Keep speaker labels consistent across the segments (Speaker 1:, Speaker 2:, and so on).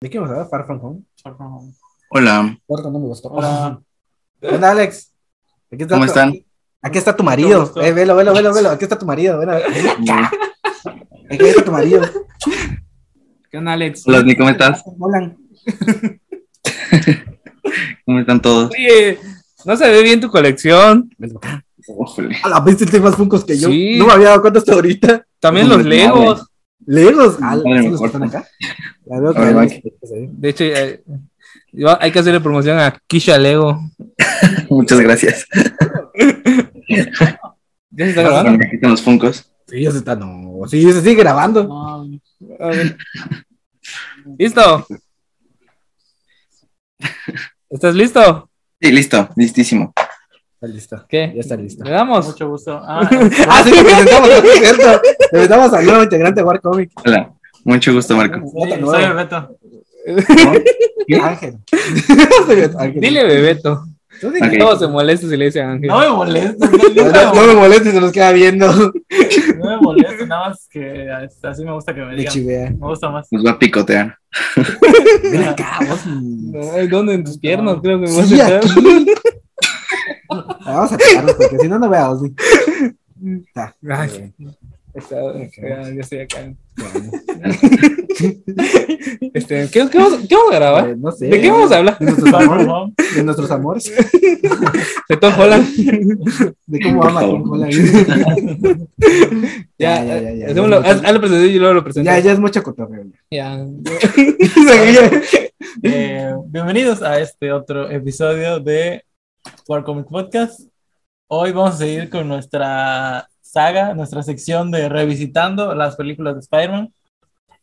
Speaker 1: ¿De qué vamos a hablar? Far From Home.
Speaker 2: Far From Home.
Speaker 3: Hola,
Speaker 1: Corto, no me gustó.
Speaker 2: Hola.
Speaker 1: Hola, Alex. Aquí está
Speaker 3: ¿cómo
Speaker 1: tu-
Speaker 3: están?
Speaker 1: Aquí está tu
Speaker 2: Mucho
Speaker 1: marido.
Speaker 2: gusto.
Speaker 1: Eh, velo, velo, velo, velo. Aquí está tu marido. ven a ver.
Speaker 3: Hola,
Speaker 1: Aquí está tu marido.
Speaker 2: ¿Qué onda, Alex?
Speaker 3: Nick, ¿cómo estás?
Speaker 1: Hola.
Speaker 3: ¿Cómo están todos?
Speaker 2: Oye, no se ve bien tu colección.
Speaker 3: Ujule.
Speaker 1: A la vez tiene más funcos que yo.
Speaker 2: Sí.
Speaker 1: No me había dado cuenta hasta ahorita.
Speaker 2: También los
Speaker 3: Madre.
Speaker 2: Legos.
Speaker 1: Legos. Ah,
Speaker 3: Madre
Speaker 1: ¿sí
Speaker 3: mía,
Speaker 1: los que están
Speaker 3: corta.
Speaker 1: acá? Ya veo que
Speaker 3: A ver,
Speaker 1: hay
Speaker 3: va.
Speaker 1: unos que se ven.
Speaker 2: De hecho, eh, yo- hay que hacerle promoción a Kisha Lego.
Speaker 3: Muchas gracias.
Speaker 2: ¿Ya se está grabando?
Speaker 3: Aquí están los funcos.
Speaker 1: Sí, ya se está. No, sí, se sigue grabando.
Speaker 2: A ver. ¿Listo? ¿Estás listo?
Speaker 3: Sí, listo, listísimo.
Speaker 1: Está listo.
Speaker 2: ¿Qué?
Speaker 1: Ya está listo.
Speaker 2: ¿Le damos?
Speaker 4: Mucho gusto. Ah,
Speaker 1: Ah, sí, lo presentamos, ¿no es cierto? Presentamos al nuevo integrante de War Comic.
Speaker 3: Hola, mucho gusto, Marco.
Speaker 4: sí,
Speaker 1: Nota
Speaker 4: soy el
Speaker 1: nueva.
Speaker 4: Beto.
Speaker 1: Ángel. Ángel.
Speaker 2: Dile, Bebeto.
Speaker 1: Tú dile.
Speaker 3: Ok.
Speaker 2: Todo se molesta si le dice Ángel.
Speaker 4: No me molestes,
Speaker 1: No, no, no me molestes, se nos queda viendo.
Speaker 4: no me molestes, nada más que así me gusta que me
Speaker 1: Le
Speaker 4: digan.
Speaker 1: chivea.
Speaker 4: Me gusta más.
Speaker 3: Nos va a picotear.
Speaker 1: Ven acá, vos. mm.
Speaker 2: Ay, ¿Dónde? En tus piernas, creo que me vas
Speaker 1: Sí,
Speaker 2: a
Speaker 1: aquí. Vamos a pegarnos porque si no, no veo a Ozzy. Está.
Speaker 2: Ay.
Speaker 1: Bien,
Speaker 2: Está- ya, ya estoy acá.
Speaker 1: bueno.
Speaker 2: Este, ¿qué, qué vamos, qué vamos a grabar?
Speaker 1: Eh, no sé.
Speaker 2: ¿Ah? ¿De qué vamos a hablar?
Speaker 1: De nuestros
Speaker 4: Far From
Speaker 1: amores.
Speaker 4: Home.
Speaker 1: De nuestros amores.
Speaker 2: De Tom Holland.
Speaker 1: De cómo
Speaker 3: Por
Speaker 1: ama
Speaker 3: favor.
Speaker 1: Tom Holland. Ya,
Speaker 2: Ya, ya,
Speaker 1: ya, ya, ya.
Speaker 2: Hazlo haz- hazlo presentar y luego lo presento.
Speaker 1: Ya, ya es mucho cotorreo. ya.
Speaker 2: Ya.
Speaker 4: Eh, bienvenidos a este otro episodio de War Comic Podcast. Hoy vamos a seguir con nuestra saga, nuestra sección de revisitando las películas de Spider-Man.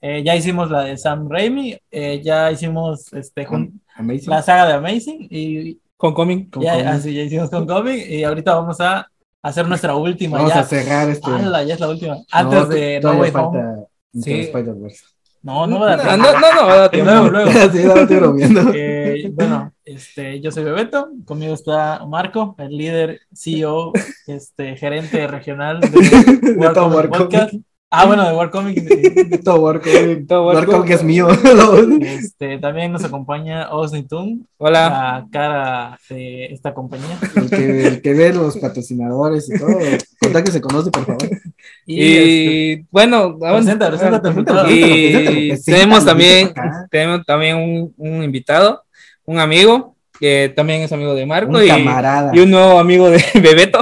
Speaker 4: Eh, ya hicimos la de Sam Raimi, eh, ya hicimos este, jun-
Speaker 1: Amazing.
Speaker 4: la saga de Amazing y
Speaker 2: Homecoming.
Speaker 1: Con-
Speaker 4: Ya,
Speaker 1: con-
Speaker 4: así ya hicimos con cómic y ahorita vamos a hacer nuestra última.
Speaker 1: Vamos
Speaker 4: ya.
Speaker 1: a cerrar este.
Speaker 4: ¡Hala! ya es la última. Antes
Speaker 1: No,
Speaker 4: de No
Speaker 1: todavía
Speaker 4: Way Home.
Speaker 1: falta Into the
Speaker 2: Sí.
Speaker 1: Spider-Verse.
Speaker 4: No, no va a
Speaker 2: Ah,
Speaker 4: dar
Speaker 2: No, no, no, va a dar
Speaker 4: tiempo.
Speaker 2: tiempo.
Speaker 4: Luego, luego.
Speaker 1: Sí, no, estoy bromeando.
Speaker 4: Eh, bueno, este, yo soy Bebeto, conmigo está Marco, el líder, CEO, este, gerente regional de,
Speaker 1: De todo
Speaker 4: Comic
Speaker 1: War
Speaker 4: Podcast. Ah, bueno, de War Comic. eh,
Speaker 1: Todo War Comic.
Speaker 2: Todo War
Speaker 1: War Comic
Speaker 2: Comic.
Speaker 1: es mío.
Speaker 4: Este, también nos acompaña Osni Tung,
Speaker 2: Hola.
Speaker 1: Ah.
Speaker 4: la cara de esta compañía.
Speaker 1: El que, el que ve los patrocinadores y todo. Contáctese con conoce, por favor.
Speaker 4: Y, este,
Speaker 2: Y bueno,
Speaker 1: Ah,
Speaker 2: vamos-
Speaker 4: presenta, preséntate, preséntate.
Speaker 2: Y
Speaker 1: Preséntalo, preséntalo.
Speaker 2: tenemos también,
Speaker 1: Acá.
Speaker 2: tenemos también un, un invitado, un amigo, que también es amigo de Marco
Speaker 1: Un
Speaker 2: y,
Speaker 1: camarada.
Speaker 2: y un nuevo amigo de Bebeto.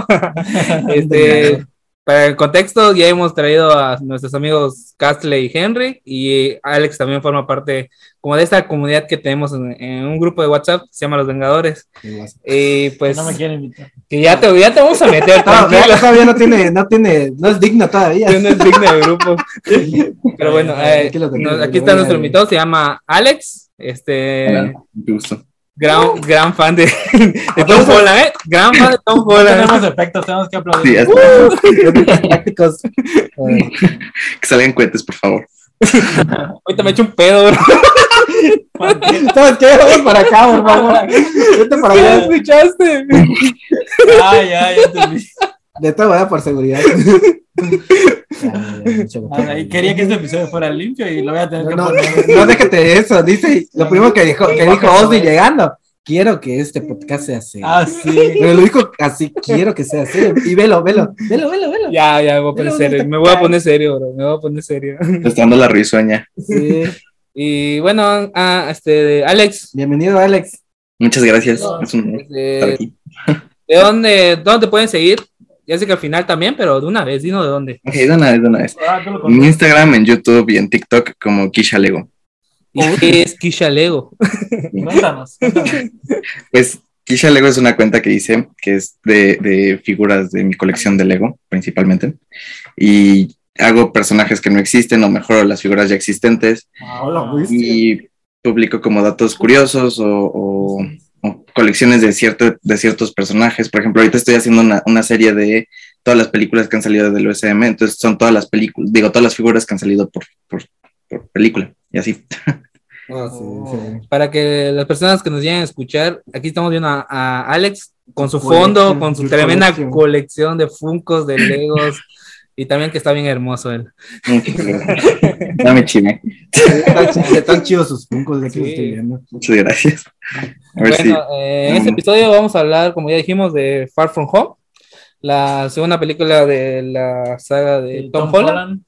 Speaker 2: este,
Speaker 1: Venga.
Speaker 2: para el contexto, ya hemos traído a nuestros amigos Castle y Henry, y Alex también forma parte como de esta comunidad que tenemos en, en un grupo de WhatsApp, que se llama Los Vengadores. Y
Speaker 4: que
Speaker 2: pues,
Speaker 4: no me quieren invitar.
Speaker 2: que ya te, ya te vamos a meter,
Speaker 1: No,
Speaker 2: tranquilo.
Speaker 1: vea, todavía no tiene, no tiene, no es digno todavía.
Speaker 2: no es digna de grupo. Pero bueno, eh,
Speaker 1: Aquí lo tenemos,
Speaker 2: nos-
Speaker 1: lo voy
Speaker 2: aquí
Speaker 1: a
Speaker 2: está nuestro
Speaker 1: leer.
Speaker 2: invitado, se llama Alex, este
Speaker 3: Hola, mucho gusto.
Speaker 1: Uh.
Speaker 2: gran, gran fan de, de Tom Holland, ¿eh? Gran fan de Tom Holland.
Speaker 4: Tenemos efectos, tenemos que
Speaker 3: Sí,
Speaker 4: aplaudir.
Speaker 3: hasta
Speaker 1: Prácticos. Eh,
Speaker 2: Uh.
Speaker 3: que salgan cohetes, por favor.
Speaker 2: Ahorita me echo un pedo, bro.
Speaker 1: ¿Sabes qué? Vamos para acá, por favor. Vete para
Speaker 2: ¿Qué
Speaker 1: allá.
Speaker 2: escuchaste?
Speaker 4: Ah, ya, ya entendí.
Speaker 1: De todo, ¿verdad? Por seguridad. Ya, ya, mucho gusto.
Speaker 4: Ah, y quería que este episodio fuera limpio y lo voy a tener
Speaker 1: No,
Speaker 4: que
Speaker 1: no,
Speaker 4: poner.
Speaker 1: no, déjate eso, dice lo primero que dijo, que dijo Ozzy llegando. Quiero que este podcast sea así.
Speaker 4: Ah, sí.
Speaker 1: Pero lo dijo así, quiero que sea así. Y velo, velo, velo, velo, velo.
Speaker 2: Ya, ya, voy a poner
Speaker 1: Pero,
Speaker 2: serio.
Speaker 1: ¿dónde
Speaker 2: Me voy a
Speaker 1: está?
Speaker 2: poner serio, bro. Me voy a poner serio.
Speaker 3: Te Está dando la risueña.
Speaker 1: Sí.
Speaker 2: Y bueno, ah, este, Alex,
Speaker 1: Bienvenido, Alex.
Speaker 3: Muchas gracias. Es un honor estar
Speaker 2: este,
Speaker 3: aquí.
Speaker 2: ¿de dónde, dónde te pueden seguir? Ya sé que al final también, pero de una vez, dinos de dónde.
Speaker 3: Ok, de una vez, de una vez.
Speaker 4: Ah, tú lo
Speaker 3: En
Speaker 4: conoces.
Speaker 3: Instagram, en YouTube y en TikTok como Kisha Lego.
Speaker 2: ¿Y qué es Kisha Lego?
Speaker 4: Cuéntanos, cuéntanos.
Speaker 3: Pues Kisha Lego es una cuenta que hice, que es de, de figuras de mi colección de Lego, principalmente. Y hago personajes que no existen o mejoro las figuras ya existentes.
Speaker 1: Ah, Hola, pues. Luis.
Speaker 3: y publico como datos curiosos o, o- o colecciones de, cierto, de ciertos personajes. Por ejemplo, ahorita estoy haciendo una, una serie de todas las películas que han salido del USM, entonces son todas las películas, digo, todas las figuras que han salido por, por, por película y así.
Speaker 1: Ah,
Speaker 2: Para que las personas que nos lleguen a escuchar, aquí estamos viendo a, a Alex con su
Speaker 1: Colección,
Speaker 2: fondo, con su
Speaker 1: su
Speaker 2: tremenda
Speaker 1: colección.
Speaker 2: colección de Funcos, de Legos, Y también que está bien hermoso él.
Speaker 3: Muchas gracias. No me chime.
Speaker 1: Están ch- Están chidos sus puncos, ya que los estoy viendo.
Speaker 3: Muchas gracias. A ver
Speaker 2: Bueno,
Speaker 3: si.
Speaker 2: eh, en este
Speaker 3: Mm.
Speaker 2: episodio vamos a hablar, como ya dijimos, de Far From Home, la segunda película de la saga de
Speaker 4: Y
Speaker 2: Tom, Holland.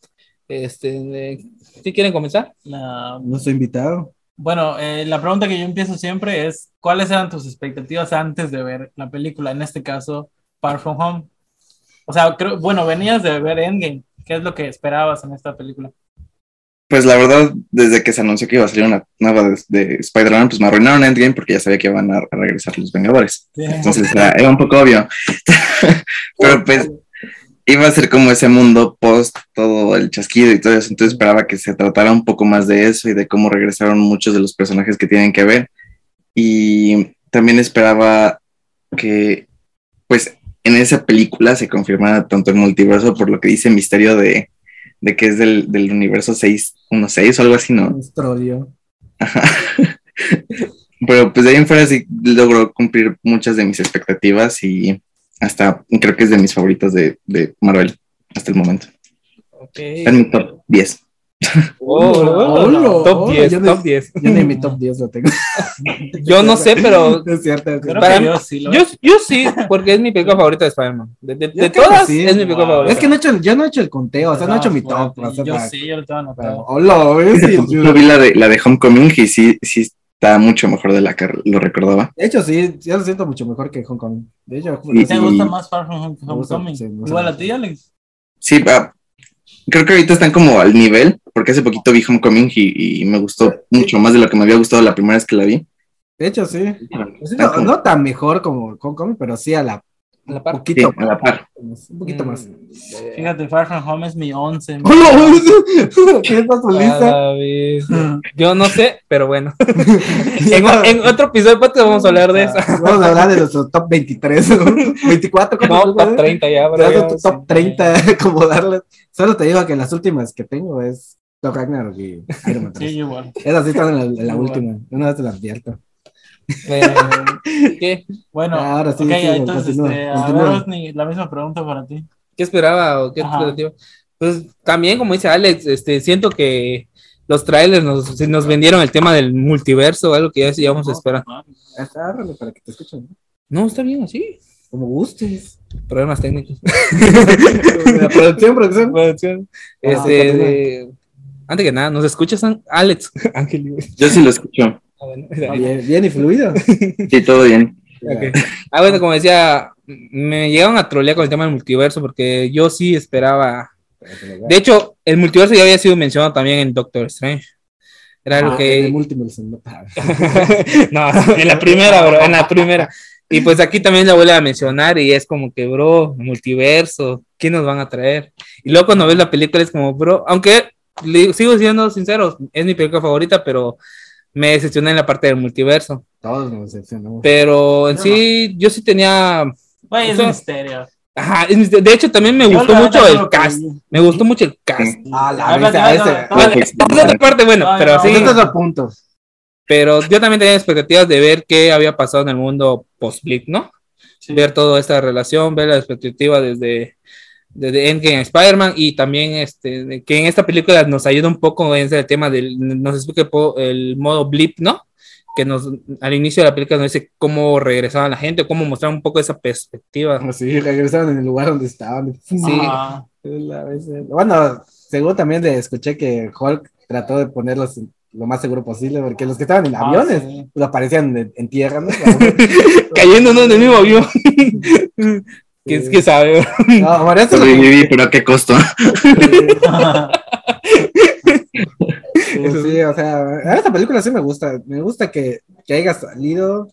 Speaker 2: Este, de- ¿Sí quieren comenzar?
Speaker 4: la-
Speaker 1: No estoy invitado.
Speaker 4: Bueno, eh, la pregunta que yo empiezo siempre es, ¿cuáles eran tus expectativas antes de ver la película? En este caso, Far From Home. O sea, creo, bueno, venías de ver Endgame. ¿Qué es lo que esperabas en esta película?
Speaker 3: Pues la verdad, desde que se anunció que iba a salir una nueva de, de Spider-Man, pues me arruinaron Endgame porque ya sabía que iban a, a regresar los Vengadores. Entonces era, era un poco obvio. Pero pues iba a ser como ese mundo post todo el chasquido y todo eso. Entonces esperaba que se tratara un poco más de eso y de cómo regresaron muchos de los personajes que tienen que ver. Y también esperaba que, pues, en esa película se confirmara tanto el multiverso por lo que dice Misterio de, de que es del, del universo 616 o algo así, ¿no?
Speaker 1: Un troleo.
Speaker 3: Pero pues de ahí en fuera sí logró cumplir muchas de mis expectativas y hasta creo que es de mis favoritas de, de Marvel hasta el momento. Está en mi top 10.
Speaker 2: Oh, oh,
Speaker 1: Hola,
Speaker 2: top
Speaker 1: hola,
Speaker 2: 10,
Speaker 1: yo no-
Speaker 2: top 10.
Speaker 1: Yo ni en mi top 10 lo tengo.
Speaker 2: Yo no sé, pero
Speaker 1: Es cierto. es
Speaker 4: Creo
Speaker 1: cierto.
Speaker 2: Para
Speaker 4: que
Speaker 2: mí-
Speaker 4: yo sí lo
Speaker 2: yo, yo sí, porque es mi película favorita de Spider-Man. De, de- de
Speaker 1: creo que
Speaker 2: todas,
Speaker 1: sí.
Speaker 2: es mi película
Speaker 4: Wow.
Speaker 2: favorita.
Speaker 1: Es que no he hecho, el- yo no he hecho el conteo, o sea, no he hecho
Speaker 2: Ah,
Speaker 1: mi top.
Speaker 4: Fuerte.
Speaker 1: o sea,
Speaker 4: Yo
Speaker 1: para-
Speaker 4: sí, yo lo tengo
Speaker 1: para-
Speaker 4: anotado.
Speaker 1: Hola, ¿ves? Sí, yo-
Speaker 3: Yo vi la de, la de Homecoming y sí, sí está mucho mejor de la que lo recordaba.
Speaker 1: De hecho, sí, yo lo siento mucho mejor que Hong Kong. De hecho,
Speaker 3: Y-
Speaker 4: ¿Te
Speaker 1: sí,
Speaker 4: gusta más Far From Home-
Speaker 1: Me gusta,
Speaker 4: Homecoming?
Speaker 1: sí, me gusta
Speaker 4: Igual a
Speaker 1: más.
Speaker 4: ti, Alex.
Speaker 3: Sí, va, creo que ahorita están como al nivel, porque hace poquito vi Homecoming y, y me gustó mucho más de lo que me había gustado la primera vez que la vi.
Speaker 1: de hecho, sí.
Speaker 3: Están
Speaker 1: No,
Speaker 3: como-
Speaker 1: no tan mejor como Hong Kong, pero sí a la
Speaker 2: La par-
Speaker 3: sí,
Speaker 1: poquito,
Speaker 3: a la par.
Speaker 1: más, un
Speaker 2: Mm,
Speaker 1: poquito más.
Speaker 4: Fíjate, Far From Home es mi 11.
Speaker 1: Hola, ¿ves? ¿Qué está su
Speaker 2: A
Speaker 1: lista?
Speaker 2: la vez. Yo no sé, pero bueno. en,
Speaker 1: No,
Speaker 2: en otro episodio del podcast vamos a hablar de eso.
Speaker 1: Vamos a hablar de nuestro top 23, 24, ¿cuántos
Speaker 2: No,
Speaker 1: son,
Speaker 2: top
Speaker 1: eh?
Speaker 2: 30 ya,
Speaker 1: Te
Speaker 2: bro.
Speaker 1: hago
Speaker 2: ya,
Speaker 1: tu
Speaker 2: sí.
Speaker 1: top 30, como darles. Solo te digo que las últimas que tengo es Thor Ragnarok y Iron Man 3.
Speaker 4: Sí, igual.
Speaker 1: Esas sí están en la, en la
Speaker 4: Muy
Speaker 1: última, una vez te las advierto.
Speaker 2: Eh, ¿Qué?
Speaker 4: Bueno,
Speaker 1: Ah, ahora sí,
Speaker 4: ok,
Speaker 1: sí,
Speaker 4: entonces,
Speaker 1: continúa,
Speaker 4: este, a
Speaker 1: continúa.
Speaker 4: ver, Osni, la misma pregunta para ti.
Speaker 2: ¿Qué esperaba o qué
Speaker 4: Ajá.
Speaker 2: expectativa? Pues también, como dice Alex, este, siento que los trailers nos, se nos vendieron el tema del multiverso, algo que ya llevamos a esperar.
Speaker 1: Está, árrale para que te escuchen, ¿no?
Speaker 2: No, está bien así.
Speaker 1: como gustes.
Speaker 2: Problemas técnicos.
Speaker 1: La producción, producción.
Speaker 2: Producción. Este, de- Antes que nada, ¿nos escuchas, An- Alex? Ángel.
Speaker 3: Yo sí lo escucho.
Speaker 2: Ah, bueno.
Speaker 1: Bien, bien y fluido.
Speaker 3: Sí, todo bien.
Speaker 2: Ok. Ah, bueno, como decía, me llegaron a trolear con el tema del multiverso porque yo sí esperaba. De hecho, el multiverso ya había sido mencionado también en Doctor Strange. Era lo
Speaker 1: Ah,
Speaker 2: que.
Speaker 1: en el Ah, múltiple se nota.
Speaker 2: no, en la primera, bro, en la primera. Y pues aquí también la vuelve a mencionar y es como que, bro, multiverso, ¿qué nos van a traer? Y luego cuando ves la película es como, bro, aunque le- sigo siendo sincero, es mi película favorita, pero me decepcioné en la parte del multiverso.
Speaker 1: Todos nos decepcionamos.
Speaker 2: Pero en sí, yo sí tenía...
Speaker 4: Güey, es
Speaker 2: Eso-
Speaker 4: misterio.
Speaker 2: Ajá, es- de hecho también me
Speaker 4: Yo
Speaker 2: gustó
Speaker 4: la
Speaker 2: mucho
Speaker 4: verdad
Speaker 2: el
Speaker 4: no lo
Speaker 2: cast,
Speaker 4: creí.
Speaker 2: me gustó mucho el cast.
Speaker 1: Ah, la
Speaker 4: Ah,
Speaker 1: bestia,
Speaker 4: no, no,
Speaker 1: bestia.
Speaker 4: no, no.
Speaker 2: Vale, esa es otra parte, bueno,
Speaker 4: No,
Speaker 2: pero
Speaker 4: no,
Speaker 2: sí.
Speaker 1: Este es otro punto.
Speaker 2: Pero yo también tenía expectativas de ver qué había pasado en el mundo post-Blip, ¿no?
Speaker 4: Sí.
Speaker 2: Ver toda esta relación, ver la perspectiva desde, desde Endgame a Spider-Man y también este, de que en esta película nos ayuda un poco en ese tema del, nos explica un poco el modo Blip, ¿no? Que nos, al inicio de la película nos dice cómo regresaba la gente, cómo mostrar un poco esa perspectiva.
Speaker 1: Sí, regresaron en el lugar donde estaban.
Speaker 2: Sí.
Speaker 4: Ajá.
Speaker 1: Es la bestia. Bueno, seguro también le escuché que Hulk trató de ponerlos en- lo más seguro posible, porque los que estaban en
Speaker 4: Ah,
Speaker 1: aviones
Speaker 4: sí.
Speaker 1: pues, aparecían en, en tierra, ¿no?
Speaker 2: Cayendo ¿no? en el mismo avión. ¿Quién es que sabe?
Speaker 1: No, por eso-
Speaker 3: Sobreviví, pero a qué costo.
Speaker 1: Pues sí, o sea, a esta película sí me gusta. Me gusta que, que haya salido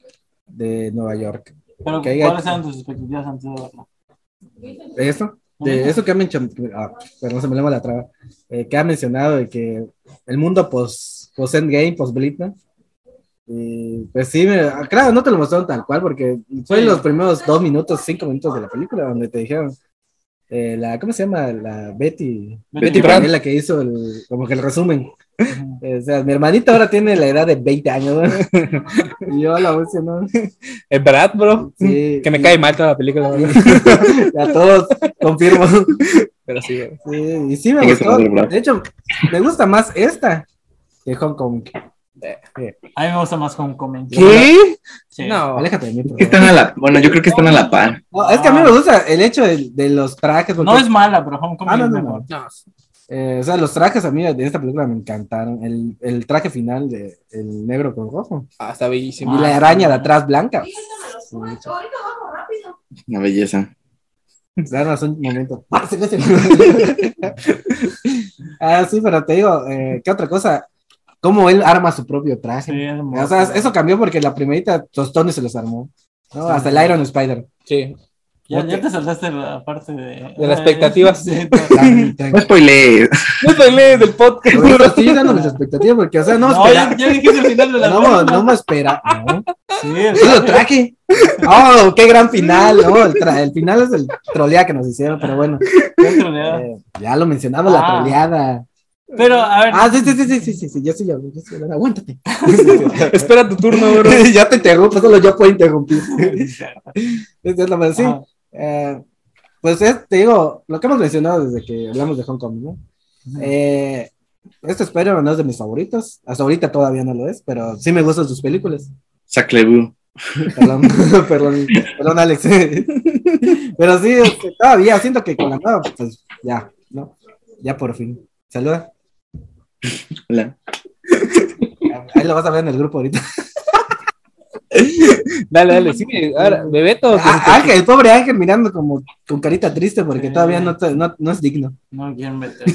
Speaker 1: de Nueva York.
Speaker 4: Pero,
Speaker 1: Que haya-
Speaker 4: ¿cuáles eran tus expectativas antes de verla?
Speaker 1: Eso, de eso que ha mencionado, perdón, se me lengua la traba, Eh, que ha mencionado de que el mundo post, post Endgame, post Blitna, pues sí, me- ah, claro, no te lo mostraron tal cual, porque fue
Speaker 4: Sí.
Speaker 1: los primeros dos minutos, cinco minutos de la película, donde te dijeron, eh, la, ¿cómo se llama? La Betty,
Speaker 4: Betty
Speaker 1: Betty
Speaker 2: Brant.
Speaker 1: Brant, la que hizo el, como que el resumen. O sea, mi hermanita ahora tiene la edad de 20 años, ¿no? Y yo a la vez, ¿no?
Speaker 2: Es verdad, bro.
Speaker 1: Sí.
Speaker 2: Que me cae mal toda la película, bro.
Speaker 1: A todos, confirmo.
Speaker 2: pero sí, bro.
Speaker 1: Sí, y sí me
Speaker 3: Tienes que
Speaker 1: gustó.
Speaker 3: ponerlo, bro.
Speaker 1: De hecho, me gusta más esta que Hong Kong.
Speaker 4: A mí me gusta más Homecoming.
Speaker 2: ¿Qué?
Speaker 4: Sí.
Speaker 2: No.
Speaker 1: Aléjate de mí, por
Speaker 3: Que
Speaker 1: favor.
Speaker 3: Están a la, bueno, yo creo que están a la par.
Speaker 1: No, es que a mí me gusta el hecho de, de los trajes. porque-
Speaker 4: Ah, No es mala, pero Homecoming
Speaker 1: Ah, no,
Speaker 4: es
Speaker 1: no, no.
Speaker 4: mejor.
Speaker 2: No,
Speaker 1: eh, o sea, los trajes a mí de esta película me encantaron. El, el traje final de el negro con rojo.
Speaker 2: ah, está bellísimo.
Speaker 1: Y la araña de atrás blanca.
Speaker 5: Ahorita vamos rápido.
Speaker 3: Una belleza.
Speaker 1: Danos un momento. Ah, Pásale, pásale. ah, sí, pero te digo, eh, ¿qué otra cosa? ¿Cómo él arma su propio traje?
Speaker 4: Sí, es hermoso.
Speaker 1: O sea, eso cambió porque la primerita Tostoni se los armó. ¿no? Hasta el Iron Spider.
Speaker 2: Sí.
Speaker 4: Ya, ya te saltaste la parte de...
Speaker 2: De las expectativas.
Speaker 4: Sí,
Speaker 3: No spoilees.
Speaker 2: No spoilees del podcast.
Speaker 1: Oye, te estoy dando mis expectativas porque, o sea, no,
Speaker 4: no,
Speaker 1: espera.
Speaker 4: ya, ya dijiste el final de la
Speaker 1: No,
Speaker 4: película.
Speaker 1: no me espera. No.
Speaker 4: Sí, el-
Speaker 1: Sí, lo traje. Oh, qué gran final. ¿no? el, tra- el final es el trolea que nos hicieron, pero bueno.
Speaker 4: el troleado.
Speaker 1: Eh, ya lo mencionamos, la
Speaker 4: Ah.
Speaker 1: troleada.
Speaker 4: Pero, a ver,
Speaker 1: Ah, sí, sí, sí, sí, sí, sí, sí, yo sí, yo, yo sí, aguántate.
Speaker 2: Espera tu turno, bro.
Speaker 1: ya te interrumpo, solo yo puedo interrumpir. Esa es la verdad, sí.
Speaker 4: Ajá.
Speaker 1: Eh, pues es, te digo, lo que hemos mencionado desde que hablamos de Hong Kong, ¿no? Eh, este Spider-Man no es de mis favoritos. Hasta ahorita todavía no lo es, pero sí me gustan sus películas.
Speaker 3: Saclebu.
Speaker 1: Perdón, perdón, perdón, Alex. pero sí, este, todavía siento que con la nueva, pues ya, ¿no? Ya por fin. Saluda.
Speaker 3: Hola.
Speaker 1: Ahí lo vas a ver en el grupo ahorita.
Speaker 2: Dale, dale, sí, ahora, Bebeto.
Speaker 1: Ah, Ángel, el pobre Ángel mirando como con carita triste porque
Speaker 4: Sí.
Speaker 1: todavía no, te- no, no es digno.
Speaker 4: no quieren meter.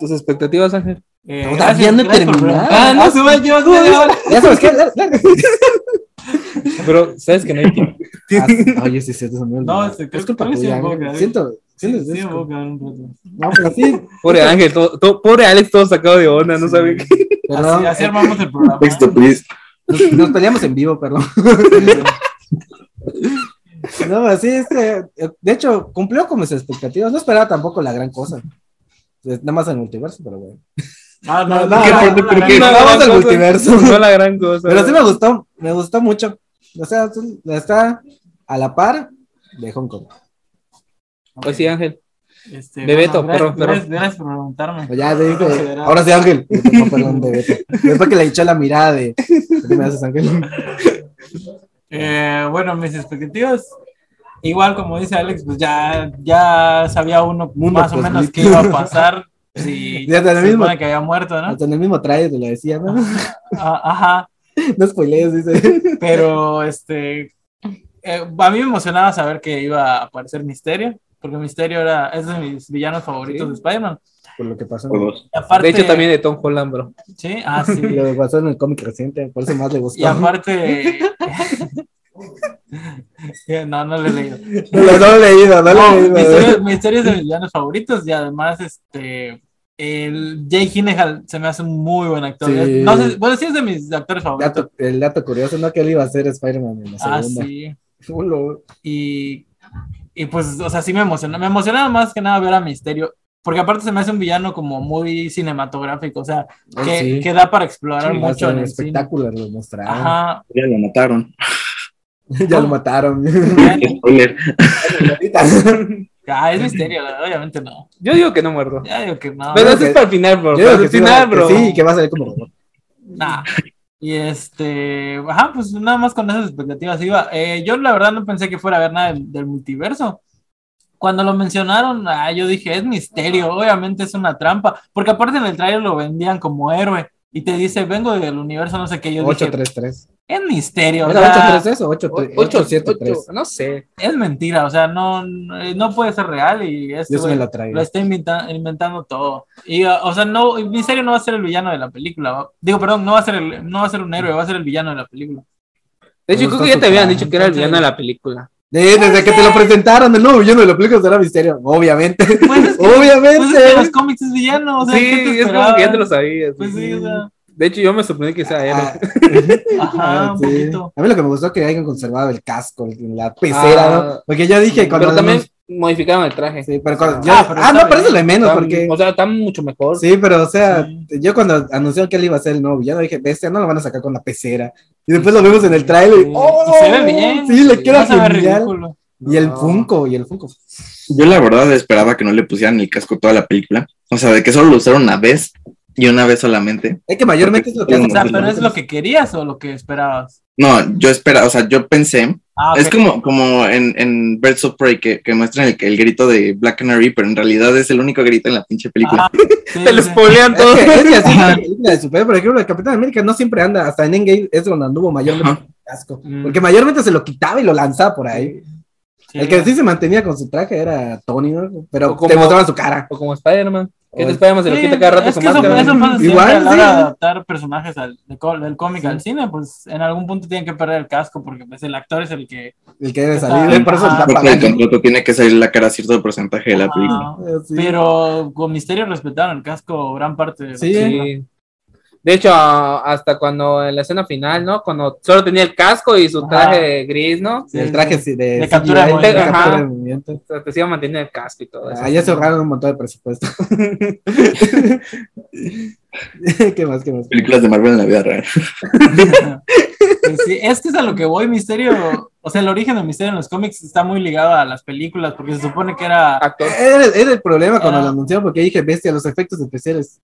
Speaker 2: Tus expectativas, Ángel.
Speaker 4: Eh,
Speaker 1: Todavía
Speaker 4: gracias-
Speaker 1: no he
Speaker 4: gracias por
Speaker 1: terminado.
Speaker 4: preguntar. Ah, no, se va, llevas media hora.
Speaker 1: Ya sabes qué, Larga, larga.
Speaker 2: Pero, ¿sabes que no hay tiempo?
Speaker 1: Ah, oye, sí, sí, se me olvidó.
Speaker 4: No, este, creo-
Speaker 1: es culpa
Speaker 4: creo que sí
Speaker 1: tuya,
Speaker 4: me puedo
Speaker 1: Ángel.
Speaker 4: quedar.
Speaker 1: Siento, siento,
Speaker 4: Sí,
Speaker 1: es
Speaker 4: me
Speaker 1: culpa-
Speaker 4: puedo quedar un rato.
Speaker 1: No, pero sí,
Speaker 2: Pobre Ángel, todo- todo- pobre Alex, todo sacado de onda, no sabe qué.
Speaker 1: perdón.
Speaker 4: Así, así armamos el programa.
Speaker 3: Texto, please.
Speaker 1: Nos, nos peleamos en vivo, perdón. No, así este, de hecho, cumplió con mis expectativas. No esperaba tampoco la gran cosa. Nada más en el multiverso, pero bueno.
Speaker 4: Ah, no,
Speaker 1: No,
Speaker 4: sí,
Speaker 1: no,
Speaker 4: armamos la
Speaker 3: no, no,
Speaker 4: gran-
Speaker 1: no, vamos al multiverso.
Speaker 2: No la gran cosa.
Speaker 1: Pero sí me gustó, me gustó mucho. O sea, sí, está a la par de Hong Kong.
Speaker 2: Pues sí, Ángel.
Speaker 4: Este,
Speaker 2: Bebeto,
Speaker 4: bueno,
Speaker 2: perro,
Speaker 4: gracias-
Speaker 2: perro.
Speaker 4: Gracias, gracias por preguntarme.
Speaker 1: Ya te dije,
Speaker 4: Considerado.
Speaker 1: ahora sí, Ángel. No, perdón, de Beto. Después que le echó la mirada de. ¿Qué me haces, Ángel?
Speaker 4: Eh, bueno, mis expectativas. Igual, como dice Alex, pues ya, ya sabía uno
Speaker 1: Mundo
Speaker 4: más o menos
Speaker 1: cosmita.
Speaker 4: qué iba a pasar. Si
Speaker 1: Ya está lo
Speaker 4: se
Speaker 1: mismo.
Speaker 4: supone que había muerto, ¿no?
Speaker 1: Hasta en el mismo traje te lo decía, ¿no?
Speaker 4: Ah, ajá.
Speaker 1: No spoilees, dice.
Speaker 4: Pero este eh, a mí me emocionaba saber que iba a aparecer Misterio, porque Misterio era es de mis villanos
Speaker 1: Sí.
Speaker 4: favoritos de Spider-Man.
Speaker 1: Por lo que pasó.
Speaker 3: O dos.
Speaker 4: Y aparte,
Speaker 2: De hecho, también de Tom Holland, bro.
Speaker 4: Sí, ah, sí.
Speaker 1: Lo que pasó en el cómic reciente, por eso más le gustó.
Speaker 4: y aparte No, no lo he leído.
Speaker 1: No, lo- no lo he leído, no
Speaker 4: No,
Speaker 1: lo he leído.
Speaker 4: Misterio, Misterio es de mis villanos favoritos y además este el Jay Ginehan se me hace un muy buen actor.
Speaker 1: Sí.
Speaker 4: No sé- bueno, sí es de mis actores favoritos.
Speaker 1: Dato- el dato curioso, ¿no? Que él iba a ser Spider-Man en la
Speaker 4: Ah,
Speaker 1: segunda.
Speaker 4: sí.
Speaker 1: Chulo.
Speaker 4: Y, y, pues, o sea, sí me emocionó. Me emocionaba más que nada ver a Misterio. Porque aparte se me hace un villano como muy cinematográfico. O sea,
Speaker 1: Ay, Oh,
Speaker 4: que,
Speaker 1: sí.
Speaker 4: que da para explorar
Speaker 1: Hasta
Speaker 4: mucho en
Speaker 1: en
Speaker 4: el cine.
Speaker 1: espectáculo lo mostraron.
Speaker 4: Ajá.
Speaker 3: Ya lo mataron.
Speaker 1: Ya lo mataron.
Speaker 3: Spoiler.
Speaker 1: Ahorita.
Speaker 4: Ah, es Misterio, obviamente no.
Speaker 2: Yo digo que no muerdo.
Speaker 4: Ya digo que no.
Speaker 2: Pero
Speaker 1: yo
Speaker 2: eso
Speaker 1: que-
Speaker 2: es para el final, bro.
Speaker 1: Ah, Yo digo
Speaker 2: Para
Speaker 1: que
Speaker 2: el
Speaker 1: sí, va-
Speaker 2: final,
Speaker 1: que
Speaker 2: bro.
Speaker 1: Sí, que va a salir como robot.
Speaker 4: Nah. Y este, ajá, pues nada más con esas expectativas iba. Eh, yo la verdad no pensé que fuera a ver nada del, del multiverso. Cuando lo mencionaron, ah, yo dije, es misterio, obviamente es una trampa, porque aparte en el trailer lo vendían como héroe y te dice, vengo del universo, no sé qué, yo dije,
Speaker 1: 833.
Speaker 4: es misterio, o sea,
Speaker 1: ¿Era 833 o
Speaker 2: O-
Speaker 1: 8-
Speaker 2: ocho,
Speaker 1: 873?
Speaker 2: ocho, no sé.
Speaker 4: es mentira, o sea, no, eh, no puede ser real y es,
Speaker 1: Yo sí me lo traigo.
Speaker 4: lo está inventa- inventando todo. Y, uh, o sea, no, Misterio no va a ser el villano de la película. va- Digo, perdón, no va a ser el, no va a ser un héroe, va a ser el villano de la película.
Speaker 2: De hecho,
Speaker 1: Me
Speaker 2: creo
Speaker 1: gusta
Speaker 2: que ya
Speaker 1: tu
Speaker 2: te habían
Speaker 1: plan,
Speaker 2: dicho que era el villano de la película.
Speaker 1: Eh, desde que te lo presentaron, el nuevo villano de la película será Misterio. Obviamente.
Speaker 4: Pues es que, pues es que en los
Speaker 1: Obviamente.
Speaker 4: cómics es villano, o sea, ¿qué te
Speaker 2: sí, es como
Speaker 4: esperabas?
Speaker 2: que ya te lo sabías.
Speaker 4: Pues sí, o sea,
Speaker 2: De hecho, yo me sorprendí que sea
Speaker 1: Ah,
Speaker 2: él.
Speaker 4: ajá,
Speaker 1: ah,
Speaker 4: un
Speaker 1: sí.
Speaker 4: poquito.
Speaker 1: A mí lo que me gustó es que hayan conservado el casco, la pecera,
Speaker 2: Ah.
Speaker 1: ¿no? Porque yo dije, cuando
Speaker 2: Pero
Speaker 1: lo
Speaker 2: también,
Speaker 1: anun-
Speaker 2: modificaron el traje.
Speaker 1: Sí, pero cuando-
Speaker 4: Ah,
Speaker 1: yo-
Speaker 4: pero
Speaker 1: ah,
Speaker 4: está
Speaker 1: no, pero eso
Speaker 4: bien.
Speaker 1: es lo de menos,
Speaker 2: Está-
Speaker 1: porque.
Speaker 2: O sea, está mucho mejor.
Speaker 1: Sí, pero o sea,
Speaker 4: Sí.
Speaker 1: yo cuando anunció que él iba a ser el nuevo villano, dije, bestia, no lo van a sacar con la pecera. Y después lo vimos en el trailer. y,
Speaker 4: Sí,
Speaker 1: ¡oh!
Speaker 4: se ve bien.
Speaker 1: Sí, le
Speaker 2: Sí,
Speaker 1: queda
Speaker 4: Vas a ver
Speaker 1: genial.
Speaker 4: ridículo.
Speaker 1: Y el
Speaker 2: No.
Speaker 1: Funko, y el Funko.
Speaker 3: Yo la verdad esperaba que no le pusieran el casco toda la película. O sea, de que solo lo usaron una vez y una vez solamente.
Speaker 1: Es que mayormente es lo que
Speaker 3: O
Speaker 1: hacen.
Speaker 4: O sea,
Speaker 1: con
Speaker 4: pero
Speaker 1: los
Speaker 4: es lo que querías o lo que esperabas.
Speaker 3: No, yo esperaba, o sea, yo pensé,
Speaker 4: Ah, ok.
Speaker 3: es como, como en, en Birds of Prey que, que muestran el, el grito de Black Canary, pero en realidad es el único grito en la pinche película.
Speaker 4: Ah, sí,
Speaker 2: Te lo
Speaker 4: sí.
Speaker 2: spoilean todo.
Speaker 1: Es que, es que así es la película de superhéroes, por ejemplo, el Capitán América no siempre anda, hasta en Endgame es donde anduvo mayormente
Speaker 3: Ajá.
Speaker 1: con el casco.
Speaker 4: Mm.
Speaker 1: Porque mayormente se lo quitaba y lo lanzaba por ahí.
Speaker 4: Sí.
Speaker 1: El que sí se mantenía con su traje era Tony, ¿no? pero
Speaker 2: O como-
Speaker 1: te mostraban su cara.
Speaker 2: O como Spider-Man. Que
Speaker 1: O-
Speaker 2: este Spider-Man se lo
Speaker 4: Sí,
Speaker 2: quita cada rato
Speaker 4: es
Speaker 2: su
Speaker 4: que eso,
Speaker 2: máscara.
Speaker 4: eso pasa siempre
Speaker 1: Igual,
Speaker 4: a la hora
Speaker 1: sí.
Speaker 4: de adaptar personajes al- de co- del cómic
Speaker 1: Sí.
Speaker 4: al cine, pues en algún punto tienen que perder el casco porque pues, el actor es el que...
Speaker 1: El que debe
Speaker 4: Está-
Speaker 1: salir, por eso
Speaker 4: Ajá.
Speaker 1: está
Speaker 3: Porque el
Speaker 1: pagando.
Speaker 3: contrato tiene que salir la cara a cierto porcentaje de la película.
Speaker 4: Ah,
Speaker 1: Sí.
Speaker 4: Pero con Misterio respetaron el casco gran parte de la
Speaker 1: Sí,
Speaker 4: película.
Speaker 2: Sí. De hecho, a- hasta cuando en la escena final, ¿no? Cuando solo tenía el casco y su
Speaker 4: Ajá.
Speaker 2: traje gris, ¿no?
Speaker 1: Sí, el traje sí, de, CGI,
Speaker 4: captura de
Speaker 1: de
Speaker 4: movimiento.
Speaker 1: captura
Speaker 2: Ajá.
Speaker 1: de movimiento.
Speaker 2: O sea, te sigo manteniendo el casco y todo eso.
Speaker 1: Ah, ya se ahorraron un montón de presupuesto. ¿Qué más? ¿Qué más?
Speaker 3: Películas de Marvel en la vida real.
Speaker 4: Pues sí, es que es a lo que voy, Misterio. O sea, el origen de Misterio en los cómics está muy ligado a las películas, porque se supone que era.
Speaker 1: Ah,
Speaker 2: Actor.
Speaker 1: Era, era el problema cuando
Speaker 4: Ah.
Speaker 1: lo anunciaron, porque dije, bestia, los efectos especiales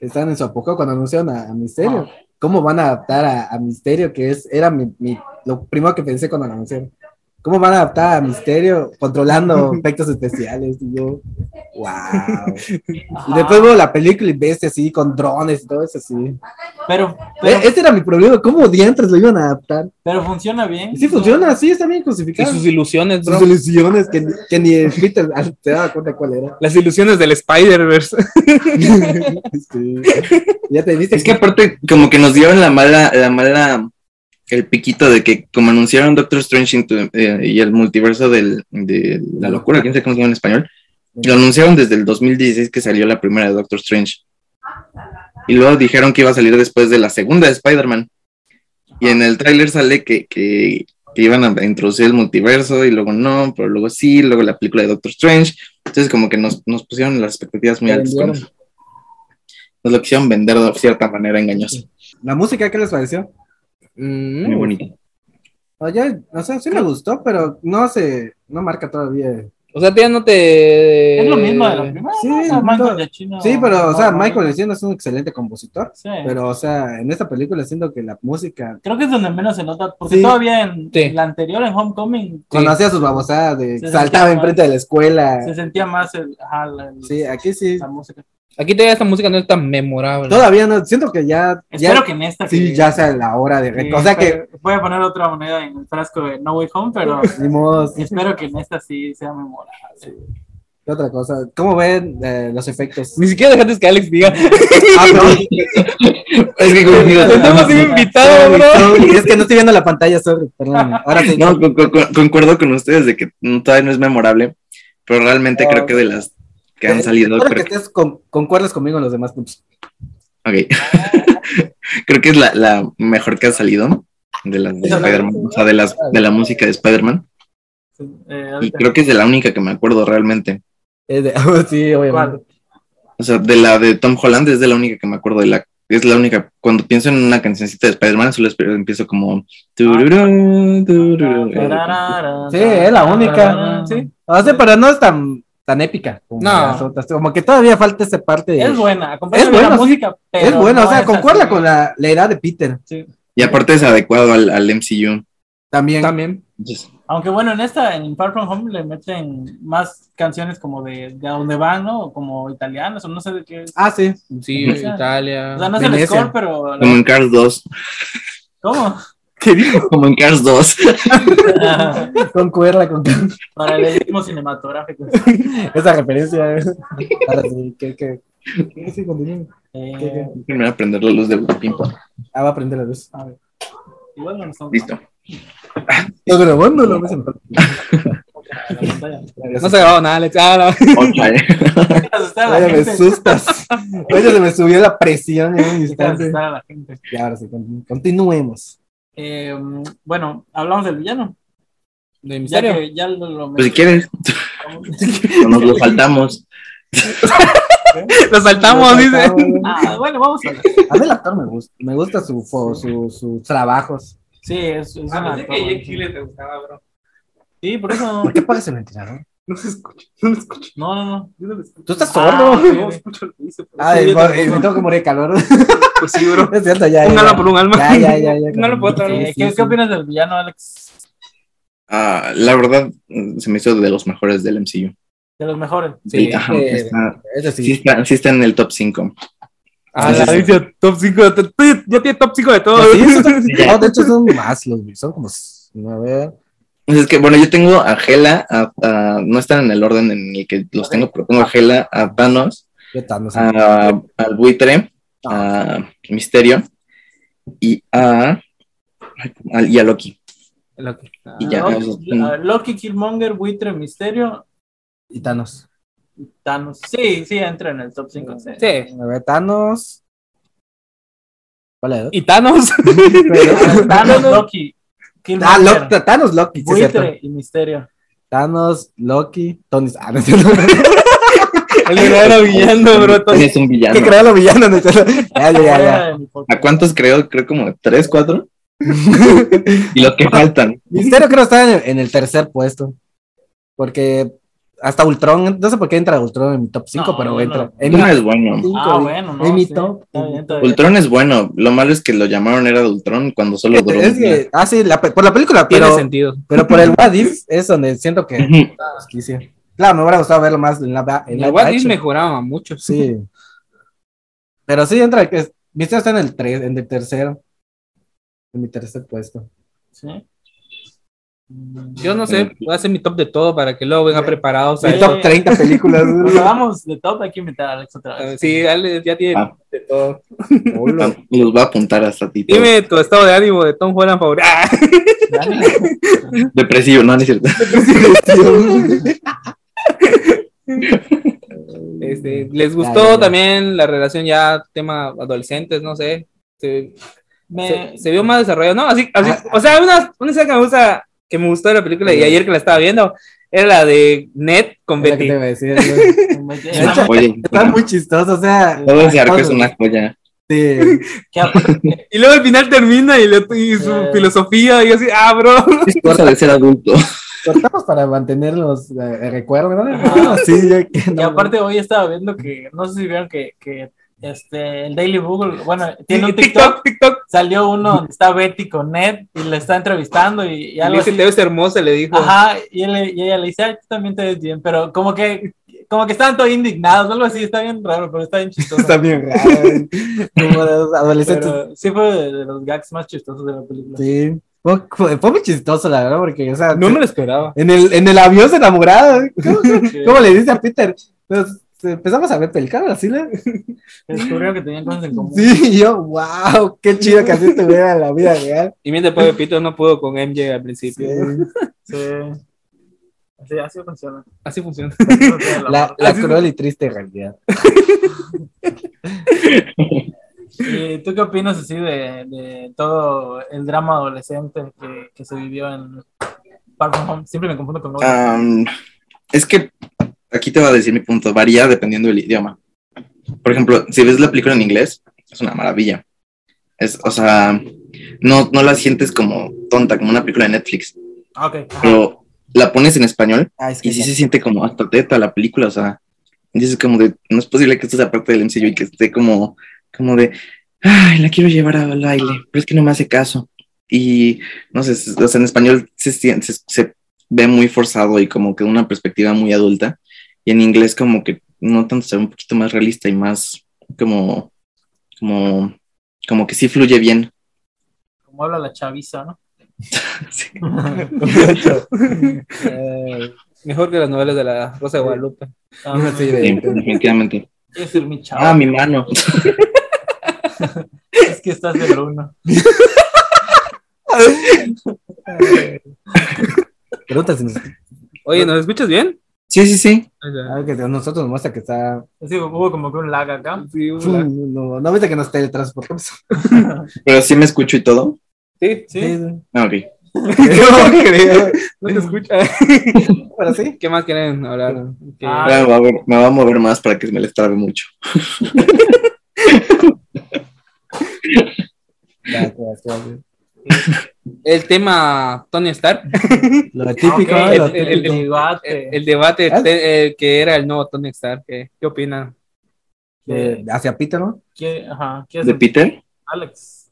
Speaker 1: están en su apogeo cuando anunciaron a, a
Speaker 4: Ah.
Speaker 1: Misterio. ¿Cómo van a adaptar a, a Misterio? Que es, era mi, mi- lo primero que pensé cuando lo anunciaron. ¿Cómo van a adaptar a Misterio controlando efectos especiales? Y yo, wow.
Speaker 4: Ajá.
Speaker 1: Y después veo la película y bestia así, con drones y todo eso así.
Speaker 4: Pero, pero,
Speaker 1: E- Ese era mi problema, ¿cómo diantres lo iban a adaptar?
Speaker 4: pero funciona bien.
Speaker 1: Y sí funciona, sí, está bien
Speaker 2: Y
Speaker 1: crucificado.
Speaker 2: sus ilusiones, bro.
Speaker 1: eh, Sus ilusiones que, ni- que ni el Peter se daba cuenta cuál era.
Speaker 2: Las ilusiones del Spider-Verse.
Speaker 1: Sí. Ya te viste
Speaker 3: Es que aparte, como que nos dieron la mala, la mala, el piquito de que como anunciaron Doctor Strange into- eh, y el multiverso del- de la locura, quién sabe cómo se llama en español, lo anunciaron desde el 2016 que salió la primera de Doctor Strange. Y luego dijeron que iba a salir después de la segunda de Spider-Man. Y en el tráiler sale que, que, que iban a introducir el multiverso y luego no, pero luego sí, luego la película de Doctor Strange. Entonces como que nos, nos pusieron las expectativas muy
Speaker 1: Te
Speaker 3: altas. con
Speaker 1: vendieron.
Speaker 3: eso. Nos lo quisieron vender de cierta manera engañosa.
Speaker 1: la música, ¿qué les pareció?
Speaker 2: Mm.
Speaker 3: Muy bonito.
Speaker 1: Oye, o sea, sí me gustó, pero no se, no marca todavía.
Speaker 2: O sea, tía, no te.
Speaker 4: Es lo mismo de la primera.
Speaker 1: Eh, Sí,
Speaker 4: ¿no? O sea,
Speaker 1: no-
Speaker 4: Michael Giacchino-
Speaker 1: Sí, pero, o sea,
Speaker 4: no,
Speaker 1: Michael
Speaker 4: no,
Speaker 1: Enciano es un excelente compositor,
Speaker 4: sí.
Speaker 1: pero, o sea, en esta película siento que la música,
Speaker 4: Creo que es donde menos se nota, porque
Speaker 1: Sí.
Speaker 4: todavía en,
Speaker 2: Sí.
Speaker 4: en la anterior, en Homecoming,
Speaker 1: cuando hacía sus babosadas de
Speaker 4: Sí, sí,
Speaker 1: saltaba
Speaker 4: sí,
Speaker 1: enfrente de la escuela.
Speaker 4: se sentía más el, ajá, la, el-
Speaker 1: Sí, aquí sí.
Speaker 4: la música.
Speaker 2: Aquí todavía esta música no es tan memorable.
Speaker 1: Todavía no, siento que ya,
Speaker 4: Espero
Speaker 1: ya,
Speaker 4: que en esta.
Speaker 1: sí,
Speaker 4: que-
Speaker 1: ya sea la hora de, rec-
Speaker 4: que-
Speaker 1: o sea que,
Speaker 4: Voy a poner otra moneda en el frasco de No Way Home, pero.
Speaker 1: ni modo, sí,
Speaker 4: Espero que en esta sí sea memorable.
Speaker 1: ¿qué otra cosa, ¿cómo ven eh, los efectos?
Speaker 2: Ni siquiera dejaste que Alex diga.
Speaker 1: Ah, perdón.
Speaker 3: Es que como digo,
Speaker 2: Tenemos un
Speaker 1: "Ah,
Speaker 2: invitado, bro.
Speaker 1: Sorry, es que no estoy viendo la pantalla, sorry, perdón. Ahora sí.
Speaker 3: no, con- con- con- concuerdo con ustedes de que mm, todavía no es memorable, pero realmente creo que de las Ah, que han salido,
Speaker 1: Eh, Espero que
Speaker 3: creo,
Speaker 1: estés con, concuerdas conmigo en los demás puntos.
Speaker 3: ok. creo que es la, la mejor que ha salido de las de Spider-Man, o sea, de, las, de la música de Spider-Man.
Speaker 4: Eh,
Speaker 3: Y
Speaker 4: ahorita-
Speaker 3: creo que es de la única que me acuerdo realmente.
Speaker 1: Es Eh, de- oh, sí, obviamente.
Speaker 4: ¿Cuál?
Speaker 3: O sea, de la de Tom Holland es de la única que me acuerdo de la. Es la única, cuando pienso en una cancioncita de Spider-Man, solo espe- empiezo como... tururú, tururú.
Speaker 1: Sí, es la única. Sí. O sea, pero no es tan, tan épica. Como
Speaker 2: No.
Speaker 1: las otras. Como que todavía falta esa parte.
Speaker 4: Es buena,
Speaker 1: Es
Speaker 4: es
Speaker 1: buena,
Speaker 4: buena la
Speaker 1: sí.
Speaker 4: música, pero
Speaker 1: es buena,
Speaker 4: no
Speaker 1: o sea,
Speaker 4: es
Speaker 1: concuerda
Speaker 4: así.
Speaker 1: con la, la edad de Peter.
Speaker 3: Y aparte es adecuado al, al MCU.
Speaker 1: También.
Speaker 2: También.
Speaker 3: Entonces,
Speaker 4: Aunque bueno, en esta, en Far From Home, le meten más canciones como de, de a dónde van, ¿no? Como italianas, o no sé de qué es.
Speaker 1: Ah, sí.
Speaker 2: Sí,
Speaker 4: Ujú.
Speaker 2: Italia.
Speaker 4: O sea, no es el
Speaker 1: Venecia.
Speaker 4: score, pero.
Speaker 3: como en Cars 2.
Speaker 4: ¿Cómo?
Speaker 3: Como en Cars 2.
Speaker 1: Concuerda con
Speaker 4: Paralelismo cinematográfico.
Speaker 1: esa referencia. eh. Ahora sí, que, que. que- sí, continúa.
Speaker 4: Eh,
Speaker 3: Primero aprender la luz de Pimpo.
Speaker 1: Ah, va a prender la luz.
Speaker 4: a ver. Igual no nos estamos
Speaker 3: Listo.
Speaker 1: Lo grabando lo ves en
Speaker 4: en la pantalla.
Speaker 2: No se ha grabado nada, Alex. Ah, no.
Speaker 3: Otra, eh.
Speaker 4: Asustar a la
Speaker 1: Oye, me
Speaker 4: gente.
Speaker 1: asustas. Oye, se me subió la presión en un instante.
Speaker 4: Asustar a la gente.
Speaker 1: Y ahora sí, continu- continuemos.
Speaker 4: Eh, bueno, hablamos del villano.
Speaker 2: De
Speaker 4: Ya
Speaker 2: misterio.
Speaker 4: que ya lo, lo
Speaker 3: Pues si quieres.
Speaker 4: mencionamos.
Speaker 3: No nos lo faltamos.
Speaker 2: Lo saltamos, dice.
Speaker 4: Ah, bueno, vamos a ver.
Speaker 1: A mí el actor me gusta. Me gusta su, fo- su- sus trabajos.
Speaker 4: Sí, es, es una
Speaker 2: pensé
Speaker 4: toma, sí.
Speaker 2: te gustaba, bro.
Speaker 4: Sí, por eso.
Speaker 1: ¿Por qué pagas el ventilador?
Speaker 2: No se escucha, no lo escucho,
Speaker 4: No, no, no.
Speaker 2: yo no lo escucho.
Speaker 1: Tú estás
Speaker 4: Ah,
Speaker 1: sordo.
Speaker 4: no
Speaker 2: escucho lo que dice.
Speaker 1: Ah,
Speaker 4: sí,
Speaker 1: y
Speaker 4: yo
Speaker 1: por-
Speaker 4: tampoco.
Speaker 1: y me tengo que morir de calor.
Speaker 2: Pues sí, bro.
Speaker 1: Es cierto, ya.
Speaker 2: Un
Speaker 1: ya.
Speaker 2: alma por un alma.
Speaker 1: Ya, ya, ya. ya
Speaker 2: Un alma por otro alma.
Speaker 4: Eh, ¿qué, qué opinas del villano, Alex?
Speaker 3: Ah, la verdad, mm, se me hizo de los mejores del MCU.
Speaker 4: De los mejores.
Speaker 1: Sí,
Speaker 3: Ajá,
Speaker 1: eh,
Speaker 3: está-
Speaker 1: Eso
Speaker 3: sí
Speaker 1: sí.
Speaker 3: está, sí está en el top 5.
Speaker 2: Ah, la dice top 5. Ya tiene top 5 de todo.
Speaker 1: Pues Sí, eso está- no, de hecho son más los son como s- a ver.
Speaker 3: Pues Es que, bueno, yo tengo a Gela, a- a- no están en el orden en el que los tengo, pero tengo a Gela, a Thanos,
Speaker 1: Yo tan no
Speaker 4: Ah.
Speaker 1: sé.
Speaker 3: a- al buitre, a Misterio y a, al- y a Loki.
Speaker 2: Lo que- ah,
Speaker 3: Y ya.
Speaker 4: Loki, ah, Loki, Killmonger, Buitre, Misterio,
Speaker 1: Y Thanos.
Speaker 4: Thanos. Sí, sí, entra en el top 5. Sí.
Speaker 2: Sí.
Speaker 1: A ver, Thanos. ¿Cuál es?
Speaker 2: Y Thanos.
Speaker 1: Pero-
Speaker 4: Thanos, Loki,
Speaker 1: Ah,
Speaker 4: Killmonger,
Speaker 1: Lo- Thanos Loki, sí, es
Speaker 4: Buitre
Speaker 1: cierto.
Speaker 4: y Misterio.
Speaker 1: Thanos, Loki, Tony. Ah, no es cierto.
Speaker 2: El verdadero villano, bro. Entonces,
Speaker 3: Es un
Speaker 1: que
Speaker 3: villano.
Speaker 1: crea los villanos, no es cierto. Ya, ya, ya. ya.
Speaker 4: Fuera de mi podcast.
Speaker 3: ¿A cuántos creo? Creo como tres, cuatro. y los que faltan.
Speaker 1: Misterio creo que está en el, en el tercer puesto. Porque hasta Ultron, no sé por qué entra Ultron en mi top 5,
Speaker 4: No,
Speaker 1: pero
Speaker 4: no,
Speaker 1: entra.
Speaker 4: no.
Speaker 1: En mi
Speaker 3: No es bueno.
Speaker 1: top cinco,
Speaker 4: Ah,
Speaker 1: eh.
Speaker 4: bueno, no.
Speaker 1: En mi
Speaker 4: sí,
Speaker 1: top.
Speaker 4: está bien, está bien.
Speaker 3: Ultron es bueno, lo malo es que lo llamaron era de Ultron cuando solo duró.
Speaker 1: Es
Speaker 3: un día.
Speaker 1: que, ah, sí, la pe- por la película,
Speaker 2: tiene
Speaker 1: pero,
Speaker 2: sentido.
Speaker 1: pero por el What If es donde siento que
Speaker 3: Ujú.
Speaker 1: justicia. Claro, me hubiera gustado verlo más en la. En
Speaker 2: En
Speaker 1: la
Speaker 2: la What If mejoraba mucho.
Speaker 1: Sí. Pero sí entra. es- Misterio está en el, tres, en el tercero. En mi tercer puesto.
Speaker 4: Sí. Mm,
Speaker 2: Yo no sé, voy a hacer mi top de todo para que luego venga preparado. o sea,
Speaker 1: Mi top 30 películas.
Speaker 4: Cuando hagamos de top, hay que invitar a Alex otra vez.
Speaker 2: Sí, dale, ya tiene
Speaker 3: Ah.
Speaker 2: de todo.
Speaker 1: Hola.
Speaker 3: Ah, Los va a apuntar hasta ti. todo.
Speaker 2: Dime tu estado de ánimo de Tom Holland favorito. Ah,
Speaker 3: Depresivo, no, no es cierto.
Speaker 1: Mm,
Speaker 2: este, ¿Les gustó
Speaker 1: Ya, ya, ya.
Speaker 2: también la relación ya tema adolescentes? No sé. Se,
Speaker 4: Me- Eh.
Speaker 2: se- se vio más desarrollado. No, así, así-
Speaker 1: Ah,
Speaker 2: o sea, una, una escena que me gusta, que me gustó de la película y ayer que la estaba viendo, era la de Ned con
Speaker 1: Es lo que
Speaker 2: Betty.
Speaker 1: te iba a decir, güey.
Speaker 4: me-
Speaker 3: Oye,
Speaker 1: Está muy chistoso, o sea.
Speaker 3: todo ese arco
Speaker 1: todo.
Speaker 3: es una joya.
Speaker 1: Sí.
Speaker 4: que-
Speaker 2: Y luego al final termina y, le- y su
Speaker 4: Eh.
Speaker 2: filosofía, y yo así, ah, bro.
Speaker 3: Es cosa de ser adulto.
Speaker 1: Cortamos para mantener los eh, recuerdos, ¿no?
Speaker 4: Ajá.
Speaker 1: Ah, Sí, yo que
Speaker 4: Y
Speaker 1: no,
Speaker 4: aparte hoy estaba viendo que, no sé si vieron que, que este, el Daily Google, bueno, tiene un TikTok,
Speaker 2: TikTok, TikTok.
Speaker 4: salió uno donde está Betty con Ned y le está entrevistando y, y
Speaker 2: Y le
Speaker 4: algo
Speaker 2: dice,
Speaker 4: así.
Speaker 2: te ves hermosa, le dijo.
Speaker 4: Ajá, y, él le- y ella le dice, "Ay, tú también te ves bien, pero como que, como que están todos indignados, algo así, está bien raro, pero está bien chistoso.
Speaker 1: está bien raro. güey. Como de los adolescentes.
Speaker 4: Pero sí fue de, de los gags más chistosos de la película.
Speaker 1: Sí. Fue, fue- fue muy chistoso, la verdad, porque, o sea,
Speaker 2: No me lo esperaba.
Speaker 1: en, el, en el avión se enamoraba. güey. ¿Cómo,
Speaker 4: Sí.
Speaker 1: cómo le dice a Peter? Nos- empezamos a ver películas así, ¿no?
Speaker 4: Descubrieron que tenían cosas en común.
Speaker 1: Sí, y yo, wow, qué chido que así tuviera en la vida real.
Speaker 2: Y mientras después Pepito no pudo con MJ al
Speaker 1: Sí.
Speaker 2: principio.
Speaker 4: Sí. Así, así funciona.
Speaker 2: Así funciona.
Speaker 1: La, la cruel y triste realidad.
Speaker 4: ¿Y Eh, tú qué opinas así de, de todo el drama adolescente que, que se vivió en Far From Home? Siempre me confundo con Logan.
Speaker 3: Ah. Am, es que aquí te va a decir mi punto, varía dependiendo del idioma. Por ejemplo, si ves la película en inglés, es una maravilla. Es, o sea, no, no la sientes como tonta, como una película de Netflix,
Speaker 4: Ah, ok. Ajá.
Speaker 3: pero la pones en español
Speaker 1: Ah, es que
Speaker 3: y sí se siente como hasta teta la película, o sea, dices como de, no es posible que esto sea parte del MCU y que esté como, como de, ay, la quiero llevar al baile, pero es que no me hace caso. Y no sé, se- o sea, en español se, sien- se, se ve muy forzado y como que una perspectiva muy adulta, y en inglés como que no tanto, se ve un poquito más realista y más como, como, como que sí fluye bien.
Speaker 4: Como habla la chaviza, ¿no?
Speaker 3: Sí.
Speaker 1: Eh,
Speaker 2: Mejor que las novelas de la Rosa de Guadalupe.
Speaker 4: Ah, no,
Speaker 1: sí,
Speaker 4: no,
Speaker 1: de-
Speaker 3: Sí, definitivamente.
Speaker 4: quiero ser mi chavo.
Speaker 3: Ah, mi mano.
Speaker 4: Es que estás de Bruno.
Speaker 1: Pregunta si nos-
Speaker 2: Oye, ¿nos escuchas bien?
Speaker 3: Sí, sí, sí.
Speaker 1: algo que a nosotros nos muestra que está
Speaker 4: Sí, hubo como que un lag acá.
Speaker 2: Sí, hola.
Speaker 1: No, no viste que nos teletransportamos.
Speaker 3: Pero sí me escucho y todo.
Speaker 2: sí.
Speaker 4: Sí.
Speaker 3: Ah, Ok.
Speaker 2: No creo. No te escucha.
Speaker 1: Ahora sí.
Speaker 2: ¿Qué más quieren hablar? ¿Qué-
Speaker 4: Ah.
Speaker 3: Ahora me va a mover- me va a mover más para que me les trabe mucho.
Speaker 1: Gracias, gracias.
Speaker 2: El tema Tony Stark.
Speaker 1: Lo típico,
Speaker 4: Ah, ok,
Speaker 1: lo
Speaker 4: el- el-
Speaker 1: típico.
Speaker 4: el debate.
Speaker 2: El, el debate
Speaker 1: Ah.
Speaker 2: te- eh, que era el nuevo Tony Stark. ¿Qué, qué opinan?
Speaker 1: De- hacia Peter, ¿no?
Speaker 4: ¿Qué- ajá, ¿qué es
Speaker 3: ¿De
Speaker 4: el-
Speaker 3: Peter?
Speaker 4: Alex.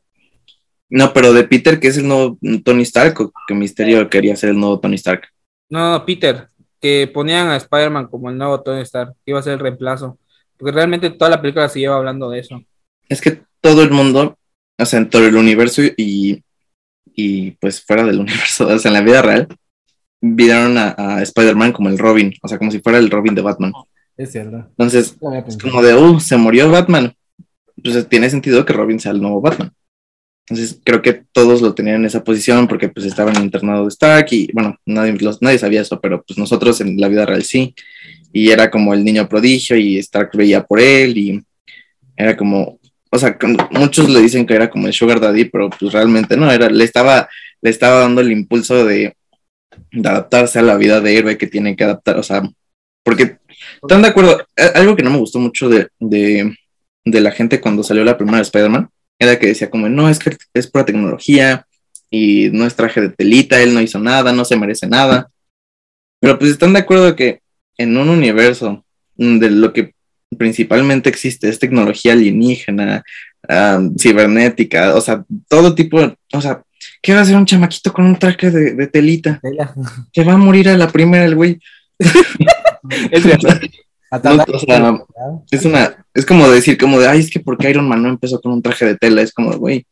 Speaker 3: No, pero de Peter, que es el nuevo Tony Stark, o que Misterio quería ser el nuevo Tony Stark.
Speaker 2: No, no, Peter, que ponían a Spider-Man como el nuevo Tony Stark, que iba a ser el reemplazo. Porque realmente toda la película se lleva hablando de eso.
Speaker 3: Es que todo el mundo, o sea, en todo el universo y, y pues fuera del universo, o sea, en la vida real, vieron a, a Spider-Man como el Robin, o sea, como si fuera el Robin de Batman.
Speaker 1: Es cierto.
Speaker 3: Entonces,
Speaker 1: Lo voy a
Speaker 3: es
Speaker 1: pensar.
Speaker 3: como de, uh, se murió Batman. Entonces, tiene sentido que Robin sea el nuevo Batman. Entonces, creo que todos lo tenían en esa posición porque pues estaban en el internado de Stark y bueno, nadie, los- nadie sabía eso, pero pues nosotros en la vida real sí. Y era como el niño prodigio y Stark veía por él y era como, o sea, con- muchos le dicen que era como el Sugar Daddy, pero pues realmente no, era, le, estaba, le estaba dando el impulso de, de adaptarse a la vida de héroe que tiene que adaptar, o sea, porque están de acuerdo, A- algo que no me gustó mucho de, de, de la gente cuando salió la primera de Spider-Man era que decía como, no, es que es pura tecnología y no es traje de telita, él no hizo nada, no se merece nada. Pero pues están de acuerdo que en un universo de lo que principalmente existe es tecnología alienígena, am, cibernética, o sea, todo tipo, de- o sea, ¿qué va a hacer un chamaquito con un traje de, de telita?
Speaker 1: Tela.
Speaker 3: Que va a morir a la primera el güey.
Speaker 2: Es verdad.
Speaker 1: Hasta
Speaker 3: No, o sea, es una, es como decir, como de, ay, es que porque Iron Man no empezó con un traje de tela, es como, güey,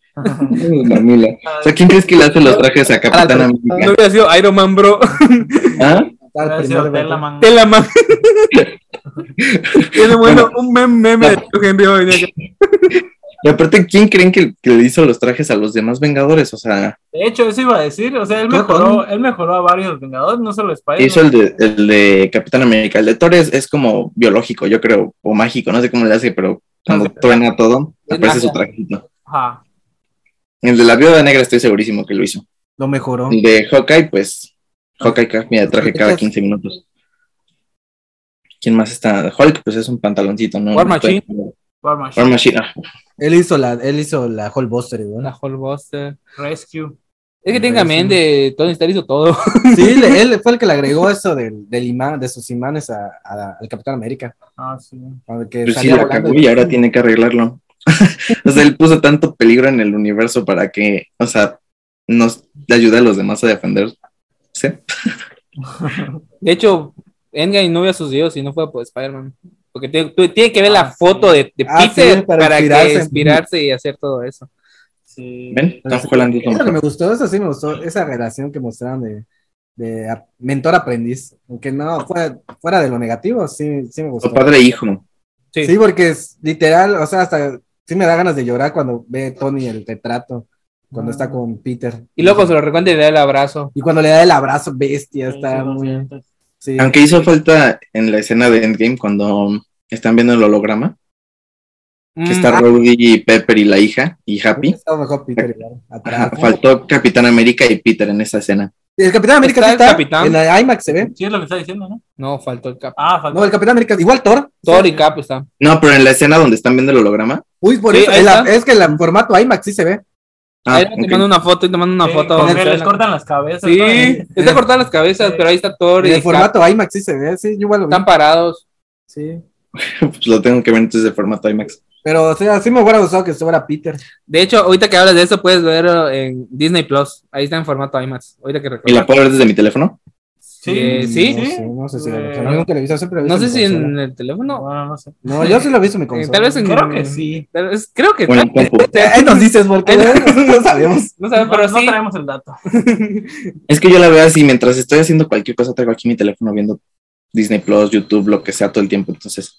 Speaker 3: mamila. O sea, ¿quién crees que le hace los trajes a Capitán
Speaker 2: No
Speaker 3: América?
Speaker 2: hubiera sido Iron Man, bro.
Speaker 3: ¿Ah?
Speaker 1: Hasta el primer evento.
Speaker 4: man.
Speaker 2: Tela man. Tiene bueno un meme, meme de Hugh Henry hoy día que-
Speaker 3: Y aparte, ¿quién creen que, que le hizo los trajes a los demás Vengadores? O sea,
Speaker 4: De hecho, eso iba a decir. O sea, él
Speaker 1: Creo que
Speaker 4: mejoró,
Speaker 1: no.
Speaker 4: él mejoró a varios Vengadores, no solo a Spider-Man.
Speaker 3: hizo el de, el de Capitán América. El de Thor es, es como biológico, yo creo, o mágico, no sé cómo le hace, pero cuando truena todo, aparece su trajito.
Speaker 4: Ajá.
Speaker 3: El de la Viuda Negra estoy segurísimo que lo hizo.
Speaker 1: Lo mejoró.
Speaker 3: El de Hawkeye, pues, Hawkeye cambia de traje cada 15 minutos. ¿Quién más está? Hulk, pues es un pantaloncito, ¿no?
Speaker 2: War Machine.
Speaker 4: War Machine,
Speaker 3: War Machine, ah,
Speaker 1: Él hizo la, él hizo la whole buster, güey.
Speaker 2: La Hulkbuster.
Speaker 4: Rescue.
Speaker 2: Es que técnicamente Tony Stark hizo todo.
Speaker 1: Sí, le- él fue el que le agregó eso del, del imán, de sus imanes a, a- al Capitán América.
Speaker 4: Ah, sí.
Speaker 1: cuando que
Speaker 3: Pues sí,
Speaker 1: salía
Speaker 3: la
Speaker 1: volando.
Speaker 3: cagó y ahora tiene que arreglarlo. o sea, él puso tanto peligro en el universo para que, o sea, nos ayude a los demás a defenderse.
Speaker 2: De hecho, Endgame no hubiera sucedido si no fuera por Spider-Man. Porque tiene, tú- tiene que ver la
Speaker 4: Ah, sí.
Speaker 2: foto de, de
Speaker 1: Ah,
Speaker 2: Peter
Speaker 1: sí, para
Speaker 2: para,
Speaker 1: inspirarse.
Speaker 2: que inspirarse y hacer todo eso.
Speaker 4: sí.
Speaker 3: ¿Ven? Tom Holland hizo
Speaker 1: Es
Speaker 3: un-
Speaker 1: lo que me gustó, eso sí me gustó, esa relación que mostraron de, de a- mentor-aprendiz. Aunque no, fuera, fuera de lo negativo, sí, sí me gustó.
Speaker 3: o padre e hijo.
Speaker 2: Sí.
Speaker 1: Sí, porque es literal, o sea, hasta sí me da ganas de llorar cuando ve Tony el retrato, cuando
Speaker 4: Ah.
Speaker 1: está con Peter.
Speaker 2: Y luego se lo recuerda y le da el abrazo.
Speaker 1: Y cuando le da el abrazo bestia,
Speaker 4: Sí, sí,
Speaker 1: está
Speaker 4: lo
Speaker 1: muy...
Speaker 4: siento.
Speaker 1: Sí.
Speaker 3: Aunque hizo falta en la escena de Endgame cuando están viendo el holograma,
Speaker 2: Mm,
Speaker 3: que está
Speaker 2: ah,
Speaker 3: Rhodey y Pepper y la hija y Happy.
Speaker 1: Estaba mejor Peter igual, atrás.
Speaker 3: Ajá, faltó Capitán América y Peter en esa escena.
Speaker 1: El Capitán América
Speaker 2: Está
Speaker 1: sí
Speaker 2: el
Speaker 1: está,
Speaker 2: Capitán.
Speaker 1: en la IMAX se ve.
Speaker 4: Sí, es lo que está diciendo, ¿no?
Speaker 2: no, faltó el cap.
Speaker 4: Ah, falta.
Speaker 1: No, el Capitán América, igual Thor.
Speaker 2: Thor y Cap están.
Speaker 3: No, pero en la escena donde están viendo el holograma.
Speaker 1: Uy, por
Speaker 2: Sí,
Speaker 1: eso,
Speaker 2: ahí
Speaker 1: en la-
Speaker 2: está.
Speaker 1: es que el formato IMAX sí se ve.
Speaker 3: Ah,
Speaker 2: Ahí te
Speaker 3: ok.
Speaker 2: mando una foto y te mando una
Speaker 4: Sí,
Speaker 2: foto.
Speaker 4: como que les cortan las cabezas.
Speaker 2: Sí,
Speaker 4: ¿no?
Speaker 2: está cortada las cabezas,
Speaker 4: Sí.
Speaker 2: pero ahí está Thor
Speaker 1: En
Speaker 2: y
Speaker 1: el
Speaker 2: Cap.
Speaker 1: formato IMAX sí se ve, sí, yo igual lo vi.
Speaker 2: Están parados.
Speaker 1: Sí.
Speaker 3: Pues lo tengo que ver entonces de formato IMAX.
Speaker 1: Pero, o sea, sí me hubiera gustado que estuviera Peter.
Speaker 2: De hecho, ahorita que hablas de eso, puedes ver uh, en Disney Plus. Ahí está en formato IMAX. Ahorita que
Speaker 3: ¿Y la
Speaker 2: recuerdo.
Speaker 3: puedo ver desde mi teléfono?
Speaker 4: Sí.
Speaker 2: Eh, sí.
Speaker 1: No sé, no sé si lo
Speaker 4: Eh,
Speaker 1: en algún televisor siempre lo he
Speaker 2: No
Speaker 1: visto
Speaker 2: sé si
Speaker 1: mi consola.
Speaker 2: en el teléfono.
Speaker 4: Bueno, no sé.
Speaker 1: No, yo sí lo he visto en mi
Speaker 2: eh,
Speaker 1: consola.
Speaker 2: tal vez en.
Speaker 4: Creo que sí.
Speaker 2: tal vez- creo que
Speaker 3: Bueno, compu.
Speaker 1: Ahí nos dices, porque no sabemos.
Speaker 2: No sabes,
Speaker 4: no,
Speaker 2: pero sí.
Speaker 4: no traemos el dato.
Speaker 3: Es que yo la veo así, mientras estoy haciendo cualquier cosa, traigo aquí mi teléfono viendo Disney Plus, YouTube, lo que sea todo el tiempo. Entonces,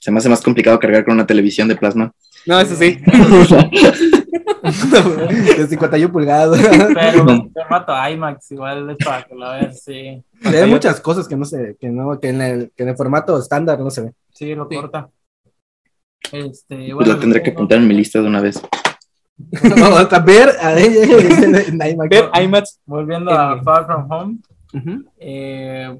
Speaker 3: se me hace más complicado cargar con una televisión de plasma.
Speaker 2: No, eso sí.
Speaker 1: De 51 pulgadas.
Speaker 4: Pero
Speaker 3: No.
Speaker 4: el formato IMAX igual es para que lo veas, sí.
Speaker 1: Hay muchas cosas que no se, que no, que en el, que en el formato estándar no se ve.
Speaker 4: Sí, lo
Speaker 2: Sí.
Speaker 4: corta. Este,
Speaker 3: Pues la tendré que apuntar en mi lista de una vez.
Speaker 1: Vamos a ver a ella en IMAX.
Speaker 2: Ver IMAX.
Speaker 4: Volviendo a
Speaker 2: Eh.
Speaker 4: Far From Home.
Speaker 2: Ujú.
Speaker 4: Eh,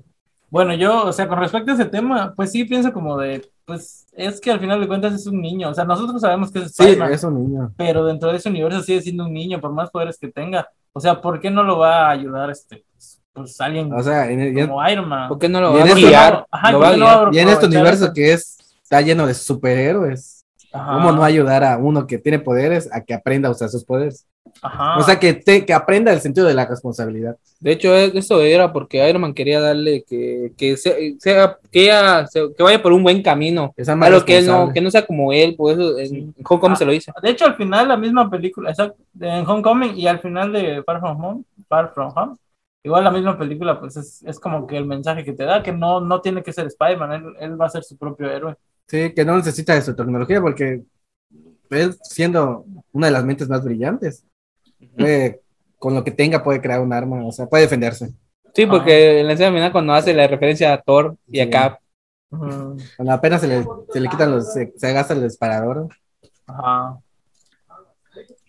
Speaker 4: bueno, yo, o sea, con respecto a ese tema, pues sí pienso como de, pues es que al final de cuentas es un niño, o sea, nosotros sabemos que es
Speaker 1: Sí,
Speaker 4: Spider-Man,
Speaker 1: es un niño.
Speaker 4: pero dentro de ese universo sigue siendo un niño, por más poderes que tenga, o sea, ¿por qué no lo va a ayudar este, pues, pues, alguien
Speaker 1: O sea, en, el- y en-
Speaker 4: como Iron Man?
Speaker 2: ¿Por qué no lo
Speaker 1: Y
Speaker 2: va
Speaker 1: en este
Speaker 2: a
Speaker 1: esto-
Speaker 2: guiar?
Speaker 4: Ajá,
Speaker 2: Lo
Speaker 4: ¿por
Speaker 2: va a
Speaker 4: qué no
Speaker 2: guiar.
Speaker 4: abro-
Speaker 1: y en este
Speaker 4: aprovechar
Speaker 1: universo
Speaker 4: eso?
Speaker 1: que es, está lleno de superhéroes.
Speaker 4: Ajá,
Speaker 1: ¿Cómo no ayudar a uno que tiene poderes a que aprenda a usar sus poderes?
Speaker 4: ajá.
Speaker 1: O sea, que, te- que aprenda el sentido de la responsabilidad.
Speaker 2: De hecho, e- eso era porque Iron Man quería darle que, que se- sea, que, ella se- que vaya por un buen camino.
Speaker 1: Es más
Speaker 2: Claro, que él no,
Speaker 1: responsable.
Speaker 2: que no sea como él, por eso en Homecoming
Speaker 4: Ah.
Speaker 2: se lo hizo.
Speaker 4: De hecho, al final, la misma película, exacto, en Homecoming y al final de Far From Home, Far From Home, igual la misma película, pues es, es como que el mensaje que te da, que no, no tiene que ser Spider-Man, él, él va a ser su propio héroe.
Speaker 1: Sí, que no necesita de su tecnología porque él, siendo una de las mentes más brillantes, puede- con lo que tenga puede crear un arma, o sea, puede defenderse.
Speaker 2: Sí,
Speaker 4: Ah.
Speaker 2: porque en la escena final cuando hace la referencia a Thor y
Speaker 1: Sí.
Speaker 2: a Cap,
Speaker 1: Cuando apenas se le, se le quitan los, se, se gasta el disparador.
Speaker 4: Ajá.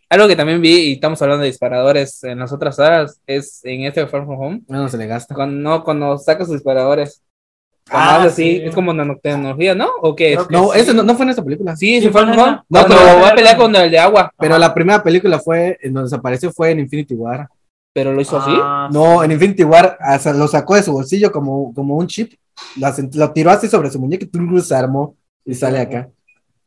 Speaker 2: algo que también vi y estamos hablando de disparadores en las otras salas es en este Far From Home,
Speaker 1: No, no se le gasta.
Speaker 2: cuando, no, cuando saca sus disparadores.
Speaker 4: Ah,
Speaker 2: Ah, así,
Speaker 4: sí.
Speaker 2: es como nanotecnología, ¿no? ¿O qué es?
Speaker 4: Creo que
Speaker 1: No,
Speaker 4: sí.
Speaker 1: eso no, no fue en esa película.
Speaker 2: Sí,
Speaker 4: Sí,
Speaker 2: sí, Far
Speaker 4: fue
Speaker 2: From
Speaker 4: en
Speaker 2: Home.
Speaker 4: esa.
Speaker 2: No,
Speaker 1: No,
Speaker 2: pero
Speaker 4: pero-
Speaker 2: va a pelear con el de agua,
Speaker 1: Pero la primera película fue, en donde apareció fue en Infinity War.
Speaker 2: pero lo hizo así.
Speaker 4: Ah,
Speaker 1: No, en Infinity War hasta lo sacó de su bolsillo como, como un chip, lo, asent- lo tiró así sobre su muñeca y tum, se armó y sale acá.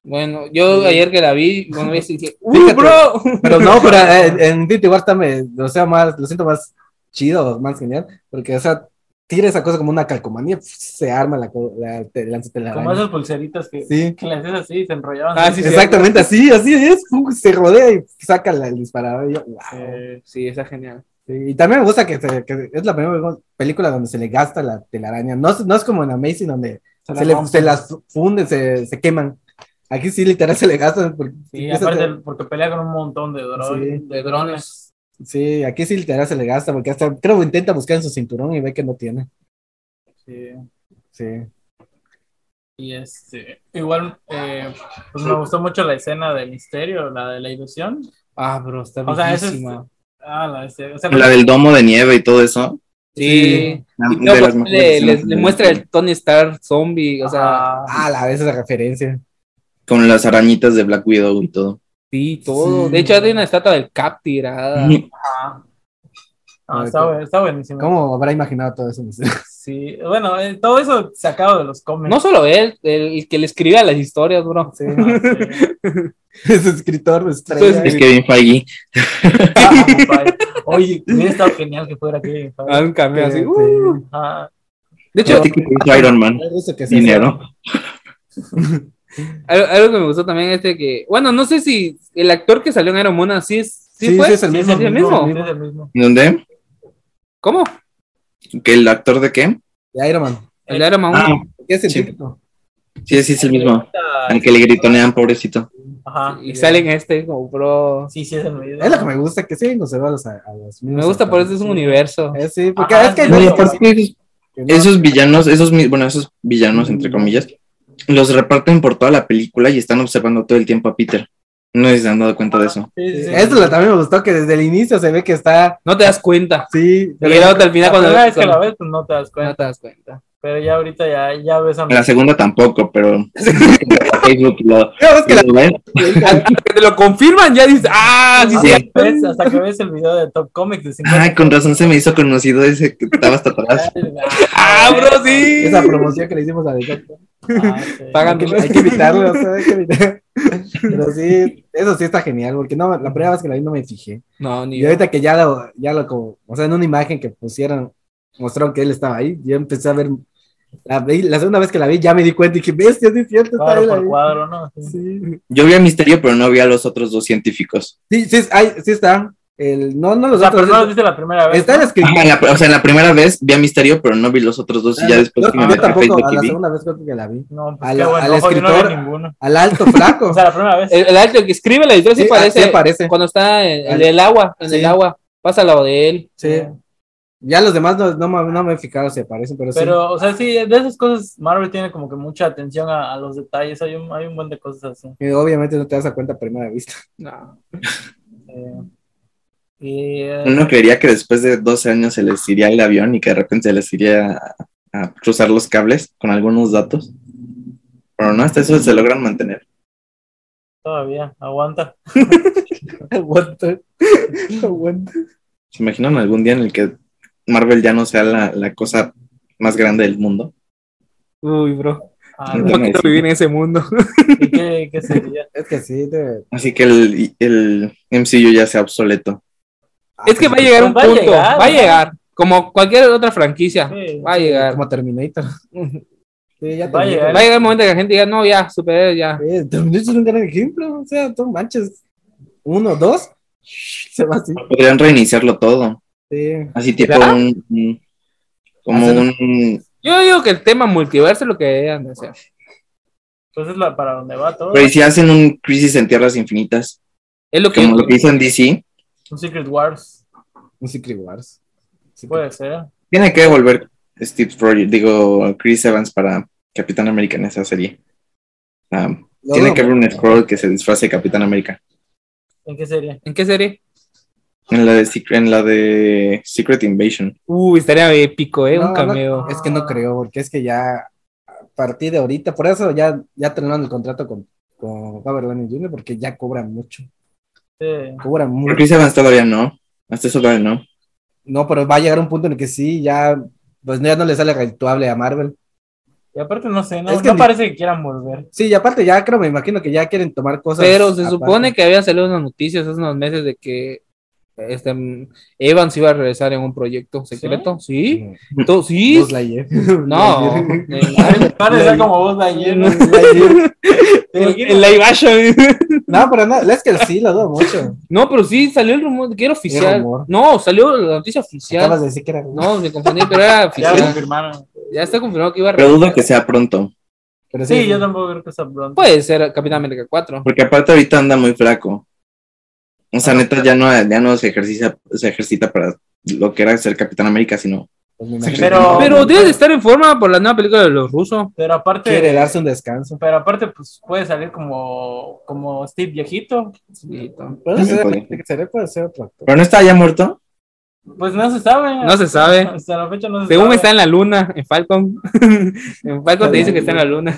Speaker 2: Bueno, yo ayer que la vi, bueno, vi así dije, ¡Uy,
Speaker 4: ¡Uh,
Speaker 1: Fíjate.
Speaker 2: bro!
Speaker 1: Pero no, pero eh, en, en Infinity War también, o sea, más, lo siento más chido, más genial, porque, o sea, tira esa cosa como una calcomanía, pf, se arma la, co- la, te- la
Speaker 4: Como
Speaker 1: telaraña.
Speaker 4: esas pulseritas que,
Speaker 1: Sí,
Speaker 4: que le haces así y se enrollaban.
Speaker 2: Ah, sí, sí.
Speaker 1: exactamente así, así es, pum, se rodea y saca la- el disparador. y yo, wow.
Speaker 4: Eh,
Speaker 2: Sí, está genial.
Speaker 1: Sí, Y también me gusta que, se- que es la primera película donde se le gasta la telaraña. No, es- no es como en Amazing donde
Speaker 4: se
Speaker 1: se, le-
Speaker 4: rompen.
Speaker 1: se las funden, se, se queman. Aquí sí, literal, se le gastan. Porque,
Speaker 4: Sí,
Speaker 1: empieza a
Speaker 4: aparte,
Speaker 1: hacer-
Speaker 4: porque pelea con un montón de drogas.
Speaker 1: Sí.
Speaker 2: De drones.
Speaker 1: sí, aquí sí, literal, se le gasta. Porque hasta creo que intenta buscar en su cinturón y ve que no tiene.
Speaker 4: Sí.
Speaker 1: Sí.
Speaker 4: Y este, igual, eh, pues me gustó mucho la escena del misterio, la de la ilusión.
Speaker 2: Ah, bro, está
Speaker 4: O sea, eso es-
Speaker 2: bellísima.
Speaker 4: Ah, la bestia. O sea,
Speaker 2: pues.
Speaker 3: La del domo de nieve y todo eso.
Speaker 2: Sí.
Speaker 3: la-
Speaker 2: Y luego
Speaker 3: de las mejores
Speaker 2: Ah, pues, le, le-
Speaker 3: escenas
Speaker 2: le
Speaker 3: de-
Speaker 2: muestra el Tony Stark zombie, o sea,
Speaker 4: ah,
Speaker 1: Ah, la vez esa referencia.
Speaker 3: Con las arañitas de Black Widow y todo.
Speaker 2: sí, todo.
Speaker 1: Sí.
Speaker 2: De hecho, hay una estatua del Cap tirada.
Speaker 4: ah. Ah,
Speaker 1: Ay,
Speaker 4: está,
Speaker 1: qué-
Speaker 4: bu- está buenísimo.
Speaker 1: ¿Cómo habrá imaginado todo eso?
Speaker 4: Sí, bueno, eh, todo eso sacado de los cómics.
Speaker 2: No solo él, el, el que le escribe a las historias, bro.
Speaker 1: Sí.
Speaker 4: Sí.
Speaker 1: es escritor, estrella.
Speaker 3: Es que bien Feige.
Speaker 4: Ah, papá. Oye, hubiera estado genial que fuera aquí.
Speaker 2: Ah, un cameo así.
Speaker 1: Sí,
Speaker 2: uh.
Speaker 4: Ah,
Speaker 2: De
Speaker 3: Yo
Speaker 2: hecho,
Speaker 3: te quiero Iron Man.
Speaker 1: Me gusta que sea
Speaker 3: Dinero.
Speaker 2: algo, algo que me gustó también es de que, bueno, no sé si el actor que salió en Iron Man sí es, sí
Speaker 1: Sí,
Speaker 2: fue.
Speaker 1: sí es el
Speaker 4: sí,
Speaker 1: mismo,
Speaker 2: sí, el
Speaker 1: mismo.
Speaker 4: sí, es el mismo.
Speaker 3: ¿En ¿Dónde?
Speaker 2: ¿Cómo?
Speaker 3: ¿Que el actor de qué?
Speaker 1: de Iron Man.
Speaker 2: El de Iron Man
Speaker 3: Ah,
Speaker 2: 1.
Speaker 1: ¿Qué es el
Speaker 3: Sí.
Speaker 1: típico?
Speaker 3: sí, sí, es el mismo. Al que le gritonean, pobrecito.
Speaker 4: Ajá.
Speaker 2: y sale en este, como, bro.
Speaker 4: Sí, sí, es el mismo.
Speaker 1: Es lo que me gusta, que siguen conservados a, a los mismos.
Speaker 2: Me gusta por eso es un universo.
Speaker 1: Eh, sí, porque
Speaker 4: Ajá,
Speaker 1: es que hay
Speaker 4: sí,
Speaker 1: varios
Speaker 4: sí.
Speaker 1: que sí,
Speaker 3: esos,
Speaker 1: que no-
Speaker 3: esos villanos, esos, mi- bueno, esos villanos, entre comillas, los reparten por toda la película y están observando todo el tiempo a Peter. No sé si se han dado cuenta de eso.
Speaker 4: Sí, sí, sí.
Speaker 1: Eso lo- también me gustó, que desde el inicio se ve que está.
Speaker 2: No te das cuenta.
Speaker 1: Sí,
Speaker 2: Y el otro al final
Speaker 4: La
Speaker 2: cuando. Ah.
Speaker 4: primera vez que
Speaker 2: cuando-
Speaker 4: la ves, pues no te das
Speaker 2: No
Speaker 4: cuenta.
Speaker 2: te das cuenta.
Speaker 4: Pero ya ahorita ya, ya ves a
Speaker 3: La segunda tampoco, pero Facebook lo,
Speaker 1: No, es que la-
Speaker 3: lo ven.
Speaker 2: que te lo confirman, ya dices, ah, sí,
Speaker 4: hasta,
Speaker 3: sí.
Speaker 4: que ves, hasta que ves el video de Top Comics de 50.
Speaker 3: Ay, con razón se me hizo conocido ese que estaba hasta atrás.
Speaker 2: ah, bro, sí.
Speaker 1: esa promoción que le hicimos a The Doctor.
Speaker 4: Ah, sí.
Speaker 2: Pagan.
Speaker 1: Hay que- hay que evitarlo, o sea, hay que evitar. Pero sí, eso sí está genial, porque no, la primera vez que la vi no me fijé.
Speaker 2: No, ni
Speaker 1: Y ahorita que ya lo, ya lo como, o sea, en una imagen que pusieron, mostraron que él estaba ahí, yo empecé a ver, la, vi- la segunda vez que la vi ya me di cuenta y dije, bestia, sí es cierto, está
Speaker 4: Cuadro
Speaker 1: él
Speaker 4: por
Speaker 1: ahí.
Speaker 4: cuadro, ¿no? Sí.
Speaker 1: Sí,
Speaker 3: Yo vi a Misterio, pero no vi a los otros dos científicos.
Speaker 1: sí, sí, es- hay- sí está. El, no, no
Speaker 4: O
Speaker 1: los
Speaker 4: sea, pero
Speaker 1: otros.
Speaker 4: no lo viste la primera vez.
Speaker 1: está el
Speaker 4: ¿no?
Speaker 1: escritor.
Speaker 3: Ajá, en la- o sea, en la primera vez vi a Misterio, pero no vi los otros dos y Ah, ya después que me
Speaker 1: yo,
Speaker 3: metí a
Speaker 1: tampoco,
Speaker 3: Facebook
Speaker 1: a
Speaker 3: y
Speaker 1: la
Speaker 3: vi.
Speaker 1: segunda vez creo que la vi.
Speaker 4: No, pues
Speaker 1: Al-
Speaker 4: qué bueno.
Speaker 1: al
Speaker 4: ojo, yo no vi
Speaker 1: escritor- pues,
Speaker 4: ninguno.
Speaker 1: Al alto flaco.
Speaker 4: O sea, la primera vez.
Speaker 2: El, el actor que escribe la historia sí,
Speaker 1: Sí,
Speaker 2: parece,
Speaker 1: así aparece.
Speaker 2: cuando está en, en
Speaker 1: Al-
Speaker 2: el agua, en
Speaker 1: Sí.
Speaker 2: el agua, pasa al lado de él.
Speaker 1: Sí. Ya los demás no, no, me- no me he fijado si aparecen, pero,
Speaker 4: Pero, o sea, sí, de esas cosas, Marvel tiene como que mucha atención a, a los detalles. Hay un, hay un buen de cosas así.
Speaker 1: sí. Y Obviamente no te das a cuenta a primera vista.
Speaker 2: No.
Speaker 4: Eh, y, eh,
Speaker 3: Uno creería que después de 12 años se les iría el avión y que de repente se les iría a, a cruzar los cables con algunos datos. Pero no, hasta eso se logran mantener.
Speaker 4: todavía aguanta.
Speaker 2: Aguanta. Aguanta.
Speaker 3: ¿Se imaginan algún día en el que Marvel ya no sea la, la cosa más grande del mundo?
Speaker 2: Uy, bro.
Speaker 4: Ah,
Speaker 2: No quiero vivir en ese mundo.
Speaker 4: ¿y qué, qué sería?
Speaker 1: Es que sí, te-
Speaker 3: Así que el, el MCU ya sea obsoleto.
Speaker 1: ah,
Speaker 2: Es
Speaker 1: pues,
Speaker 2: que va a llegar un
Speaker 4: Va a
Speaker 2: punto.
Speaker 4: llegar,
Speaker 2: va a
Speaker 4: ¿no?
Speaker 2: llegar. Como cualquier otra franquicia.
Speaker 4: Sí.
Speaker 2: va a llegar.
Speaker 1: Como Terminator. Sí, ya
Speaker 4: Va a
Speaker 1: Terminator.
Speaker 2: Va a llegar el momento que la gente diga, no, ya, superé, ya.
Speaker 1: Eh, Terminator es un gran ejemplo. O sea, tú manches. Uno, dos. Se va así.
Speaker 3: Podrían reiniciarlo todo.
Speaker 1: Sí.
Speaker 3: Así tipo
Speaker 2: ¿Verdad?
Speaker 3: un, un- Como
Speaker 1: Hacer-
Speaker 3: un
Speaker 2: Yo digo que el tema multiverso es lo que deberían de hacer.
Speaker 4: Pues es la, para donde va todo.
Speaker 3: Pero ¿y
Speaker 2: Pues,
Speaker 3: si hacen un Crisis en Tierras Infinitas,
Speaker 2: Es lo que.
Speaker 3: como lo que hizo en DC,
Speaker 4: Un Secret Wars.
Speaker 1: Un Secret Wars. Sí,
Speaker 4: Puede ser.
Speaker 3: tiene que volver Steve Rogers, digo, Chris Evans para Capitán América en esa serie. Ah,
Speaker 1: lo
Speaker 3: tiene
Speaker 1: dudo.
Speaker 3: que haber un scroll que se disfrace de Capitán América.
Speaker 4: ¿En qué serie?
Speaker 2: ¿En qué serie?
Speaker 3: En la de, Secret- en la de Secret Invasion.
Speaker 2: Uy, estaría épico, ¿eh?
Speaker 1: No,
Speaker 2: un
Speaker 1: no.
Speaker 2: cameo.
Speaker 1: Es que no creo, porque es que ya a partir de ahorita, por eso ya, ya terminaron el contrato con, con Robert Downey Jr., porque ya cobran mucho.
Speaker 4: Sí.
Speaker 1: Cobran
Speaker 3: Pero
Speaker 1: mucho.
Speaker 3: Chris Evans todavía no. Hasta eso todavía no.
Speaker 1: No, pero va a llegar un punto en el que sí, ya, pues ya no le sale rentable a Marvel.
Speaker 4: Y aparte, no sé, no,
Speaker 1: Es que
Speaker 4: no
Speaker 1: ni-
Speaker 4: parece que quieran volver.
Speaker 1: Sí, y aparte ya creo, me imagino que ya quieren tomar cosas.
Speaker 2: Pero se supone que había salido unas noticias hace unos meses de que este, mm, Evans iba a regresar en un proyecto secreto. Sí, To- sí. No, en live-
Speaker 4: Van a ser como vos de ayer. ¿no? ¿Te imaginas?
Speaker 2: en live action.
Speaker 1: No, pero no, es que sí, lo dudo mucho.
Speaker 2: No, pero sí salió el rumor, que era
Speaker 1: Era
Speaker 2: oficial.
Speaker 1: rumor.
Speaker 2: No, salió la noticia
Speaker 1: Acabas
Speaker 2: oficial.
Speaker 1: de decir que era.
Speaker 2: No, me confundí, pero
Speaker 4: Ya
Speaker 2: era
Speaker 4: lo
Speaker 2: oficial.
Speaker 4: confirmaron.
Speaker 2: Ya está confirmado que iba a
Speaker 3: Pero dudo
Speaker 2: regresar.
Speaker 3: que sea pronto.
Speaker 1: pero pues,
Speaker 4: Sí, yo tampoco creo que sea pronto.
Speaker 2: Puede ser Capitán América 4.
Speaker 3: Porque aparte ahorita anda muy flaco. O sea, neta, ya no, ya no se, ejercita, se ejercita para lo que era ser Capitán América, sino
Speaker 1: pues me imagino
Speaker 4: Pero-
Speaker 1: que
Speaker 2: Pero debe de estar en forma por la nueva película de los rusos.
Speaker 4: Pero aparte.
Speaker 1: quiere darse un descanso.
Speaker 4: Pero aparte, pues puede salir como, como Steve viejito.
Speaker 1: Puede
Speaker 3: Sí,
Speaker 1: ser,
Speaker 3: puede.
Speaker 1: será- puede ser otro actor.
Speaker 3: Pero no está ya muerto.
Speaker 4: Pues no se sabe.
Speaker 2: No se sabe.
Speaker 4: Hasta la fecha no se
Speaker 2: Según está
Speaker 4: sabe.
Speaker 2: en la luna, en Falcon. en Falcon te dice que está en la luna.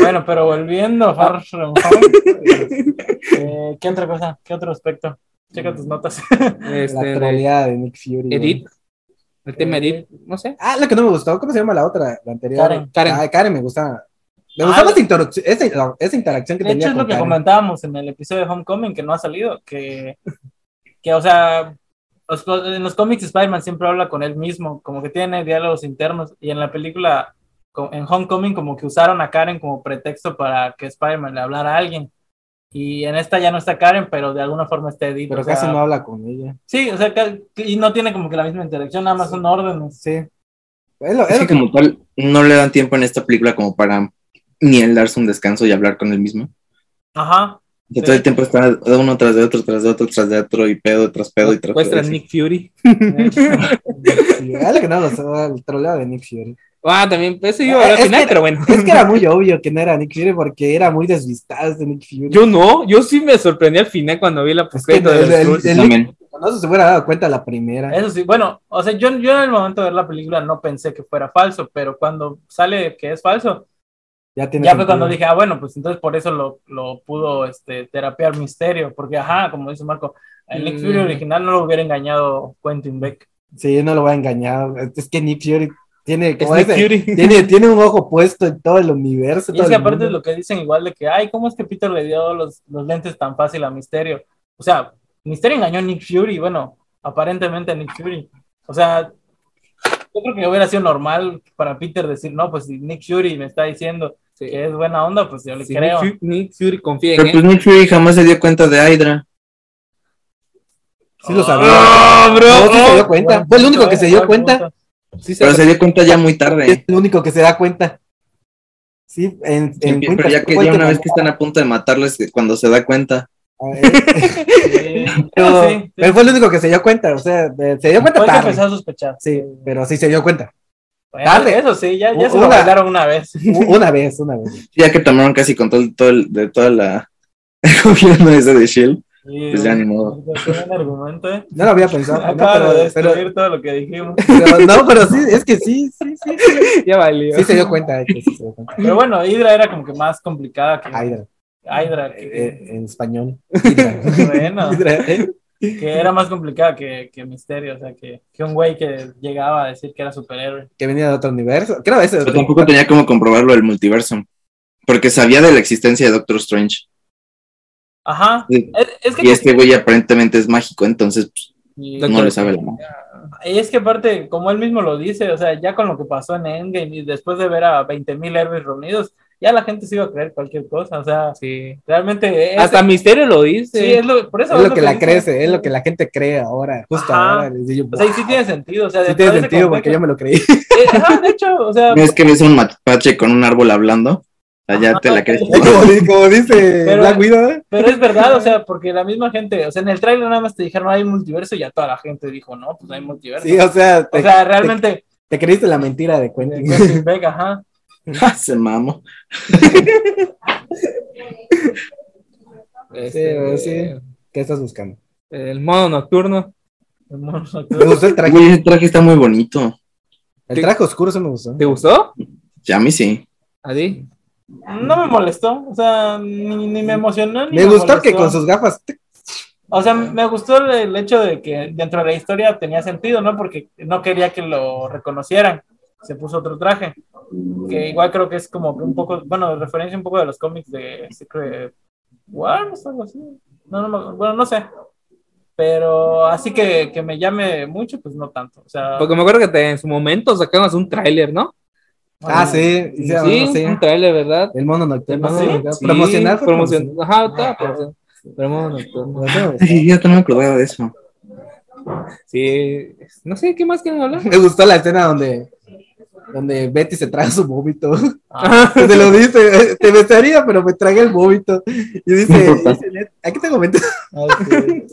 Speaker 4: Bueno, pero volviendo
Speaker 2: Ah.
Speaker 4: a Far From Home, eh, ¿Qué otra cosa? ¿Qué otro aspecto? Checa tus notas.
Speaker 2: Este,
Speaker 1: la
Speaker 2: de
Speaker 1: troleada de Nick Fury. güey.
Speaker 2: Edith. El tema Edith, no sé.
Speaker 1: Ah, la que no me gustó. ¿Cómo se llama la otra? La anterior.
Speaker 4: Karen.
Speaker 2: Karen.
Speaker 1: Ah, Karen me gustaba. Me
Speaker 4: Ah,
Speaker 1: gustaba
Speaker 4: la-
Speaker 1: esa, interacción, esa, esa interacción que
Speaker 4: De
Speaker 1: tenía
Speaker 4: hecho, es
Speaker 1: con
Speaker 4: lo que
Speaker 1: Karen.
Speaker 4: comentábamos en el episodio de Homecoming que no ha salido, que, que o sea, los- en los cómics Spider-Man siempre habla con él mismo, como que tiene diálogos internos, y en la película, co- en Homecoming, como que usaron a Karen como pretexto para que Spider-Man le hablara a alguien. Y en esta ya no está Karen, pero de alguna forma está Eddie.
Speaker 1: Pero casi no habla con ella.
Speaker 4: Sí, o sea, ca- y no tiene como que la misma interacción, nada más son órdenes.
Speaker 1: Sí. Es lo, es
Speaker 3: Es
Speaker 1: lo
Speaker 3: que
Speaker 1: que-
Speaker 3: como tal, no le dan tiempo en esta película como para ni él darse un descanso y hablar con él mismo.
Speaker 4: Ajá.
Speaker 3: O sea, todo el tiempo está de uno tras de otro, tras de otro, tras de otro, y pedo, tras pedo, y tras pedo.
Speaker 2: Muestra
Speaker 3: y
Speaker 2: Nick Fury.
Speaker 1: sí, es lo que no me gustaba, el troleo de Nick Fury.
Speaker 2: Ah, también, eso yo
Speaker 1: Eh,
Speaker 2: al
Speaker 1: es
Speaker 2: final,
Speaker 1: que-
Speaker 2: pero bueno.
Speaker 1: Es que era muy obvio que no era Nick Fury porque era muy desvistado de Nick Fury.
Speaker 2: Yo no, yo sí me sorprendí al final cuando vi la
Speaker 1: Es que
Speaker 2: poscrédito
Speaker 1: el-
Speaker 2: del
Speaker 1: el-
Speaker 2: Cruz.
Speaker 3: así.
Speaker 1: el-
Speaker 3: También.
Speaker 1: no se hubiera dado cuenta la primera.
Speaker 4: Eso sí, bueno, o sea, yo, yo en el momento de ver la película no pensé que fuera falso, pero cuando sale que es falso,
Speaker 1: ya tiene
Speaker 4: ya fue
Speaker 1: sentido.
Speaker 4: cuando dije, ah, bueno, pues entonces por eso lo, lo pudo este, terapear Misterio, porque ajá, como dice Marco, el Nick
Speaker 2: Mm.
Speaker 4: Fury original no lo hubiera engañado Quentin Beck.
Speaker 1: Sí, no lo voy a engañar. Es que Nick Fury tiene, como
Speaker 2: Nick
Speaker 1: ese-
Speaker 2: Fury.
Speaker 1: tiene, tiene un ojo puesto en todo el universo.
Speaker 4: Y
Speaker 1: todo
Speaker 4: es que
Speaker 1: el
Speaker 4: aparte
Speaker 1: mundo.
Speaker 4: lo que dicen igual de que, ay, ¿cómo es que Peter le dio los, los lentes tan fácil a Misterio? O sea, Misterio engañó a Nick Fury, bueno, aparentemente a Nick Fury. O sea, yo creo que hubiera sido normal para Peter decir, no, pues si Nick Fury me está diciendo
Speaker 2: Sí.
Speaker 4: que es buena onda, pues yo le
Speaker 2: Sí, Nick
Speaker 4: creo.
Speaker 2: Fury- Nick Fury ¿eh? confía en
Speaker 3: Pero pues
Speaker 2: él.
Speaker 3: Nick Fury jamás se dio cuenta de Hydra.
Speaker 1: Sí lo sabía.
Speaker 2: Ah, bro,
Speaker 1: No, sí se dio
Speaker 2: oh,
Speaker 1: cuenta.
Speaker 4: Buen
Speaker 1: Fue el único
Speaker 4: punto,
Speaker 1: que
Speaker 4: eh,
Speaker 1: se dio
Speaker 4: buen
Speaker 1: cuenta.
Speaker 4: punto.
Speaker 2: Sí, se-
Speaker 3: Pero se dio cuenta ya muy tarde.
Speaker 1: Es el único que se da cuenta. Sí, en, en
Speaker 3: Pero ya que ya una vez que están a punto de matarles, eh, cuando se da cuenta.
Speaker 4: Sí.
Speaker 1: pero,
Speaker 4: Sí, sí.
Speaker 1: pero fue el único que se dio cuenta. O sea, de- se dio cuenta
Speaker 4: Fue que
Speaker 1: tarde.
Speaker 4: empezó a sospechar.
Speaker 1: Sí, pero sí se dio cuenta.
Speaker 4: Bueno,
Speaker 1: Tarde.
Speaker 4: Eso sí, ya, ya se
Speaker 1: Una.
Speaker 4: lo bailaron una vez.
Speaker 1: U- Una vez, una vez.
Speaker 3: Ya que tomaron casi control de todo el- de toda la el gobierno ese de Shield.
Speaker 4: Sí,
Speaker 3: Pues ya ni modo.
Speaker 4: ahorita fue un argumento, ¿eh?
Speaker 1: No lo había pensado. no,
Speaker 4: Acabo de
Speaker 1: pero,
Speaker 4: destruir todo lo que dijimos.
Speaker 1: pero- pero- no, pero sí, es que sí, sí, sí. Sí,
Speaker 2: Ya valió.
Speaker 1: sí se dio cuenta de que sí se dio cuenta.
Speaker 4: Pero bueno, Hydra era como que más complicada que
Speaker 1: Hydra,
Speaker 4: Hydra.
Speaker 1: eh,
Speaker 4: Que,
Speaker 1: en español. Hydra.
Speaker 4: bueno,
Speaker 1: Hydra, eh.
Speaker 4: que era más complicada que, que Misterio. O sea, que, que un güey que llegaba a decir que era superhéroe.
Speaker 1: que venía de otro universo. Creo ese.
Speaker 3: Pero tampoco tenía como comprobarlo el multiverso. Porque sabía de la existencia de Doctor Strange.
Speaker 4: Ajá.
Speaker 3: Sí.
Speaker 4: Es, es que
Speaker 3: Y este güey aparentemente es mágico, entonces pues,
Speaker 4: Y-
Speaker 3: no lo sabe la mano.
Speaker 4: Y es que aparte, como él mismo lo dice, o sea, ya con lo que pasó en Endgame y después de ver a 20.000 héroes reunidos, ya la gente se iba a creer cualquier cosa, o sea,
Speaker 2: Sí.
Speaker 4: realmente... es-
Speaker 2: Hasta Misterio lo dice.
Speaker 4: sí, es lo, por eso
Speaker 1: Es lo que la
Speaker 4: dice.
Speaker 1: crece, es lo que la gente cree ahora, justo
Speaker 4: Ajá.
Speaker 1: ahora. Y yo,
Speaker 4: O sea, y sí tiene sentido, o sea,
Speaker 1: sí
Speaker 4: dentro
Speaker 1: tiene
Speaker 4: de ese
Speaker 1: sentido porque
Speaker 4: contexto-
Speaker 1: yo me lo creí.
Speaker 4: Eh, ajá, de hecho, o sea,
Speaker 3: No es que ves un mapache con un árbol hablando. Allá te la crees.
Speaker 1: como, di- como dice
Speaker 4: Pero-
Speaker 1: Black Widow. ¿eh?
Speaker 4: pero es verdad, o sea, porque la misma gente, o sea, en el tráiler nada más te dijeron hay multiverso y ya toda la gente dijo, no, pues no hay multiverso.
Speaker 1: Sí, o sea, te,
Speaker 4: o sea, realmente...
Speaker 1: te creíste la mentira de
Speaker 4: eh,
Speaker 1: Quentin.
Speaker 4: Quentin Beck, ajá.
Speaker 3: Ah, Se mamo.
Speaker 2: Este,
Speaker 1: Sí, sí. ¿Qué estás buscando?
Speaker 2: El modo nocturno.
Speaker 4: El mono
Speaker 1: Me
Speaker 4: nocturno.
Speaker 1: gustó el traje.
Speaker 3: Güey, ese traje está muy bonito.
Speaker 1: El traje oscuro se me gustó.
Speaker 2: ¿Te gustó?
Speaker 3: Ya a mí sí.
Speaker 2: ¿A ti?
Speaker 4: No me molestó, o sea, ni, ni me emocionó. Ni
Speaker 1: Me gustó que
Speaker 4: molestó.
Speaker 1: con sus gafas. tic,
Speaker 4: O sea, me gustó el, el hecho de que dentro de la historia tenía sentido, ¿no? Porque no quería que lo reconocieran. Se puso otro traje, que
Speaker 1: Mm.
Speaker 4: igual creo que es como que un poco, bueno, referencia un poco de los cómics de Secret Wars, algo así. No, no, me- bueno, no sé. Pero así que, que me llame mucho, pues no tanto. O sea,
Speaker 2: Porque me acuerdo que te- en su momento sacabas un tráiler, ¿no?
Speaker 1: Ah, sí.
Speaker 2: Sí,
Speaker 1: hicieron algo así.
Speaker 2: un tráiler, ¿verdad?
Speaker 1: El mono nocturno.
Speaker 4: ¿Ah, sí?
Speaker 1: ¿no?
Speaker 2: Sí,
Speaker 1: Promocional. fue
Speaker 2: promocion- Ajá, estaba promocional. Ah, Pero modo nocturno.
Speaker 1: promocional.
Speaker 3: Ay, ya no me acordaba de eso.
Speaker 2: Sí. No sé, ¿qué más quieren hablar?
Speaker 1: Me gustó la escena donde, donde Betty se traga su vómito.
Speaker 4: Ah.
Speaker 1: Te lo dice, eh, te besaría, pero me tragué el vómito. Y dice, dice Ned, aquí te comento,
Speaker 4: Ah, sí.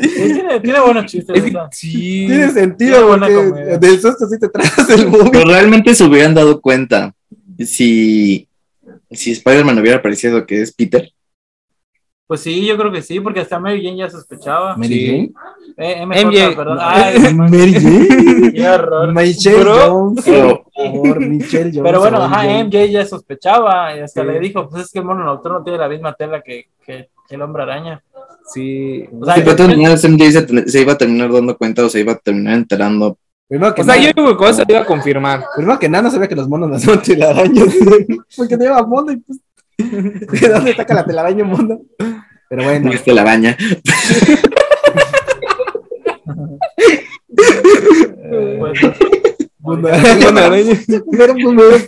Speaker 4: Sí, tiene, tiene buenos chistes.
Speaker 2: Es que-
Speaker 4: ¿verdad?
Speaker 2: sí.
Speaker 1: tiene
Speaker 4: Qué
Speaker 1: sentido,
Speaker 4: buena
Speaker 1: porque
Speaker 4: comedia.
Speaker 1: del susto sí te tragas el vómito.
Speaker 3: Pero realmente se hubieran dado cuenta si, si Spider-Man hubiera parecido que es Peter.
Speaker 4: Pues sí, yo creo que sí, porque hasta Mary Jane ya sospechaba.
Speaker 2: Sí.
Speaker 4: Eh, MJ,
Speaker 2: MJ.
Speaker 4: perdón.
Speaker 2: No.
Speaker 4: Ay,
Speaker 1: Mary Jane.
Speaker 4: qué horror.
Speaker 1: Michelle
Speaker 4: Bro.
Speaker 1: Jones.
Speaker 3: Pero
Speaker 1: Por favor, Michelle Jones.
Speaker 4: Pero bueno,
Speaker 1: Mary
Speaker 4: ajá,
Speaker 1: Jane.
Speaker 4: MJ ya sospechaba y hasta
Speaker 2: Sí.
Speaker 4: le dijo, pues es que el mono nocturno tiene la misma tela que, que el hombre araña.
Speaker 2: Sí.
Speaker 4: O sea,
Speaker 3: si
Speaker 4: yo-
Speaker 3: de todas maneras MJ se, ten- se iba a terminar dando cuenta o se iba a terminar enterando.
Speaker 1: Primero que,
Speaker 2: O sea,
Speaker 1: nada,
Speaker 2: yo digo que con eso lo iba a confirmar.
Speaker 1: primero que nada, Pues no sabía que los monos no son telarañas. porque te lleva mono y pues. ¿De dónde saca la telaraña mono? Pero bueno,
Speaker 3: Este la baña.
Speaker 4: Pues,
Speaker 1: mono-
Speaker 2: Bueno, araña.
Speaker 1: pero,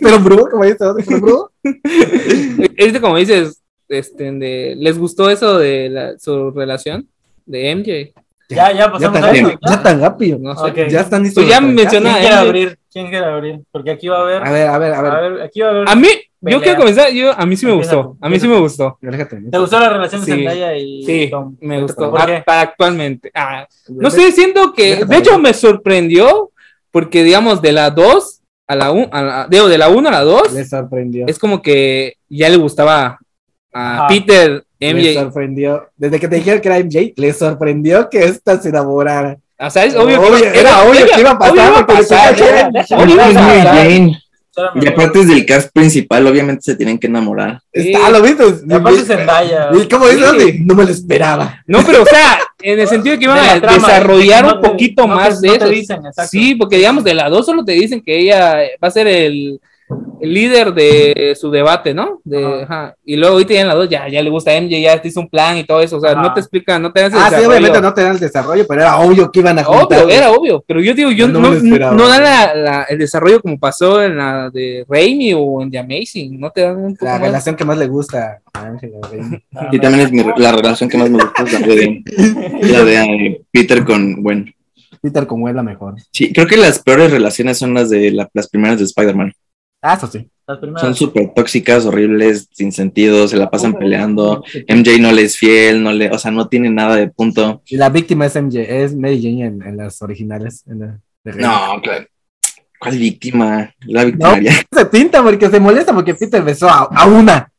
Speaker 1: pero, bro, como dice otro, pero bro.
Speaker 2: Este, como dices, este, de- ¿les gustó eso de la- su relación de MJ?
Speaker 4: ya, ya
Speaker 1: Ya
Speaker 4: pasamos
Speaker 1: tan
Speaker 4: a
Speaker 1: rápido,
Speaker 4: eso.
Speaker 1: ya tan rápido.
Speaker 2: No sé.
Speaker 4: Ok.
Speaker 1: Ya están listos.
Speaker 2: Pues ya
Speaker 1: los
Speaker 2: me
Speaker 1: trancazos.
Speaker 4: ¿Quién
Speaker 2: menciona a
Speaker 4: quiere
Speaker 2: MJ.
Speaker 4: abrir? ¿Quién quiere abrir? Porque aquí va a haber,
Speaker 1: A ver, a ver, a
Speaker 4: a
Speaker 1: ver.
Speaker 4: ver, aquí va a haber.
Speaker 2: A mí,
Speaker 4: Pelea.
Speaker 2: yo quiero comenzar, yo, a mí sí me
Speaker 4: Empieza
Speaker 2: gustó,
Speaker 4: tú,
Speaker 2: a mí sí me gustó.
Speaker 1: Aléjate.
Speaker 4: ¿Te gustó la relación de
Speaker 2: Sí.
Speaker 4: Zendaya y
Speaker 2: Sí,
Speaker 4: Tom?
Speaker 2: me gustó.
Speaker 4: ¿Por qué?
Speaker 2: Ah, para actualmente. Ah, no sé, siento que,
Speaker 1: Déjate
Speaker 2: de hecho me sorprendió, porque digamos, de la 2 a la 1, digo, de la 1 a la 2,
Speaker 1: Le sorprendió.
Speaker 2: es como que ya le gustaba a
Speaker 4: Ajá.
Speaker 2: Peter,
Speaker 1: Le
Speaker 2: MJ.
Speaker 1: sorprendió. Desde que te dijeron que era MJ, le sorprendió que esta se enamorara.
Speaker 2: O sea, es obvio,
Speaker 1: Obvio,
Speaker 2: que
Speaker 1: era obvio que iba a pasar,
Speaker 2: obvio iba a
Speaker 1: porque
Speaker 2: pasar,
Speaker 1: tenía que
Speaker 2: era-
Speaker 4: ver.
Speaker 2: obvio iba a
Speaker 3: Ay, Mary
Speaker 2: pasar.
Speaker 3: Jane.
Speaker 4: Espérame,
Speaker 3: Y aparte es del cast principal, obviamente se tienen que enamorar.
Speaker 2: Sí.
Speaker 1: Está, lo viste.
Speaker 4: y aparte Zendaya.
Speaker 1: ¿Y cómo dice?
Speaker 2: Sí.
Speaker 1: Andy? No me lo esperaba.
Speaker 2: No, pero o sea, en el sentido que iban
Speaker 4: De la
Speaker 2: a
Speaker 4: trama,
Speaker 2: desarrollar
Speaker 4: no
Speaker 2: un
Speaker 4: te-
Speaker 2: poquito
Speaker 4: no te-
Speaker 2: más
Speaker 4: no
Speaker 2: de
Speaker 4: te
Speaker 2: eso.
Speaker 4: dicen, exacto.
Speaker 2: Sí, porque digamos, de la dos solo te dicen que ella eh, va a ser el, el líder de eh, su debate, ¿no? De,
Speaker 4: Ajá.
Speaker 2: ajá. Y luego ahorita ya en la dos ya, ya le gusta a MJ, ya te hizo un plan y todo eso. O sea,
Speaker 4: Ajá.
Speaker 2: no te explican, no te dan ese
Speaker 1: Ah, sí,
Speaker 2: desarrollo.
Speaker 1: obviamente no te dan el desarrollo, pero era obvio que iban a juntar.
Speaker 2: Obvio, era obvio, pero yo digo, yo
Speaker 1: No
Speaker 2: no,
Speaker 1: me lo
Speaker 2: no,
Speaker 1: esperaba.
Speaker 2: dan la- la- el desarrollo como pasó en la de Raimi o en The Amazing, no te dan un poco
Speaker 1: La
Speaker 2: más.
Speaker 1: relación que más le gusta a Ángela. güey.
Speaker 4: Ah,
Speaker 3: Y también es mi re- la relación que más me gusta, es la de, la de eh, Peter con Gwen.
Speaker 1: Peter como es la mejor.
Speaker 3: Sí, creo que las peores relaciones son las de la- las primeras de Spider-Man.
Speaker 1: Ah, eso sí.
Speaker 4: Las primeras.
Speaker 3: Son súper tóxicas, horribles, sin sentido, se la pasan peleando. MJ no le es fiel, no le, o sea, no tiene nada de punto.
Speaker 1: Y la víctima es MJ, es Mary Jane en, en las originales. en la- de Rey.
Speaker 3: No, claro. ¿Cuál víctima? La victimaria.
Speaker 1: se pinta porque se molesta porque Peter besó a, a una.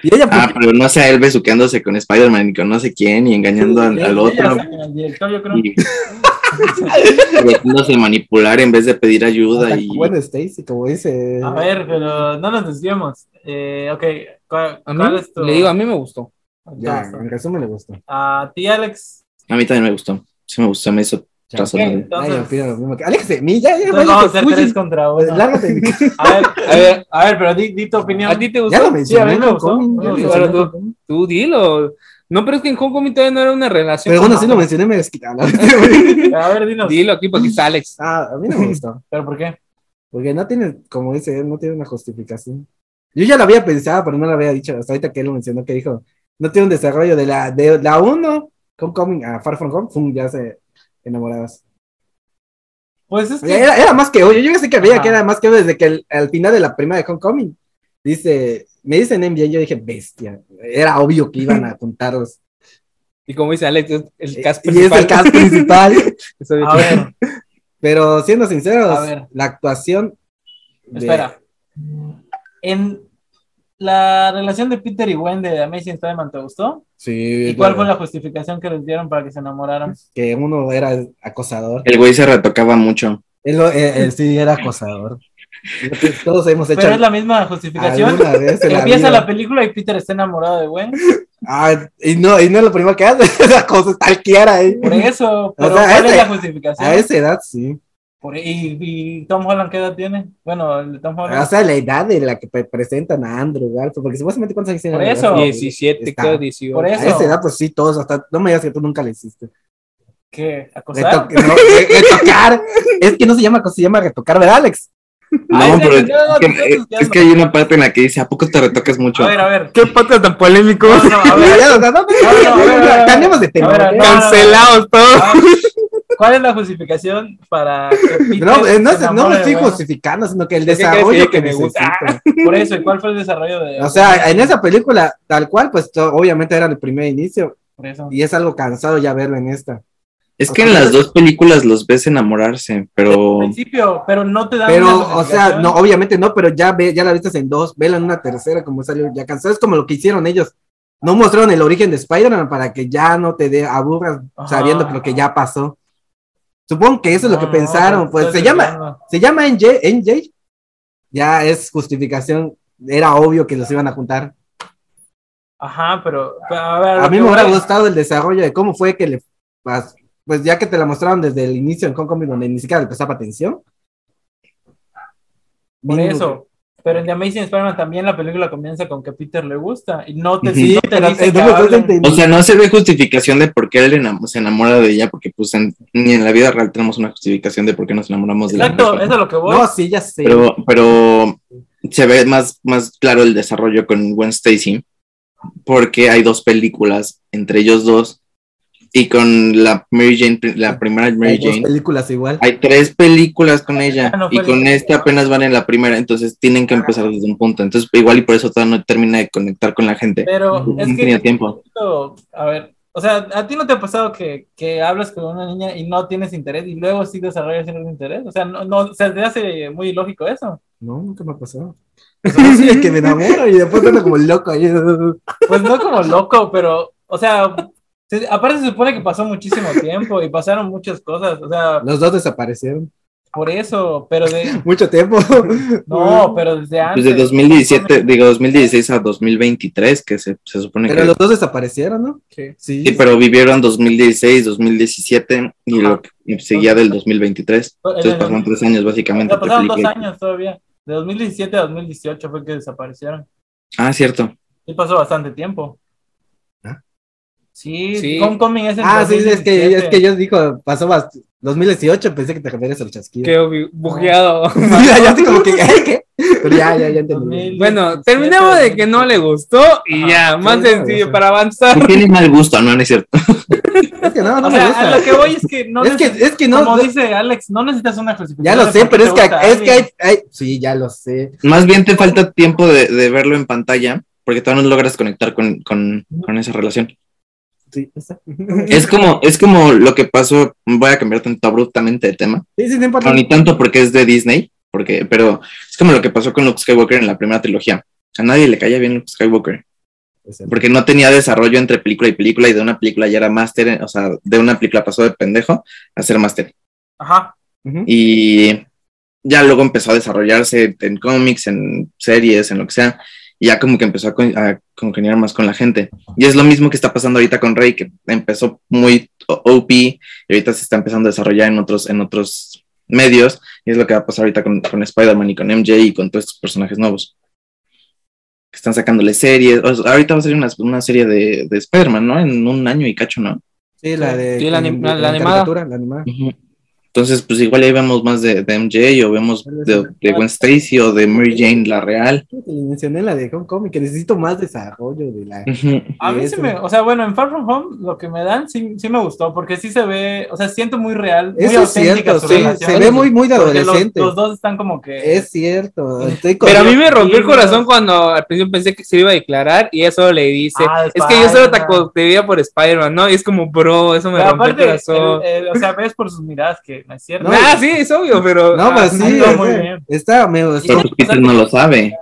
Speaker 1: Y ella, pues,
Speaker 3: Ah, pero no sea él besuqueándose con Spider-Man y con no sé quién y engañando al, al otro.
Speaker 4: El director, yo creo.
Speaker 3: Y... Dejándose manipular en vez de pedir ayuda y
Speaker 1: Bueno, Stacy, como dice.
Speaker 4: A ver, pero no nos desviemos. Eh, ok, ¿cuál,
Speaker 2: A
Speaker 4: cuál
Speaker 2: mí,
Speaker 4: es tu...?
Speaker 2: le digo, a mí me gustó.
Speaker 1: Ya,
Speaker 4: Entonces,
Speaker 1: en resumen le gustó.
Speaker 4: A ti, Alex.
Speaker 3: a mí también me gustó. Sí me gustó, me hizo razonable.
Speaker 1: Ay,
Speaker 4: Entonces,
Speaker 1: opina lo mismo que. Aléjese, mi, ya, ya,
Speaker 4: entonces vamos a
Speaker 1: váyate,
Speaker 4: hacer
Speaker 1: huye.
Speaker 4: tres contra uno.
Speaker 1: Pues, Lárgate.
Speaker 4: A ver, a ver, a ver, pero di, di tu opinión.
Speaker 2: ¿A ti te
Speaker 1: Ya
Speaker 2: gustó?
Speaker 1: lo
Speaker 4: Sí, a mí
Speaker 1: mencioné.
Speaker 4: me gustó.
Speaker 1: Homecoming,
Speaker 4: Me
Speaker 1: ya lo
Speaker 4: gustó.
Speaker 1: mencioné.
Speaker 2: Claro, Tú dilo. No, pero es que en Homecoming todavía no era una relación.
Speaker 1: Pero bueno,
Speaker 2: No,
Speaker 1: sí lo mencioné, me desquitaron. güey.
Speaker 4: A ver, dinos.
Speaker 2: Dilo aquí porque está Alex.
Speaker 1: Ah, a mí no me gustó.
Speaker 4: ¿Pero por qué?
Speaker 1: Porque no tiene, como dice él, no tiene una justificación. Yo ya lo había pensado, pero no lo había dicho. Hasta ahorita que él lo mencionó, que dijo, no tiene un desarrollo de la, de la 1, Homecoming a Far From Home, pum, ya se enamoradas.
Speaker 4: Pues es que...
Speaker 1: Era, era más que obvio. Yo ya sé que veía
Speaker 4: Ajá.
Speaker 1: que era más que obvio desde que el- al final de la primera de Homecoming. Dice, me dicen NBA, yo dije, bestia. Era obvio que iban a juntaros.
Speaker 2: Y como dice Alex, es el cast
Speaker 1: Eh, y es
Speaker 2: principal.
Speaker 1: el cast principal.
Speaker 2: Eso es-
Speaker 4: A ver,
Speaker 1: Pero siendo sinceros,
Speaker 4: A ver.
Speaker 1: la actuación. de-
Speaker 4: espera. En la relación de Peter y Gwen de Amazing Spider-Man, ¿te gustó?
Speaker 1: Sí,
Speaker 4: ¿Y cuál
Speaker 1: claro,
Speaker 4: fue la justificación que les dieron para que se enamoraran?
Speaker 1: Que uno era acosador.
Speaker 3: El güey se retocaba mucho.
Speaker 1: Él, lo- él- él sí era acosador. Lo que Todos hemos hecho.
Speaker 4: Pero es la misma justificación.
Speaker 1: alguna vez en la
Speaker 4: Empieza
Speaker 1: vida.
Speaker 4: la película y Peter está enamorado de Gwen.
Speaker 1: Ah, y no, y no es lo primero que hace. Esa cosa es talquear ahí.
Speaker 4: Por eso, pero
Speaker 1: sea,
Speaker 4: ¿cuál
Speaker 1: ese-
Speaker 4: es la justificación?
Speaker 1: A este esa edad, sí.
Speaker 4: Por- y, y Tom Holland qué edad tiene? Bueno, el de Tom Holland.
Speaker 1: O sea, la edad de la que pre- presentan a Andrew Garfield, porque supuestamente cuántos años tiene
Speaker 4: Por
Speaker 1: Andrew
Speaker 4: eso.
Speaker 1: Garfield?
Speaker 2: 17,
Speaker 1: Está.
Speaker 2: creo, 18.
Speaker 4: Por
Speaker 1: A
Speaker 4: eso.
Speaker 1: esa edad, pues sí, todos, hasta no me digas que tú nunca le hiciste.
Speaker 4: ¿Qué?
Speaker 1: Reto-
Speaker 4: ¿Acosar?
Speaker 1: no, re- retocar. es que no se llama acoso, se llama retocar, ¿verdad, Alex?
Speaker 3: No,
Speaker 4: Ay,
Speaker 3: pero
Speaker 4: ya, ya,
Speaker 3: es que, eh,
Speaker 4: ya, ya, ya.
Speaker 3: es que hay una parte en la que dice, ¿a poco te retocas mucho?
Speaker 4: A ver, a ver.
Speaker 2: Qué patas tan polémicos.
Speaker 4: No, no, a ver.
Speaker 1: Ya, o sea, no,
Speaker 4: no, no, no, no.
Speaker 1: Cambiemos de tema.
Speaker 4: A ver,
Speaker 1: ¿ok?
Speaker 4: no.
Speaker 2: Cancelados todos.
Speaker 4: Ah, ¿Cuál es la justificación para que Peter
Speaker 1: No, eh, no,
Speaker 4: se
Speaker 1: se- no
Speaker 4: enamore
Speaker 1: lo
Speaker 4: de
Speaker 1: estoy
Speaker 4: Gwen?
Speaker 1: justificando, sino que el
Speaker 2: Es que crees
Speaker 1: desarrollo
Speaker 2: que-
Speaker 1: que
Speaker 2: que me gusta.
Speaker 1: necesito.
Speaker 4: Por eso, ¿y cuál fue el desarrollo de
Speaker 1: O sea, en esa película, tal cual, pues to- obviamente era el primer inicio
Speaker 4: Por eso.
Speaker 1: y es algo cansado ya verlo en esta.
Speaker 3: Es que en las dos películas los ves enamorarse, pero
Speaker 4: Al principio, pero no te dan una
Speaker 1: Pero, o sea,
Speaker 4: justificación.
Speaker 1: no, obviamente no, pero ya ve, ya la viste en dos, vela en una tercera, como salió ya cansado. Es como lo que hicieron ellos. No mostraron el origen de Spider-Man para que ya no te dé aburras
Speaker 4: Ajá.
Speaker 1: sabiendo lo que ya pasó. Supongo que eso es lo que
Speaker 4: No, no,
Speaker 1: pensaron,
Speaker 4: te
Speaker 1: pues
Speaker 4: estoy
Speaker 1: se llama,
Speaker 4: explicando.
Speaker 1: se llama NJ, NJ. Ya es justificación, era obvio que los iban a juntar.
Speaker 4: Ajá, pero, pero, a ver.
Speaker 1: A
Speaker 4: lo
Speaker 1: mí
Speaker 4: que
Speaker 1: me hubiera
Speaker 4: voy-
Speaker 1: gustado el desarrollo de cómo fue que le pas- pues ya que te la mostraron desde el inicio en Homecoming donde ni siquiera le prestaba atención.
Speaker 4: Por
Speaker 1: Vino-
Speaker 4: eso. Pero en The Amazing Spider-Man también la película comienza con que a Peter le gusta. Y no te,
Speaker 1: Sí,
Speaker 4: no te
Speaker 1: pero,
Speaker 4: dice
Speaker 1: eh,
Speaker 4: que
Speaker 1: no me puedes
Speaker 4: hablen.
Speaker 1: entender.
Speaker 3: o sea, no se ve justificación de por qué él enam- se enamora de ella, porque pues en- ni en la vida real tenemos una justificación de por qué nos enamoramos de la
Speaker 4: Exacto,
Speaker 3: misma.
Speaker 4: eso es lo que voy.
Speaker 1: No, sí, ya sé.
Speaker 3: Pero, pero se ve más, más claro el desarrollo con Gwen Stacy, porque hay dos películas entre ellos dos, y con la Mary Jane, pri- la primera
Speaker 1: Hay
Speaker 3: Mary
Speaker 1: dos
Speaker 3: Jane,
Speaker 1: películas igual.
Speaker 3: hay tres películas con ella,
Speaker 4: Ah, no,
Speaker 3: y
Speaker 4: fue
Speaker 3: con
Speaker 4: la- Ah.
Speaker 3: esta apenas van en la primera, entonces tienen que empezar desde un punto, entonces igual y por eso todavía no termina de conectar con la gente.
Speaker 4: Pero
Speaker 3: No
Speaker 4: es
Speaker 3: tenía
Speaker 4: que,
Speaker 3: tiempo.
Speaker 4: a ver, o sea, ¿a ti no te ha pasado que, que hablas con una niña y no tienes interés y luego sí desarrollas cierto interés? O sea, no, no, o sea, te hace muy ilógico eso.
Speaker 1: No, nunca me ha pasado. Solo sí, de que me enamoro y después ando como loco ahí.
Speaker 4: Pues no como loco, pero, o sea, se- aparte se supone que pasó muchísimo tiempo y pasaron muchas cosas, o sea,
Speaker 1: Los dos desaparecieron.
Speaker 4: por eso, pero de,
Speaker 1: Mucho tiempo.
Speaker 4: no, pero desde antes.
Speaker 3: Desde 2017, digo 2016 a 2023, que se, se supone
Speaker 1: Pero
Speaker 3: que...
Speaker 1: los dos desaparecieron, ¿no?
Speaker 4: Sí.
Speaker 1: Sí.
Speaker 3: Sí, pero vivieron 2016, 2017 y
Speaker 4: Ajá.
Speaker 3: lo que seguía del 2023. Entonces pasaron tres años
Speaker 4: O
Speaker 3: básicamente.
Speaker 4: sea,
Speaker 3: entre
Speaker 4: pasaron dos
Speaker 3: películas.
Speaker 4: años todavía, de 2017 a 2018 fue que desaparecieron.
Speaker 3: Ah, cierto.
Speaker 4: Sí pasó bastante tiempo.
Speaker 1: ¿Ah?
Speaker 4: Sí,
Speaker 2: Sí.
Speaker 4: Homecoming es el
Speaker 1: Ah, sí, es que, es
Speaker 4: 2017.
Speaker 1: que yo dijo, pasó bast- 2018, pensé que te referías al chasquido.
Speaker 2: Qué obvio, bugueado.
Speaker 1: ya, ya estoy como que, ¿eh? ¿qué? Pero ya, ya, ya entendí.
Speaker 4: 2000.
Speaker 2: Bueno, terminamos de que no le gustó y ya, más
Speaker 1: Sí,
Speaker 2: sencillo
Speaker 1: sí.
Speaker 2: para avanzar.
Speaker 3: Tú tienes Pues mal gusto, no, no es cierto.
Speaker 1: Es que no, no
Speaker 4: O
Speaker 1: me
Speaker 4: sea,
Speaker 1: gusta.
Speaker 4: a lo que voy es que no
Speaker 1: es, que,
Speaker 4: neces-
Speaker 1: es que no,
Speaker 4: como
Speaker 1: no-
Speaker 4: dice Alex, no necesitas una justificación.
Speaker 1: ya lo
Speaker 4: de
Speaker 1: sé,
Speaker 4: por qué
Speaker 1: pero
Speaker 4: te
Speaker 1: es que,
Speaker 4: gusta
Speaker 1: es que hay,
Speaker 4: alguien.
Speaker 1: hay- sí, ya lo sé.
Speaker 3: Más bien te falta tiempo de, de verlo en pantalla porque todavía no logras conectar con, con- con esa relación.
Speaker 1: Sí, sí,
Speaker 3: Es como, es como lo que pasó, voy a cambiar tanto abruptamente de tema,
Speaker 1: sí, no importa.
Speaker 3: no, ni tanto porque es de Disney, porque, pero es como lo que pasó con Luke Skywalker en la primera trilogía. A nadie le caía bien Luke Skywalker.
Speaker 1: Excelente.
Speaker 3: porque no tenía desarrollo entre película y película y de una película ya era máster, en- o sea, de una película pasó de pendejo a ser máster.
Speaker 2: Ajá.
Speaker 1: Ujú.
Speaker 3: Y ya luego empezó a desarrollarse en cómics, en series, en lo que sea, y ya como que empezó a, con- a congeniar más con la gente. Y es lo mismo que está pasando ahorita con Rey, que empezó muy o- OP y ahorita se está empezando a desarrollar en otros, en otros medios, y es lo que va a pasar ahorita con, con Spider-Man y con MJ y con todos estos personajes nuevos. Que están sacándole series. O sea, ahorita va a salir una, una serie de, de Spider-Man, ¿no? En un año y cacho, ¿no?
Speaker 1: Sí, la de.
Speaker 2: Sí, la anim-
Speaker 1: con-
Speaker 2: la- la
Speaker 1: con
Speaker 2: animada.
Speaker 1: caricatura, la animada.
Speaker 3: Entonces, pues igual ahí vemos más de, de MJ o vemos de, de Gwen Stacy o de Mary Jane, la real.
Speaker 1: Creo que mencioné la de Hong Kong y que necesito más desarrollo de la.
Speaker 3: Ujú.
Speaker 4: A mí
Speaker 1: Eso.
Speaker 4: sí me, o sea, bueno, en Far From Home lo que me dan sí, sí me gustó, porque sí se ve, o sea, siento muy real, muy
Speaker 1: Eso es
Speaker 4: auténtica
Speaker 1: cierto,
Speaker 4: su
Speaker 1: sí,
Speaker 4: relación.
Speaker 1: se ve muy, muy de
Speaker 4: Porque los-
Speaker 1: adolescente.
Speaker 4: Los, dos están como que...
Speaker 1: Es cierto. estoy con-
Speaker 2: Pero a mí me rompió el
Speaker 4: Sí,
Speaker 2: corazón
Speaker 4: no.
Speaker 2: cuando al principio pensé que se iba a declarar y eso le dice,
Speaker 4: Ah,
Speaker 2: es que yo solo te
Speaker 4: Spider-Man.
Speaker 2: acudía por Spider-Man, ¿no? Y es como, bro, eso me
Speaker 4: Pero
Speaker 2: rompió
Speaker 4: aparte,
Speaker 2: el corazón.
Speaker 4: el- el- o sea, ves por sus miradas que no es cierto.
Speaker 1: No,
Speaker 2: ah, sí, es obvio, pero...
Speaker 1: No,
Speaker 2: ah,
Speaker 1: pues sí,
Speaker 4: está
Speaker 1: o
Speaker 4: muy
Speaker 1: sea,
Speaker 4: bien.
Speaker 1: está medio.
Speaker 3: Pero
Speaker 1: está-
Speaker 3: pues Peter no lo sabe.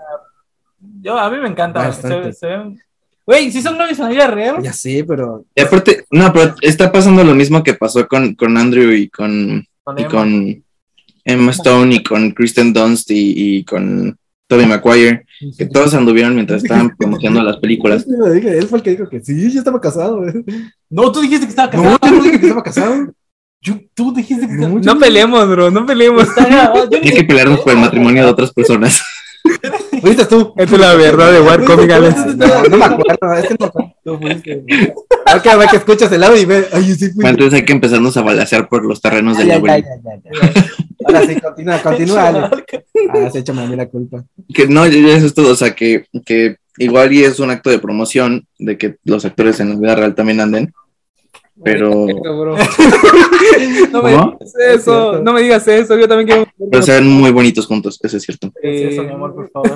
Speaker 4: Yo, a mí me encanta. se-
Speaker 1: Bastante.
Speaker 4: se ven- Güey, si son novios en la vida real,
Speaker 1: Ya sí, pero.
Speaker 3: Y aparte, no, pero está pasando lo mismo que pasó con, con Andrew y con,
Speaker 4: con
Speaker 3: y
Speaker 4: Emma.
Speaker 3: con Emma Stone y con Kristen Dunst y, y con Tobey Maguire, que todos anduvieron mientras estaban promocionando las películas.
Speaker 1: Yo lo dije, él fue el que dijo que sí, yo estaba casado. eh.
Speaker 4: No, tú dijiste que estaba casado.
Speaker 1: No, yo no dije que estaba casado.
Speaker 4: Yo- tú dijiste que
Speaker 1: No,
Speaker 2: No peleemos, bro, no peleemos.
Speaker 4: Está grabado. Yo ni-
Speaker 3: Hay que pelearnos por el matrimonio de otras personas.
Speaker 1: Fuiste tú.
Speaker 2: Esta es la verdad de War Comic, Alex.
Speaker 1: No, no me acuerdo, es que no me acuerdo.
Speaker 4: Tú fuiste.
Speaker 1: Ahora que- que escuchas el audio y ve, ay, yo sí fui. Ah,
Speaker 3: Entonces hay que empezarnos a balasear por los terrenos
Speaker 1: Ay,
Speaker 3: del
Speaker 1: ay, ay,
Speaker 3: abuelo.
Speaker 1: ay, ay, ay. Ahora sí, continúa, continúa, Ale. Ah, se echa a mí la culpa.
Speaker 3: que no, eso es todo, o sea, que, que igual y es un acto de promoción de que los actores en la vida real también anden, pero,
Speaker 2: Bro. No me
Speaker 3: ¿Cómo?
Speaker 2: digas
Speaker 1: Es cierto.
Speaker 2: eso, no me digas eso, yo también quiero...
Speaker 3: pero se ven muy bonitos juntos, eso es cierto.
Speaker 4: Sí, eso,
Speaker 2: Eh,
Speaker 4: mi amor, por favor.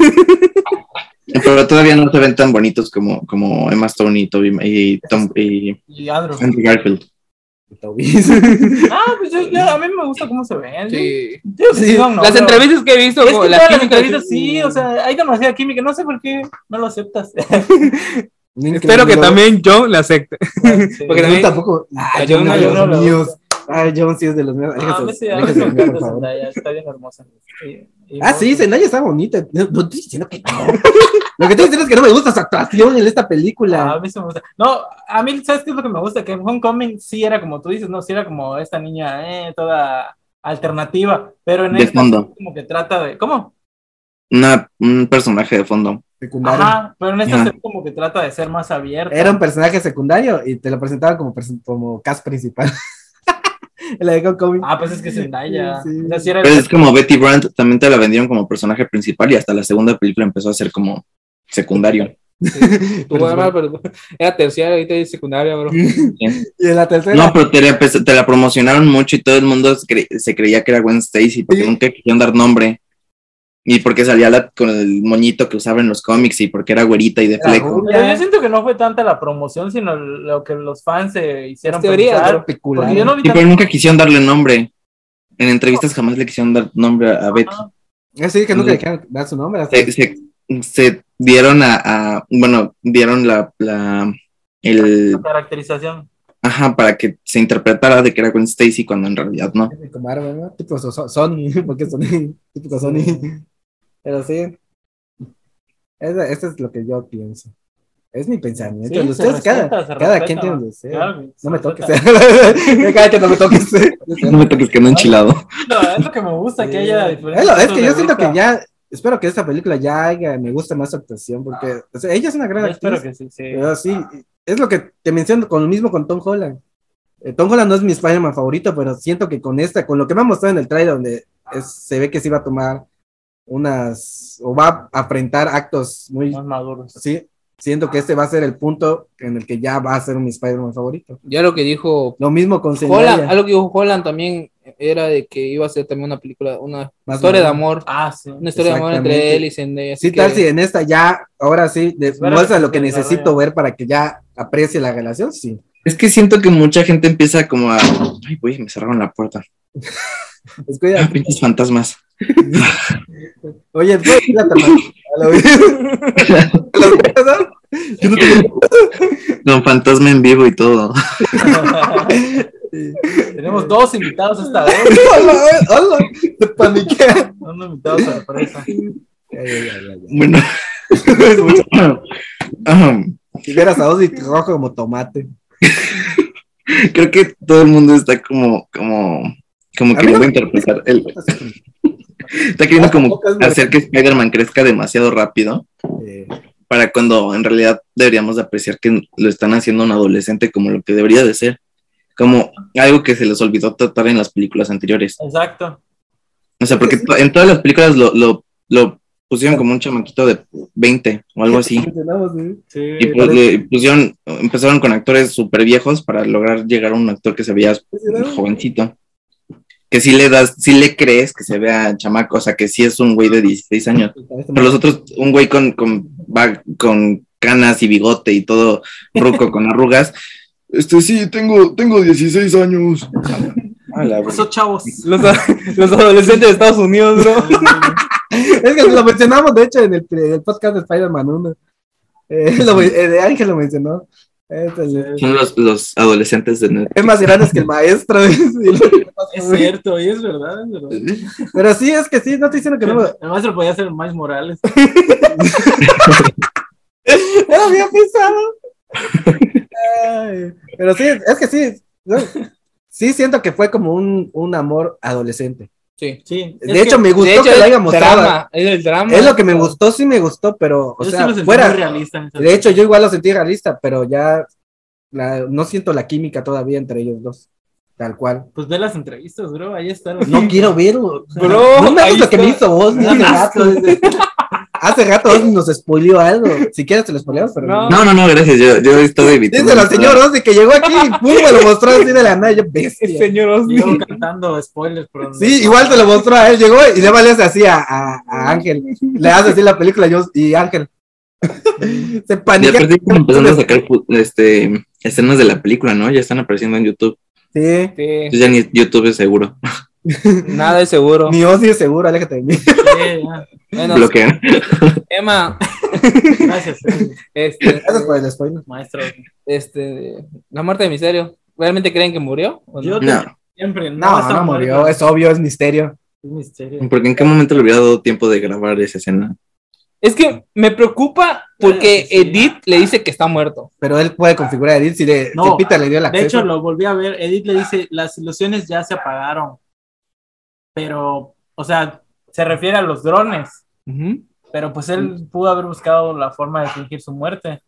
Speaker 3: Pero todavía no se ven tan bonitos como, como Emma Stone y, Tobey- y, Tom, y
Speaker 4: Y Andrew.
Speaker 3: Andrew Garfield.
Speaker 1: Tobis.
Speaker 4: Ah, pues yo, yo- a mí me gusta cómo se ven.
Speaker 2: sí.
Speaker 4: Yo, yo
Speaker 1: Sí,
Speaker 4: son
Speaker 2: Las
Speaker 4: novios.
Speaker 2: entrevistas que he visto,
Speaker 4: Es que
Speaker 2: como
Speaker 4: todas
Speaker 2: la
Speaker 4: las
Speaker 2: química-
Speaker 4: entrevistas sí, o sea, hay demasiada química, no sé por qué no lo aceptas.
Speaker 2: Espero que también John la acepte. Porque
Speaker 1: Porque
Speaker 2: también-
Speaker 1: yo tampoco. Ay, John,
Speaker 2: John
Speaker 1: no es
Speaker 2: no,
Speaker 1: de
Speaker 4: yo no
Speaker 1: los
Speaker 4: lo
Speaker 1: míos. Ay, John sí es de los míos.
Speaker 4: Ah, me
Speaker 1: Aléjese,
Speaker 4: sé, a mí
Speaker 1: aléjese
Speaker 4: me
Speaker 1: de mí,
Speaker 4: encanta
Speaker 1: por favor.
Speaker 4: Zendaya, está bien hermosa. Y- y
Speaker 1: Ah, sí,
Speaker 4: Morgan.
Speaker 1: Zendaya está bonita. No, no estoy diciendo que no. Lo que estoy diciendo es que no me gusta su actuación en esta
Speaker 4: Ah,
Speaker 1: película.
Speaker 4: a mí sí me gusta. No, a mí, ¿sabes qué es lo que me gusta? Que en Homecoming sí era como tú dices, ¿no? Sí era como esta niña, eh, toda alternativa, pero en
Speaker 3: De
Speaker 4: esta
Speaker 3: fondo.
Speaker 4: sí como que trata de, ¿cómo?
Speaker 3: Una- un personaje de fondo.
Speaker 1: Secundario.
Speaker 4: Ajá, pero en esta
Speaker 3: Ajá.
Speaker 4: sí como que trata de ser más abierta.
Speaker 1: Era un personaje secundario y te lo presentaban como, perso- como cast principal. En la de Hong Kong.
Speaker 4: Ah, pues es que Zendaya.
Speaker 1: Sí, sí.
Speaker 4: O sea, sí era
Speaker 3: Pero Pues es como Betty Brandt, también te la vendieron como personaje principal y hasta la segunda película empezó a ser como secundario.
Speaker 2: Tu barba, pero- Era terciaria, ahorita es secundaria, bro.
Speaker 1: Y en la tercera.
Speaker 3: No, pero te la, empe- te la promocionaron mucho y todo el mundo se, cre- se creía que era Gwen Stacy porque
Speaker 1: Sí.
Speaker 3: nunca quisieron dar nombre. Y porque salía la- con el moñito que usaba en los cómics y porque era güerita y de
Speaker 1: Era
Speaker 3: fleco.
Speaker 1: rubia.
Speaker 4: Pero yo siento que no fue tanta la promoción, sino lo que los fans se hicieron
Speaker 2: Las teorías,
Speaker 4: pensar.
Speaker 2: bro.
Speaker 1: Peculiar.
Speaker 4: Porque yo no vi
Speaker 3: Y
Speaker 4: tanto-
Speaker 3: pero nunca quisieron darle nombre. En entrevistas jamás le quisieron dar nombre a a Betty.
Speaker 4: Ah,
Speaker 1: Así que nunca
Speaker 3: Sí.
Speaker 1: le quiero dar su nombre. hasta-
Speaker 3: Se, se- se dieron a, a- Bueno, dieron la. la- el,
Speaker 4: la caracterización.
Speaker 3: ajá, para que se interpretara de que era Gwen Stacy cuando en realidad no.
Speaker 1: Típico Marvel, ¿no? Típico so- so- Sony, porque Sony, típico Sony. Pero sí. Eso, eso es lo que yo pienso. Es mi pensamiento.
Speaker 4: Sí, se
Speaker 1: Ustedes, cada,
Speaker 4: respeta, se
Speaker 1: cada
Speaker 4: respeta.
Speaker 1: quien tiene un deseo.
Speaker 4: Claro,
Speaker 1: No me
Speaker 4: se
Speaker 1: toques.
Speaker 4: respeta.
Speaker 1: cada quien no me toques.
Speaker 3: No me toques que no enchilado.
Speaker 4: No, es lo que me gusta, que haya diferentes.
Speaker 1: eh. Es, lo- es
Speaker 4: puntos
Speaker 1: que
Speaker 4: de
Speaker 1: yo siento
Speaker 4: vista.
Speaker 1: que ya. Espero que esta película ya haya- me guste más su actuación, porque o sea, ella es una gran
Speaker 4: Ah. Yo espero
Speaker 1: actriz.
Speaker 4: que sí, sí. Ah.
Speaker 1: Pero sí, es lo que te menciono con lo mismo con Tom Holland. Eh, Tom Holland no es mi Spider-Man favorito, pero siento que con esta, con lo que me ha mostrado en el trailer, donde es- se ve que se iba a tomar unas, o va a afrontar actos muy,
Speaker 4: Más maduros.
Speaker 1: sí, siento que este va a ser el punto en el que ya va a ser mi Spider-Man favorito.
Speaker 2: Ya lo que dijo
Speaker 1: Lo mismo con
Speaker 2: Holland,
Speaker 1: Zendaya,
Speaker 2: algo que dijo Holland también era de que iba a ser también una película, una
Speaker 1: más
Speaker 2: historia de
Speaker 1: o menos.
Speaker 2: amor,
Speaker 4: Ah, sí.
Speaker 2: una historia de amor entre
Speaker 1: Exactamente.
Speaker 2: él y Zendaya.
Speaker 1: Sí,
Speaker 2: así que-
Speaker 1: tal si en esta ya, ahora sí, de-
Speaker 4: Espero
Speaker 1: muestra
Speaker 4: que
Speaker 1: lo que
Speaker 4: se
Speaker 1: necesito
Speaker 4: desarrolle.
Speaker 1: ver para que ya aprecie la relación, sí.
Speaker 3: Es que siento que mucha gente empieza como a. Ay, güey, me cerraron la puerta. Ah,
Speaker 1: Descuida.
Speaker 3: Pinches fantasmas.
Speaker 1: Oye, pues, ¿tú la tamaño? ¿La Yo no tengo-
Speaker 3: Don Fantasma en vivo y todo.
Speaker 4: Tenemos dos invitados esta vez.
Speaker 1: Hola, hola. Te paniqué.
Speaker 4: Dos invitados sorpresa.
Speaker 1: Ya, ya, ya, ya, ya.
Speaker 3: Bueno. Ahem.
Speaker 1: Si vieras a Ozzy rojo como tomate.
Speaker 3: Creo que todo el mundo está como, como, como
Speaker 1: A mí
Speaker 3: queriendo
Speaker 1: no-
Speaker 3: interpretar. el- está queriendo como hacer que Spider-Man crezca demasiado rápido
Speaker 1: Eh,
Speaker 3: para cuando en realidad deberíamos de apreciar que lo están haciendo un adolescente como lo que debería de ser. Como algo que se les olvidó tratar en las películas anteriores.
Speaker 4: Exacto.
Speaker 3: O sea, porque to- en todas las películas lo, lo, lo pusieron como un chamaquito de 20 o algo así.
Speaker 1: mencionamos, ¿eh?
Speaker 4: Sí.
Speaker 3: Y pues le pusieron, empezaron con actores súper viejos para lograr llegar a un actor que se veía jovencito. Que sí le das, sí le crees que se vea chamaco, o sea, que sí es un güey de 16 años. Pero los otros, un güey con, con, va- con canas y bigote y todo ruco con arrugas. Este sí, tengo, tengo 16 años.
Speaker 1: Ah,
Speaker 3: A la verga.
Speaker 4: Esos chavos.
Speaker 2: Los, los adolescentes de Estados Unidos, bro.
Speaker 1: Es que lo mencionamos, de hecho, en el, en el podcast de Spider-Man 1. Eh, lo- eh, de Ángel lo mencionó. Este, el-
Speaker 3: Son los, los adolescentes de net.
Speaker 1: es más grande que el maestro.
Speaker 4: Es cierto, y es verdad, es verdad.
Speaker 1: Pero sí, es que sí, no te diciendo que no.
Speaker 4: El maestro podía ser Miles Morales.
Speaker 1: Era bien pisado. Ay, pero sí, es que sí. ¿no? Sí siento que fue como un, un amor adolescente.
Speaker 2: Sí.
Speaker 4: Sí.
Speaker 1: De hecho, me gustó
Speaker 2: De hecho,
Speaker 1: que lo haya
Speaker 2: es
Speaker 1: mostrado.
Speaker 2: drama, es el drama.
Speaker 1: Es lo que me gustó, sí me gustó, pero, o sea, fuera.
Speaker 4: realista.
Speaker 1: De hecho, yo igual lo sentí realista, pero ya la- no siento la química todavía entre ellos dos. Tal cual.
Speaker 4: Pues ve las entrevistas, bro. Ahí están.
Speaker 1: No quiero verlo.
Speaker 2: Bro,
Speaker 1: no me hagas
Speaker 2: ahí
Speaker 1: lo que me
Speaker 2: está.
Speaker 1: hizo vos, ni hace rato. dice. Hace rato Ozzy nos spoileó algo. Si quieres te lo spoileamos, pero
Speaker 2: No.
Speaker 1: no.
Speaker 3: No, no, no, gracias. Yo, yo estoy evitando.
Speaker 1: Dice la señora Ozzy que llegó aquí y pum, me lo mostró así de la nada. y Yo,
Speaker 2: El
Speaker 1: bestia.
Speaker 2: señor Osni.
Speaker 4: Yo cantando spoilers, pero
Speaker 1: Sí, igual te lo mostró a él. Llegó y le vale así a, a- a Ángel. Le hace así la película yo, y Ángel. Se
Speaker 3: Ya
Speaker 1: paniquea.
Speaker 3: empezando a sacar pu- este, escenas de la película, ¿no? Ya están apareciendo en YouTube.
Speaker 1: Sí.
Speaker 2: Sí,
Speaker 3: Entonces ya ni YouTube es seguro.
Speaker 2: Nada es seguro.
Speaker 1: Ni Ozzy es seguro, aléjate de mí.
Speaker 4: Sí, ya.
Speaker 2: Bueno,
Speaker 3: Bloquean.
Speaker 2: Emma,
Speaker 4: Gracias, eh,
Speaker 2: este,
Speaker 1: Gracias por el spoiler.
Speaker 4: maestro.
Speaker 2: este, la muerte de misterio. ¿Realmente creen que murió? ¿O no?
Speaker 4: Yo
Speaker 3: No,
Speaker 4: siempre no,
Speaker 1: No,
Speaker 4: está
Speaker 1: no murió,
Speaker 4: muerto.
Speaker 1: es obvio, es misterio.
Speaker 4: Es misterio.
Speaker 3: porque en qué momento le hubiera dado tiempo de grabar esa escena.
Speaker 2: Es que me preocupa porque
Speaker 4: Sí, sí.
Speaker 2: Edith le dice que está muerto.
Speaker 1: Pero él puede configurar a Edith si, le,
Speaker 4: No,
Speaker 1: si Peter le dio el
Speaker 4: De
Speaker 1: acceso.
Speaker 4: hecho, lo volví a ver. Edith le dice: Las ilusiones ya se apagaron. Pero, o sea, se refiere a los drones. Pero pues él pudo haber buscado la forma de fingir su muerte.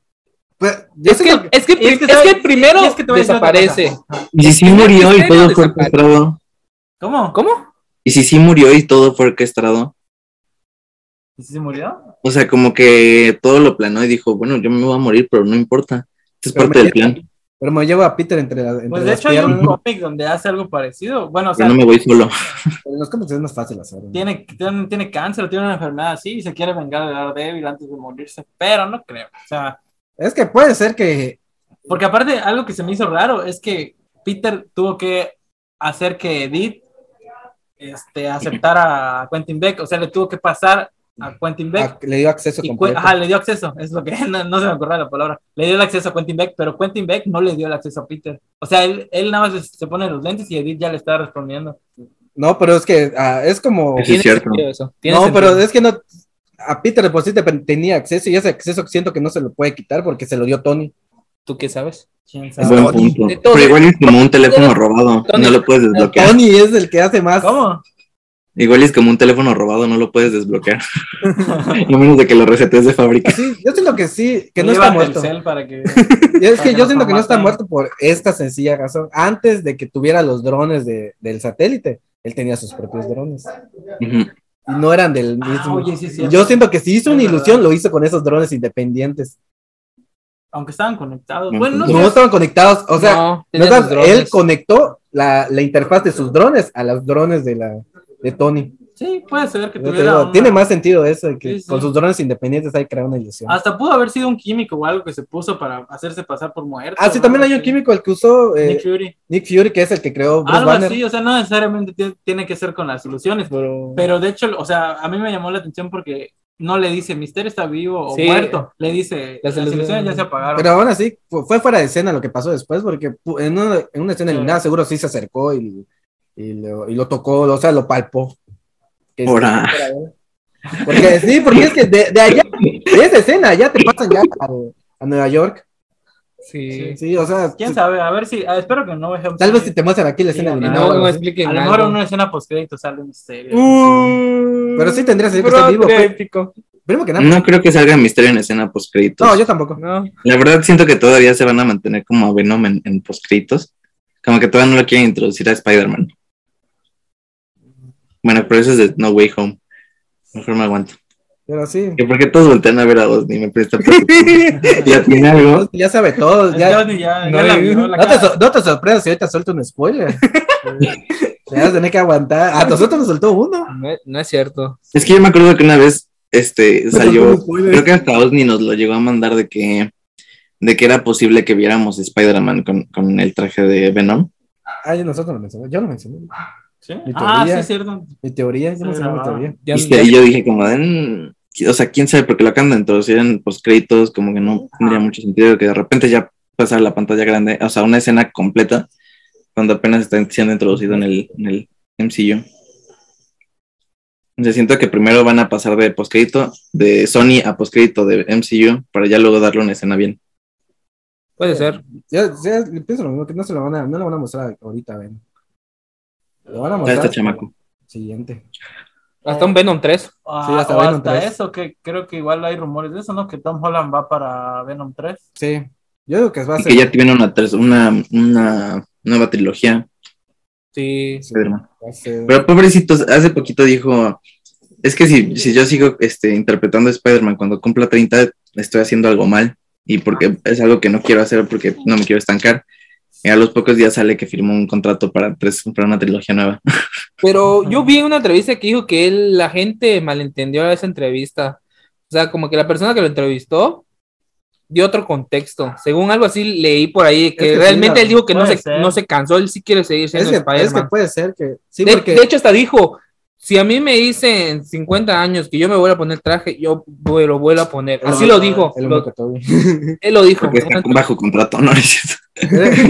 Speaker 1: Pues, yo
Speaker 2: Es, que,
Speaker 1: siento
Speaker 2: es, que,
Speaker 4: y es
Speaker 2: es,
Speaker 4: que
Speaker 2: que
Speaker 4: sabe-
Speaker 2: el primero
Speaker 4: y es que te voy a decir otra
Speaker 2: desaparece.
Speaker 3: Y si sí murió y todo fue
Speaker 2: Desaparece.
Speaker 3: orquestado.
Speaker 4: ¿Cómo?
Speaker 2: ¿Cómo?
Speaker 3: Y si sí murió y todo fue orquestado.
Speaker 4: ¿Y si se murió?
Speaker 3: O sea, como que todo lo planó y dijo, bueno, yo me voy a morir, pero no importa. Esto es
Speaker 1: Pero
Speaker 3: parte
Speaker 1: me-
Speaker 3: del plan.
Speaker 1: Pero me llevo a Peter entre, la, entre
Speaker 4: Pues de
Speaker 1: las
Speaker 4: hecho hay
Speaker 1: piernas.
Speaker 4: un cómic donde hace algo parecido. Bueno, o
Speaker 3: Yo
Speaker 4: sea,
Speaker 3: no me voy solo.
Speaker 1: En los cómics es más fácil hacerlo. ¿no?
Speaker 4: tiene, tiene, tiene cáncer, tiene una enfermedad así y se quiere vengar de Daredevil antes de morirse, pero no creo. O sea,
Speaker 1: Es que puede ser que.
Speaker 4: porque aparte algo que se me hizo raro es que Peter tuvo que hacer que Edith este, aceptara a Quentin Beck, o sea, le tuvo que pasar a Quentin Beck.
Speaker 1: ah, le dio acceso
Speaker 4: y Quen-
Speaker 1: completo.
Speaker 4: ajá, le dio acceso, es lo que no, no se me ocurrió la palabra. Le dio el acceso a Quentin Beck, pero Quentin Beck no le dio el acceso a Peter. O sea, él, él nada más se pone los lentes y Edith ya le está respondiendo.
Speaker 1: No, pero es que ah, es como.
Speaker 3: Sí, es cierto.
Speaker 2: sentido eso. tiene
Speaker 1: No,
Speaker 2: sentido.
Speaker 1: pero es que no. A Peter de por sí te- tenía acceso y ese acceso siento que no se lo puede quitar porque se lo dio Tony.
Speaker 2: ¿Tú qué sabes?
Speaker 4: ¿Quién sabe?
Speaker 3: Buen punto.
Speaker 2: de todo.
Speaker 3: Pero igual es como un teléfono robado. No lo puedes desbloquear.
Speaker 1: Tony es el que hace más.
Speaker 4: ¿Cómo?
Speaker 3: Igual es como un teléfono robado, no lo puedes desbloquear. A menos de que lo recetes de fábrica.
Speaker 1: Sí, yo siento que sí, que
Speaker 4: Le
Speaker 1: no
Speaker 4: lleva
Speaker 1: está
Speaker 4: a
Speaker 1: muerto.
Speaker 4: Telcel para que...
Speaker 1: Y es
Speaker 4: Para
Speaker 1: que
Speaker 4: que
Speaker 1: yo
Speaker 4: no
Speaker 1: siento que no está
Speaker 4: formaten.
Speaker 1: muerto por esta sencilla razón. Antes de que tuviera los drones de- del satélite, él tenía sus propios drones.
Speaker 3: Ujú.
Speaker 1: Y no eran del
Speaker 4: Ah,
Speaker 1: mismo.
Speaker 4: oye, sí es
Speaker 1: Y
Speaker 4: cierto.
Speaker 1: yo siento que si hizo
Speaker 4: Es
Speaker 1: una
Speaker 4: verdad.
Speaker 1: ilusión, lo hizo con esos drones independientes.
Speaker 4: Aunque estaban conectados.
Speaker 3: No,
Speaker 4: Bueno, no,
Speaker 1: No,
Speaker 3: sé.
Speaker 1: estaban conectados. O sea,
Speaker 2: no,
Speaker 1: no
Speaker 2: tenía
Speaker 1: estaban-
Speaker 2: sus drones.
Speaker 1: él conectó la, la interfaz de sus drones a los drones de, la, de Tony.
Speaker 4: Sí, puede ser que
Speaker 1: Yo te
Speaker 4: tuviera.
Speaker 1: digo,
Speaker 4: una-
Speaker 1: Tiene más sentido eso, de que
Speaker 4: Sí, sí.
Speaker 1: con sus drones independientes hay creado una ilusión. Ah,
Speaker 4: Hasta pudo haber sido un químico o algo que se puso para hacerse pasar por muerto.
Speaker 1: Ah, sí,
Speaker 4: ¿no?
Speaker 1: también hay un químico, el que usó eh,
Speaker 4: Nick Fury.
Speaker 1: Nick Fury, que es el que creó Bruce
Speaker 4: Algo
Speaker 1: Banner.
Speaker 4: así, o sea, no necesariamente tie- tiene que ser con las soluciones.
Speaker 1: Pero...
Speaker 4: Pero de hecho, o sea, a mí me llamó la atención porque no le dice misterio está vivo o
Speaker 2: Sí.
Speaker 4: muerto. Le dice
Speaker 2: Las
Speaker 4: las ilusiones ya se apagaron.
Speaker 1: Pero aún así, fu- fue fuera de escena lo que pasó después, porque pu- en una, en una escena
Speaker 4: Sí.
Speaker 1: eliminada seguro sí se acercó y, y lo, y lo tocó, o sea, lo palpó. Que sí,
Speaker 3: Ahora.
Speaker 1: fuera de- Porque sí, porque es que de, de allá, de esa escena, ya te pasan ya a, a Nueva York.
Speaker 2: Sí.
Speaker 1: Sí, o sea,
Speaker 4: Quién
Speaker 1: si-
Speaker 4: sabe, a ver si, ah, espero que no dejemos.
Speaker 1: tal vez si te muestran aquí la
Speaker 4: Sí,
Speaker 1: escena
Speaker 4: no,
Speaker 2: Y
Speaker 1: eliminada.
Speaker 2: no,
Speaker 1: o
Speaker 2: no
Speaker 1: algo así.
Speaker 2: expliquen
Speaker 4: A lo
Speaker 2: algo.
Speaker 4: mejor en una escena postcrédito sale misterio.
Speaker 1: Pero sí tendría sentido que
Speaker 2: Bro,
Speaker 1: esté vivo,
Speaker 2: qué
Speaker 1: pues.
Speaker 2: épico.
Speaker 1: Primero que nada.
Speaker 3: No creo que salga misterio en escena post créditos.
Speaker 1: No, yo tampoco.
Speaker 2: No,
Speaker 3: La verdad siento que todavía se van a mantener como a Venom en, en post créditos. Como que todavía no lo quieren introducir a Spider-Man. Bueno, pero eso es de No Way Home. Mejor me aguanto.
Speaker 1: Pero sí.
Speaker 3: Que porque todos voltean a ver a Osni, me presta Ya tiene algo.
Speaker 1: Ya sabe todo.
Speaker 4: El
Speaker 1: Ya,
Speaker 4: Johnny ya,
Speaker 2: No
Speaker 4: ya la
Speaker 2: le-
Speaker 4: vio, la
Speaker 1: No te,
Speaker 4: cara.
Speaker 1: so- no te sorprendas si ahorita suelto un spoiler. Te vas a tener que aguantar. A nosotros nos soltó uno.
Speaker 2: no es- no es cierto.
Speaker 3: Es que yo me acuerdo que una vez este salió.
Speaker 1: spoiler.
Speaker 3: Creo que hasta Osni nos lo llegó a mandar de que de que era posible que viéramos Spider-Man con, con el traje de Venom.
Speaker 1: Ah, yo- nosotros lo mencionamos. Yo lo mencioné.
Speaker 4: ¿Sí?
Speaker 1: Mi
Speaker 4: Ah, sí,
Speaker 1: teoría.
Speaker 4: es cierto.
Speaker 1: Mi teoría, yo
Speaker 4: Sí,
Speaker 1: mencioné mi
Speaker 4: ah.
Speaker 1: teoría.
Speaker 2: Ya-
Speaker 3: y ahí yo dije como, "Mm, o sea, quién sabe, porque lo acaban de introducir en postcréditos, pues, como que no tendría mucho sentido que de repente ya pasara la pantalla grande, o sea, una escena completa, cuando apenas está siendo introducido en el, en el MCU. O sea, siento que primero van a pasar de postcrédito, de Sony a postcrédito de MCU, para ya luego darle una escena bien.
Speaker 2: Puede ser.
Speaker 1: Yo, sí, yo pienso lo mismo, que no se lo van a, no lo van a mostrar ahorita, ven. Lo van a
Speaker 3: Está
Speaker 1: mostrar.
Speaker 3: este chamaco.
Speaker 1: Siguiente.
Speaker 2: Hasta un Venom 3.
Speaker 4: Ah,
Speaker 1: Sí, hasta
Speaker 4: o
Speaker 1: Venom
Speaker 4: hasta
Speaker 1: 3.
Speaker 4: eso, que creo que igual hay rumores de eso, ¿no? Que Tom Holland va para Venom 3.
Speaker 1: Sí. Yo digo que va a
Speaker 3: Y
Speaker 1: ser.
Speaker 3: que ya tienen una, tres- una, una nueva trilogía.
Speaker 2: Sí.
Speaker 3: Spider-Man.
Speaker 1: va a ser-
Speaker 3: Pero pobrecitos, hace poquito dijo, es que si, si yo sigo este, interpretando a Spider-Man cuando cumpla 30, estoy haciendo algo mal y porque es algo que no quiero hacer porque no me quiero estancar. Y a los pocos días sale que firmó un contrato para, tres, para una trilogía nueva.
Speaker 2: Pero yo vi una entrevista que dijo que él, la gente malentendió esa entrevista. O sea, como que la persona que lo entrevistó dio otro contexto. Según algo así leí por ahí, que,
Speaker 1: que sí,
Speaker 2: realmente
Speaker 1: la-
Speaker 2: él dijo que no
Speaker 4: puede
Speaker 2: se,
Speaker 4: ser.
Speaker 2: no se cansó, él sí quiere seguir
Speaker 1: es,
Speaker 2: siendo
Speaker 1: que, es que
Speaker 2: Spider-Man.
Speaker 1: puede ser que. Sí,
Speaker 2: de,
Speaker 1: porque.
Speaker 2: de hecho, hasta dijo, si a mí me dicen 50 años que yo me voy a poner traje, yo voy- lo vuelvo a poner.
Speaker 1: El
Speaker 2: Así
Speaker 1: hombre-
Speaker 2: lo dijo.
Speaker 1: el
Speaker 2: lo-
Speaker 1: único Toby.
Speaker 2: él lo dijo.
Speaker 3: Porque está bajo contrato, ¿no? Es cierto.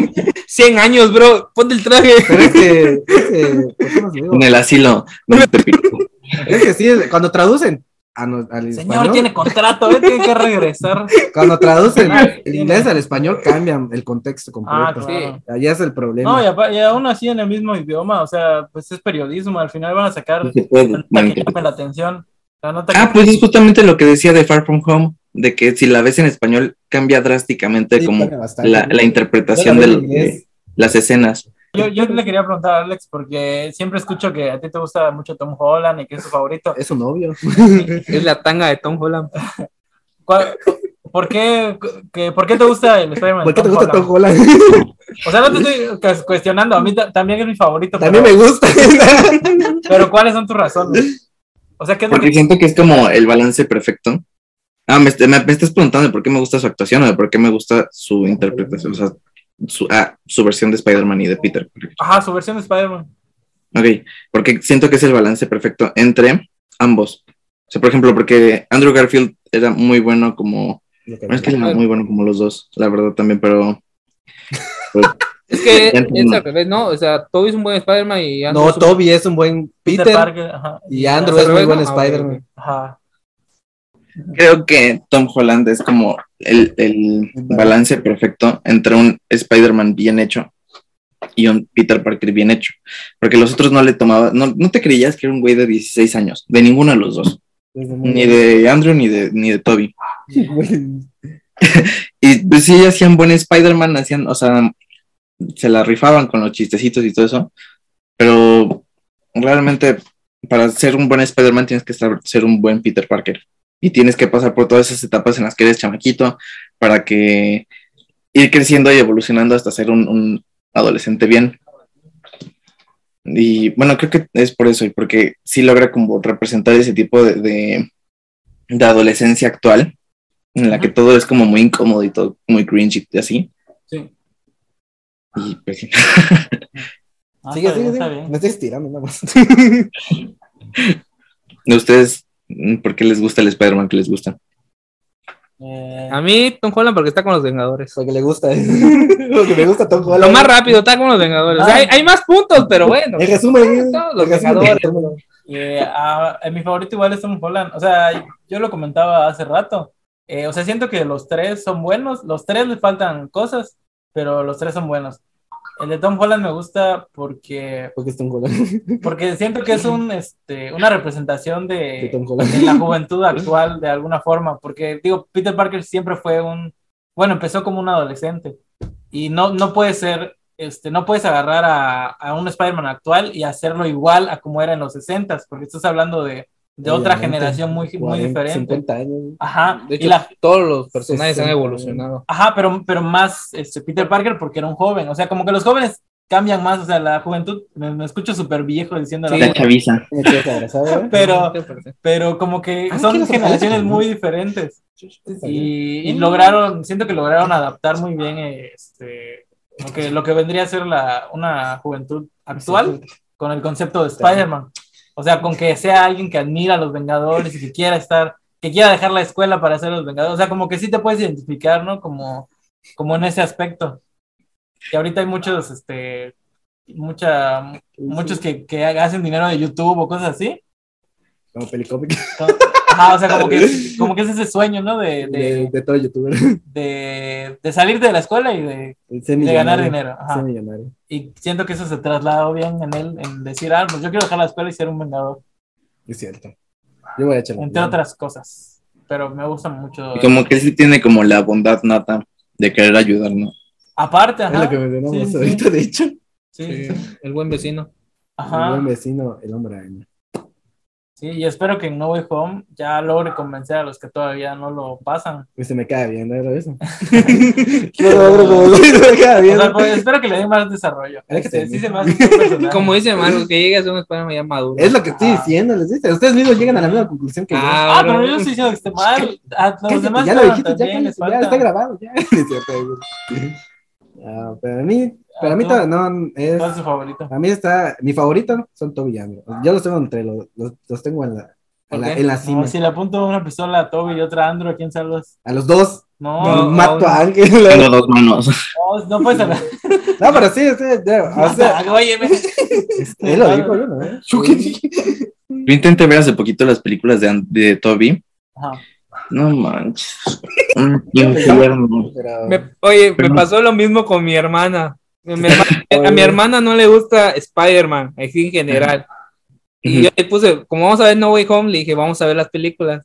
Speaker 2: 100 años, bro. Ponte el traje.
Speaker 1: Pero es que. es que- ¿por qué no se digo?
Speaker 3: En el asilo. donde te pico.
Speaker 1: Es que sí, es- cuando traducen a no- al
Speaker 4: Señor,
Speaker 1: español,
Speaker 4: tiene contrato, ¿eh? tiene que regresar.
Speaker 1: cuando traducen el
Speaker 4: Tiene.
Speaker 1: inglés al español cambian el contexto completo.
Speaker 4: Ah, claro.
Speaker 1: Allá es el
Speaker 4: No,
Speaker 1: problema.
Speaker 4: y, apa- y aún así en el mismo idioma, o sea, pues es periodismo, al final van a sacar
Speaker 3: Se puede,
Speaker 4: la nota
Speaker 3: bueno,
Speaker 4: que llame la atención. La nota que-
Speaker 3: Ah, pues es justamente lo que decía de Far From Home, de que si la ves en español cambia drásticamente
Speaker 1: Sí,
Speaker 3: como
Speaker 1: cambia bastante.
Speaker 3: la, la interpretación
Speaker 1: Yo la
Speaker 3: de,
Speaker 1: veo
Speaker 3: lo-
Speaker 1: en inglés.
Speaker 3: de las escenas.
Speaker 1: pues.
Speaker 4: yo, yo le quería preguntar a Alex, porque siempre escucho que a ti te gusta mucho Tom Holland y que es tu favorito.
Speaker 1: Es un novio.
Speaker 2: Es la tanga de Tom Holland.
Speaker 4: ¿Cuál- ¿Por qué, que- ¿Por qué te gusta el Spider-Man?
Speaker 1: ¿Por qué te
Speaker 4: Tom
Speaker 1: gusta
Speaker 4: Holland?
Speaker 1: Tom Holland?
Speaker 4: O sea, no te estoy cu- cuestionando, a mí ta- también es mi favorito.
Speaker 1: También me
Speaker 4: pero,
Speaker 1: gusta.
Speaker 4: pero ¿cuáles son tus razones? O sea, ¿qué es lo
Speaker 3: Porque
Speaker 4: que...
Speaker 3: siento que es como el balance perfecto. Ah, me, est- me- me estás preguntando de por qué me gusta su actuación o de por qué me gusta su interpretación, o sea, su, ah, su versión de Spider-Man y de Peter.
Speaker 4: Ajá, su versión de Spider-Man.
Speaker 3: Ok, porque siento que es el balance perfecto entre ambos. O sea, por ejemplo, porque Andrew Garfield era muy bueno como... bueno, es que él era muy bueno como los dos, la verdad también, pero... pero-
Speaker 2: Es que
Speaker 3: Ya entendí.
Speaker 2: es al revés, ¿no? O sea, Toby es un buen Spider-Man y Andrew
Speaker 1: No,
Speaker 2: es un-
Speaker 1: Toby es un buen
Speaker 4: Peter,
Speaker 1: Peter
Speaker 4: Parker, Ah, ajá.
Speaker 1: y Andrew
Speaker 2: Ya
Speaker 1: es
Speaker 2: se
Speaker 1: muy
Speaker 2: ve,
Speaker 1: buen
Speaker 2: ¿no?
Speaker 1: Spider-Man.
Speaker 4: Ajá.
Speaker 3: Creo que Tom Holland es como el, el balance perfecto entre un Spider-Man bien hecho y un Peter Parker bien hecho. Porque los otros no le tomaba, no, no te creías que era un güey de 16 años, de ninguno de los dos,
Speaker 1: Es muy
Speaker 3: ni de Andrew ni de, ni de Toby.
Speaker 1: buen-
Speaker 3: Y pues sí, hacían buen Spider-Man, hacían, o sea, se la rifaban con los chistecitos y todo eso, pero realmente para ser un buen Spider-Man tienes que estar- ser un buen Peter Parker. Y tienes que pasar por todas esas etapas en las que eres chamaquito para que ir creciendo y evolucionando hasta ser un, un adolescente bien. Y bueno, creo que es por eso, y porque sí logra como representar ese tipo de, de, de adolescencia actual, en la que todo es como muy incómodo y todo muy cringe y así.
Speaker 4: Sí.
Speaker 3: Y pues sí.
Speaker 4: Ah,
Speaker 1: sigue, sigue,
Speaker 4: está bien,
Speaker 1: sigue.
Speaker 4: está bien.
Speaker 1: Me estoy estirando nada más.
Speaker 3: ¿A ustedes mm, por qué les gusta el Spider-Man que les gusta?
Speaker 4: Eh,
Speaker 2: A mí Tom Holland porque está con los Vengadores.
Speaker 1: Lo que le gusta. Lo que me gusta Tom Holland.
Speaker 2: Lo más rápido está con los Vengadores. O
Speaker 4: Ah.
Speaker 2: sea, hay, hay más puntos, pero bueno.
Speaker 1: En resumen,
Speaker 2: Todos los
Speaker 1: en resumen,
Speaker 2: Vengadores.
Speaker 1: Tom Holland.
Speaker 4: Eh, a- a mi favorito igual es Tom Holland. O sea, yo lo comentaba hace rato. Eh, o sea, siento que los tres son buenos. Los tres les faltan cosas, pero los tres son buenos. El de Tom Holland me gusta porque,
Speaker 1: Porque es Tom Holland.
Speaker 4: porque siento que es un, este, una representación
Speaker 1: De
Speaker 4: de,
Speaker 1: Tom Holland.
Speaker 4: de la juventud actual de alguna forma. Porque, digo, Peter Parker siempre fue un. Bueno, empezó como un adolescente. Y no, no puede ser. Este, no puedes agarrar a, a un Spider-Man actual y hacerlo igual a como era en los 60 porque estás hablando de, de otra
Speaker 1: Obviamente,
Speaker 4: generación muy, muy
Speaker 1: 40,
Speaker 4: diferente.
Speaker 1: 50 años.
Speaker 4: Ajá,
Speaker 2: De
Speaker 4: y
Speaker 2: hecho,
Speaker 4: la-
Speaker 2: todos los personajes han
Speaker 1: Sesenta.
Speaker 2: evolucionado.
Speaker 4: ajá pero, pero más este, Peter Parker porque era un joven. O sea, como que los jóvenes cambian más. O sea, la juventud, me, me escucho súper viejo diciendo la
Speaker 2: Sí.
Speaker 3: La chaviza.
Speaker 1: Me quieres abrazar, ¿eh?
Speaker 4: Pero-
Speaker 2: Sí,
Speaker 4: pero como que
Speaker 1: Ah, ¿qué
Speaker 4: son
Speaker 1: los
Speaker 4: generaciones
Speaker 1: apuntan?
Speaker 4: muy diferentes.
Speaker 1: Y-
Speaker 4: y, y lograron, siento que lograron adaptar muy bien eh, este, lo, que, lo que vendría a ser la, una juventud actual con el concepto de Spider-Man. O sea, con que sea alguien que admira a los Vengadores y que quiera estar, que quiera dejar la escuela para ser los Vengadores. O sea, como que sí te puedes identificar, ¿no? Como, como en ese aspecto. Que ahorita hay muchos, este, mucha, muchos que, que hacen dinero de YouTube o cosas así.
Speaker 1: Como pelicómic
Speaker 4: Ajá, o sea, como que, como que es ese sueño, ¿no? De- de,
Speaker 1: de, de todo youtuber.
Speaker 4: de, de salir de la escuela y de,
Speaker 1: El
Speaker 4: de
Speaker 1: semillonario.
Speaker 4: ganar dinero. ajá.
Speaker 1: Ser millonario.
Speaker 4: Y siento que eso se trasladó bien en él, en decir, ah, pues yo quiero dejar la escuela y ser un vengador,
Speaker 1: Es cierto. Yo voy a echar la
Speaker 4: entre
Speaker 1: mía.
Speaker 4: otras cosas. Pero me gusta mucho.
Speaker 3: Y como que sí tiene como la bondad nata de querer ayudar, ¿no?
Speaker 4: Aparte,
Speaker 1: Es
Speaker 4: ajá.
Speaker 1: lo que mencionamos
Speaker 4: Sí, sí.
Speaker 1: ahorita, de hecho.
Speaker 4: Sí, sí.
Speaker 2: El buen vecino.
Speaker 1: Un
Speaker 4: Ajá.
Speaker 1: buen vecino, el hombre araña.
Speaker 4: Sí, y espero que en No Way Home ya logre convencer a los que todavía no lo pasan.
Speaker 1: Y Pues se me cae bien, ¿no? Eso. Yo lo abro como se me cae
Speaker 4: O
Speaker 1: bien.
Speaker 4: sea, pues, espero que le den más desarrollo.
Speaker 1: Es que
Speaker 4: Este,
Speaker 1: sí.
Speaker 4: sí se me hace un buen personaje.
Speaker 2: Como dice Marco, que llegue a ser un Spider-Man ya maduro.
Speaker 1: Es lo que estoy diciendo, les dice. Ustedes mismos llegan a la misma conclusión que
Speaker 4: Ah, pero yo no estoy diciendo que esté mal. A
Speaker 1: yo.
Speaker 4: los
Speaker 1: Cállate,
Speaker 4: demás
Speaker 1: ya lo
Speaker 4: no,
Speaker 1: dijiste, ya,
Speaker 4: también les
Speaker 1: cállate, ya está
Speaker 4: falta.
Speaker 1: grabado. Ya. Es cierto, güey. Ah, para mí, para
Speaker 4: Ah,
Speaker 1: mí
Speaker 4: tú.
Speaker 1: todavía no es.
Speaker 4: ¿Cuál es su favorito?
Speaker 1: A mí está, mi favorito son Toby y Andrew. Yo los tengo entre los, los, los tengo en la,
Speaker 2: ¿Por
Speaker 1: en la,
Speaker 2: qué?
Speaker 1: en la
Speaker 4: No,
Speaker 1: cima.
Speaker 4: si le apunto una pistola a Toby y otra a Andrew, ¿a quién salvas?
Speaker 1: A los dos.
Speaker 4: No,
Speaker 2: No.
Speaker 1: mato a Ángel.
Speaker 3: Tengo dos manos.
Speaker 4: no, no puedes hablar.
Speaker 1: No, pero sí, sí, ya, o sea,
Speaker 4: Oye, me-
Speaker 1: él lo dijo yo, ¿no?
Speaker 3: Yo intenté ver hace poquito las películas de, An- de Toby.
Speaker 4: Ajá.
Speaker 3: No manches. Mm, Un infierno.
Speaker 1: Pero,
Speaker 2: Me- oye, me
Speaker 3: Pero-
Speaker 2: pasó lo mismo con mi hermana. Mi herma- a mi hermana no le gusta Spider-Man, así en general. Y yo le puse, como vamos a ver No Way Home, le dije, vamos a ver las películas.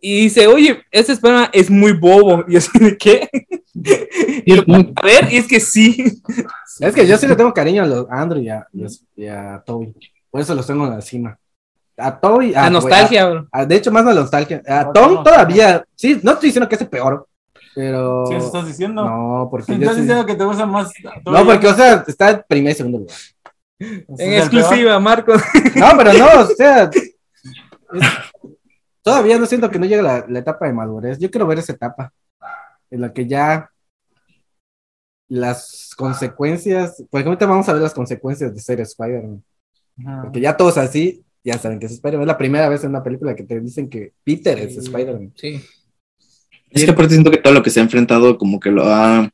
Speaker 2: Y dice, oye, este Spider-Man es muy bobo. Y yo así, ¿de qué? A ver, y es que sí.
Speaker 1: Es que yo sí le tengo cariño a los a Andrew y a, y a- y a Toby. Por eso los tengo en la cima. A Toby. A,
Speaker 2: La nostalgia, bro.
Speaker 1: a- de hecho, más a la nostalgia. A
Speaker 4: No,
Speaker 1: Tom
Speaker 4: no,
Speaker 1: todavía. Sí, no estoy diciendo que es el peor. Pero.
Speaker 4: ¿Sí eso estás diciendo?
Speaker 1: No,
Speaker 4: ¿Estás
Speaker 1: porque yo sí-
Speaker 4: diciendo que te gusta más Toby?
Speaker 1: No, porque, o sea, está en primer y segundo lugar.
Speaker 4: Ese
Speaker 2: En
Speaker 4: es el peor.
Speaker 2: exclusiva, Marcos.
Speaker 1: No, pero no, o sea. es- todavía no siento que no llegue la, la etapa de madurez. Yo quiero ver esa etapa en la que ya las consecuencias, por ejemplo, ahorita vamos a ver las consecuencias de ser Spider-Man.
Speaker 4: Ajá.
Speaker 1: Porque ya todos así, ya saben que es Spider-Man. Es la primera vez en una película que te dicen que Peter es Spider-Man.
Speaker 2: Sí.
Speaker 3: Es que aparte siento que todo lo que se ha enfrentado como que lo ha, ha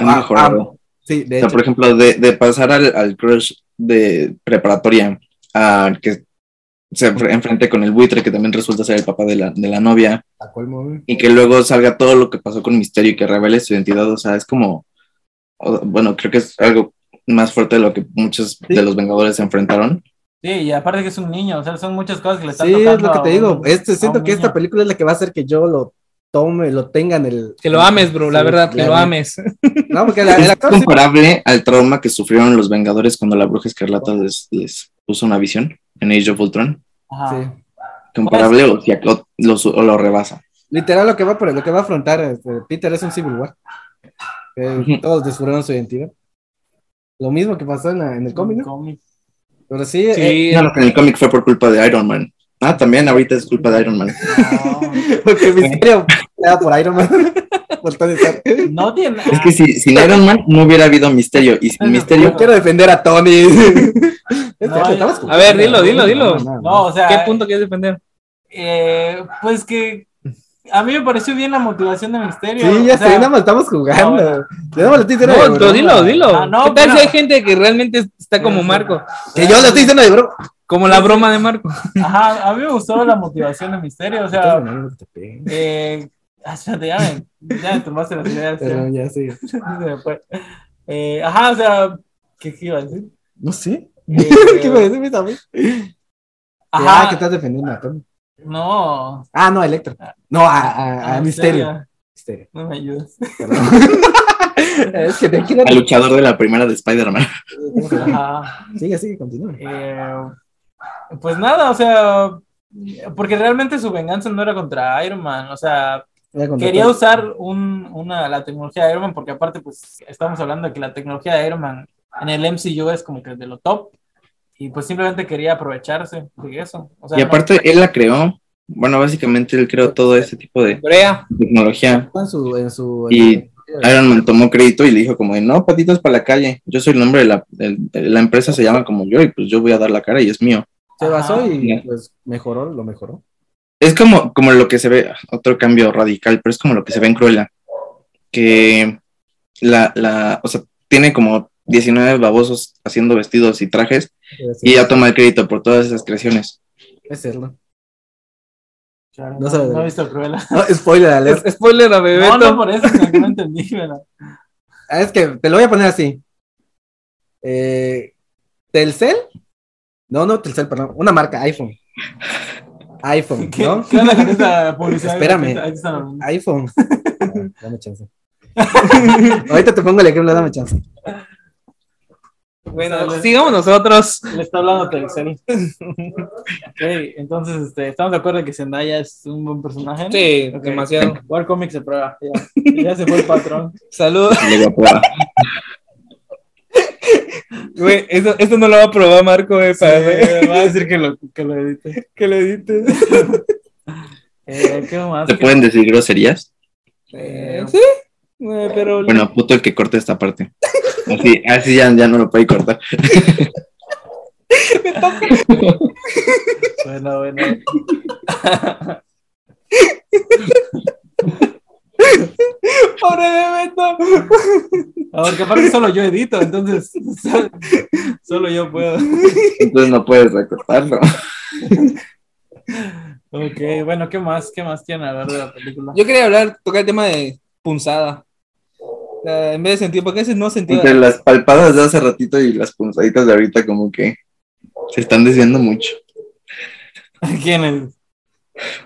Speaker 1: Ah,
Speaker 3: mejorado.
Speaker 1: ah, sí, de
Speaker 3: O sea,
Speaker 1: hecho.
Speaker 3: por ejemplo, de, de pasar al, al crush de preparatoria a que se enfre- enfrente con el buitre, que también resulta ser el papá de la, de la novia,
Speaker 1: a colmo, güey.
Speaker 3: y que luego salga todo lo que pasó con Misterio y que revele su identidad. O sea, es como, o- bueno, creo que es algo más fuerte de lo que muchos de los Vengadores se enfrentaron.
Speaker 4: Sí, y aparte que es un niño, o sea, son muchas cosas que le están
Speaker 1: Sí,
Speaker 4: tocando
Speaker 1: es lo que
Speaker 4: a
Speaker 1: te
Speaker 4: un-
Speaker 1: digo. Este,
Speaker 4: a
Speaker 1: siento
Speaker 4: un
Speaker 1: que esta
Speaker 4: niño.
Speaker 1: película es la que va a hacer que yo lo tome, lo tenga en el.
Speaker 2: Que lo ames, bro, la
Speaker 1: Sí,
Speaker 2: verdad, que
Speaker 1: la
Speaker 2: lo
Speaker 1: neta.
Speaker 2: ames.
Speaker 1: No, porque la, el
Speaker 3: Es
Speaker 1: actor sí-
Speaker 3: comparable al trauma que sufrieron los Vengadores cuando la Bruja Escarlata les, les puso una visión en Age of Ultron.
Speaker 4: Ajá.
Speaker 2: Ah.
Speaker 1: sí.
Speaker 3: Comparable o, si ac- o lo su- o lo rebasa.
Speaker 1: Literal lo que va por lo que va a afrontar este, Peter es un Civil War. Eh,
Speaker 3: Ujú.
Speaker 1: todos descubrieron su identidad. Lo mismo que pasó en, la- en el
Speaker 4: Un
Speaker 1: cómic, ¿no?
Speaker 4: cómic.
Speaker 1: Pero sí, eh,
Speaker 2: Sí,
Speaker 3: No, no, que en el cómic fue por culpa de Iron Man. Ah, también ahorita es culpa de Iron Man.
Speaker 1: porque Misterio era por Iron Man. Por Tony Stark.
Speaker 4: No tiene.
Speaker 3: Es que si, sin Iron Man no hubiera habido misterio. Y sin
Speaker 4: Bueno,
Speaker 3: misterio.
Speaker 1: Yo quiero defender a Tony.
Speaker 4: ya-
Speaker 2: a ver, dilo, dilo, dilo.
Speaker 4: No, o sea,
Speaker 2: ¿Qué punto quieres defender?
Speaker 4: eh, pues que a mí me pareció bien la motivación de Misterio.
Speaker 1: Sí, ya
Speaker 4: o sea,
Speaker 1: sé, nada más estamos jugando.
Speaker 4: no,
Speaker 1: Yo nada más le estoy diciendo de
Speaker 2: No,
Speaker 1: broma.
Speaker 2: pero dilo, dilo.
Speaker 4: Ah, no,
Speaker 2: ¿Qué tal
Speaker 4: pero-
Speaker 2: si hay gente que realmente está como Marco?
Speaker 1: Que yo lo estoy diciendo de broma.
Speaker 2: Como la broma de Marco.
Speaker 4: Ajá, a mí me gustó la motivación de Misterio, o sea,
Speaker 1: este
Speaker 4: eh, ah, espérate, ya me, ya me tomaste las ideas. ya.
Speaker 1: Pero ya sí.
Speaker 4: Se me fue. Eh, ajá, o sea, ¿qué, qué iba a decir?
Speaker 1: No sé.
Speaker 4: Eh,
Speaker 1: ¿Qué me decís, mis amigos? Ah, que
Speaker 4: ajá,
Speaker 1: estás defendiendo a Tony.
Speaker 4: no.
Speaker 1: Ah, no, a Electra. No, a, a, a Ah, Misterio. Misterio.
Speaker 4: No me ayudes.
Speaker 1: perdón. es que te quiero.
Speaker 3: Al luchador de la primera de Spider-Man.
Speaker 4: Ajá.
Speaker 1: Sigue, sigue, continúa.
Speaker 4: Eh, pues nada, o sea, porque realmente su venganza no era contra Iron Man, o sea,
Speaker 1: Voy a contar
Speaker 4: quería
Speaker 1: todo.
Speaker 4: usar un- una, la tecnología de Iron Man, porque aparte, pues estamos hablando de que la tecnología de Iron Man en el MCU es como que de lo top, y pues simplemente quería aprovecharse de eso. O sea,
Speaker 3: Y
Speaker 4: no-
Speaker 3: aparte, él la creó. Bueno, básicamente él creó todo ese tipo de
Speaker 2: Brea.
Speaker 3: tecnología.
Speaker 1: En su. En su
Speaker 3: Y Iron Man tomó crédito y le dijo como de, no, patitas para la calle. Yo soy el nombre de la, de- de la empresa, se llama como yo y pues yo voy a dar la cara y es mío.
Speaker 1: se basó y
Speaker 3: Ajá.
Speaker 1: pues mejoró, lo mejoró.
Speaker 3: Es como, como lo que se ve, otro cambio radical, pero es como lo que se ve en Cruella. Que la, la, o sea, tiene como 19 babosos haciendo vestidos y trajes y ya toma el crédito por todas esas creaciones.
Speaker 1: Es cierto.
Speaker 4: claro,
Speaker 1: no
Speaker 4: no,
Speaker 1: sabe.
Speaker 4: no he visto Cruella.
Speaker 1: No, spoiler alert.
Speaker 2: Es- Spoiler a Bebeto.
Speaker 4: No, no, por eso, sino que no entendí, pero-
Speaker 1: Ah, Es que te lo voy a poner así. Eh, Telcel. No, no, Telcel, perdón. Una marca, iPhone. iPhone,
Speaker 4: ¿Qué,
Speaker 1: ¿no?
Speaker 4: qué onda con esta publicidad?
Speaker 1: Espérame.
Speaker 4: Ahí está- ahí
Speaker 1: iPhone. Ah, dame chance. Ahorita te pongo el ejemplo, dame chance.
Speaker 2: Bueno, sigamos nosotros.
Speaker 4: está- Le está hablando Telcel. ok, entonces este, estamos de acuerdo en que Zendaya es un buen personaje.
Speaker 2: Sí,
Speaker 4: Ok.
Speaker 2: demasiado.
Speaker 4: War Comics se prueba. Ya, ya se fue el patrón.
Speaker 2: Salud.
Speaker 3: Y luego, pues,
Speaker 2: Güey, esto, esto no lo va a probar Marco, eh, para ver
Speaker 4: Eh, va a decir que lo, que lo edite.
Speaker 2: que lo edites.
Speaker 4: Eh, ¿Qué más?
Speaker 3: ¿Te pueden decir groserías?
Speaker 4: Eh,
Speaker 2: sí, eh, pero
Speaker 3: Bueno, puto el que corte esta parte. Así, así ya, ya no lo puede cortar.
Speaker 4: Bueno, bueno.
Speaker 2: pobre Bebeto.
Speaker 4: Ah, Porque aparte solo yo edito, entonces solo, solo yo puedo.
Speaker 3: Entonces no puedes recortarlo.
Speaker 4: Ok, bueno, ¿qué más? ¿Qué más quieren hablar de la película?
Speaker 2: Yo quería hablar, tocar el tema de punzada. O sea, en vez de sentir, porque a veces no sentía.
Speaker 3: Entre las palpadas de hace ratito y las punzaditas de ahorita, como que se están desviando mucho.
Speaker 4: ¿Quién es?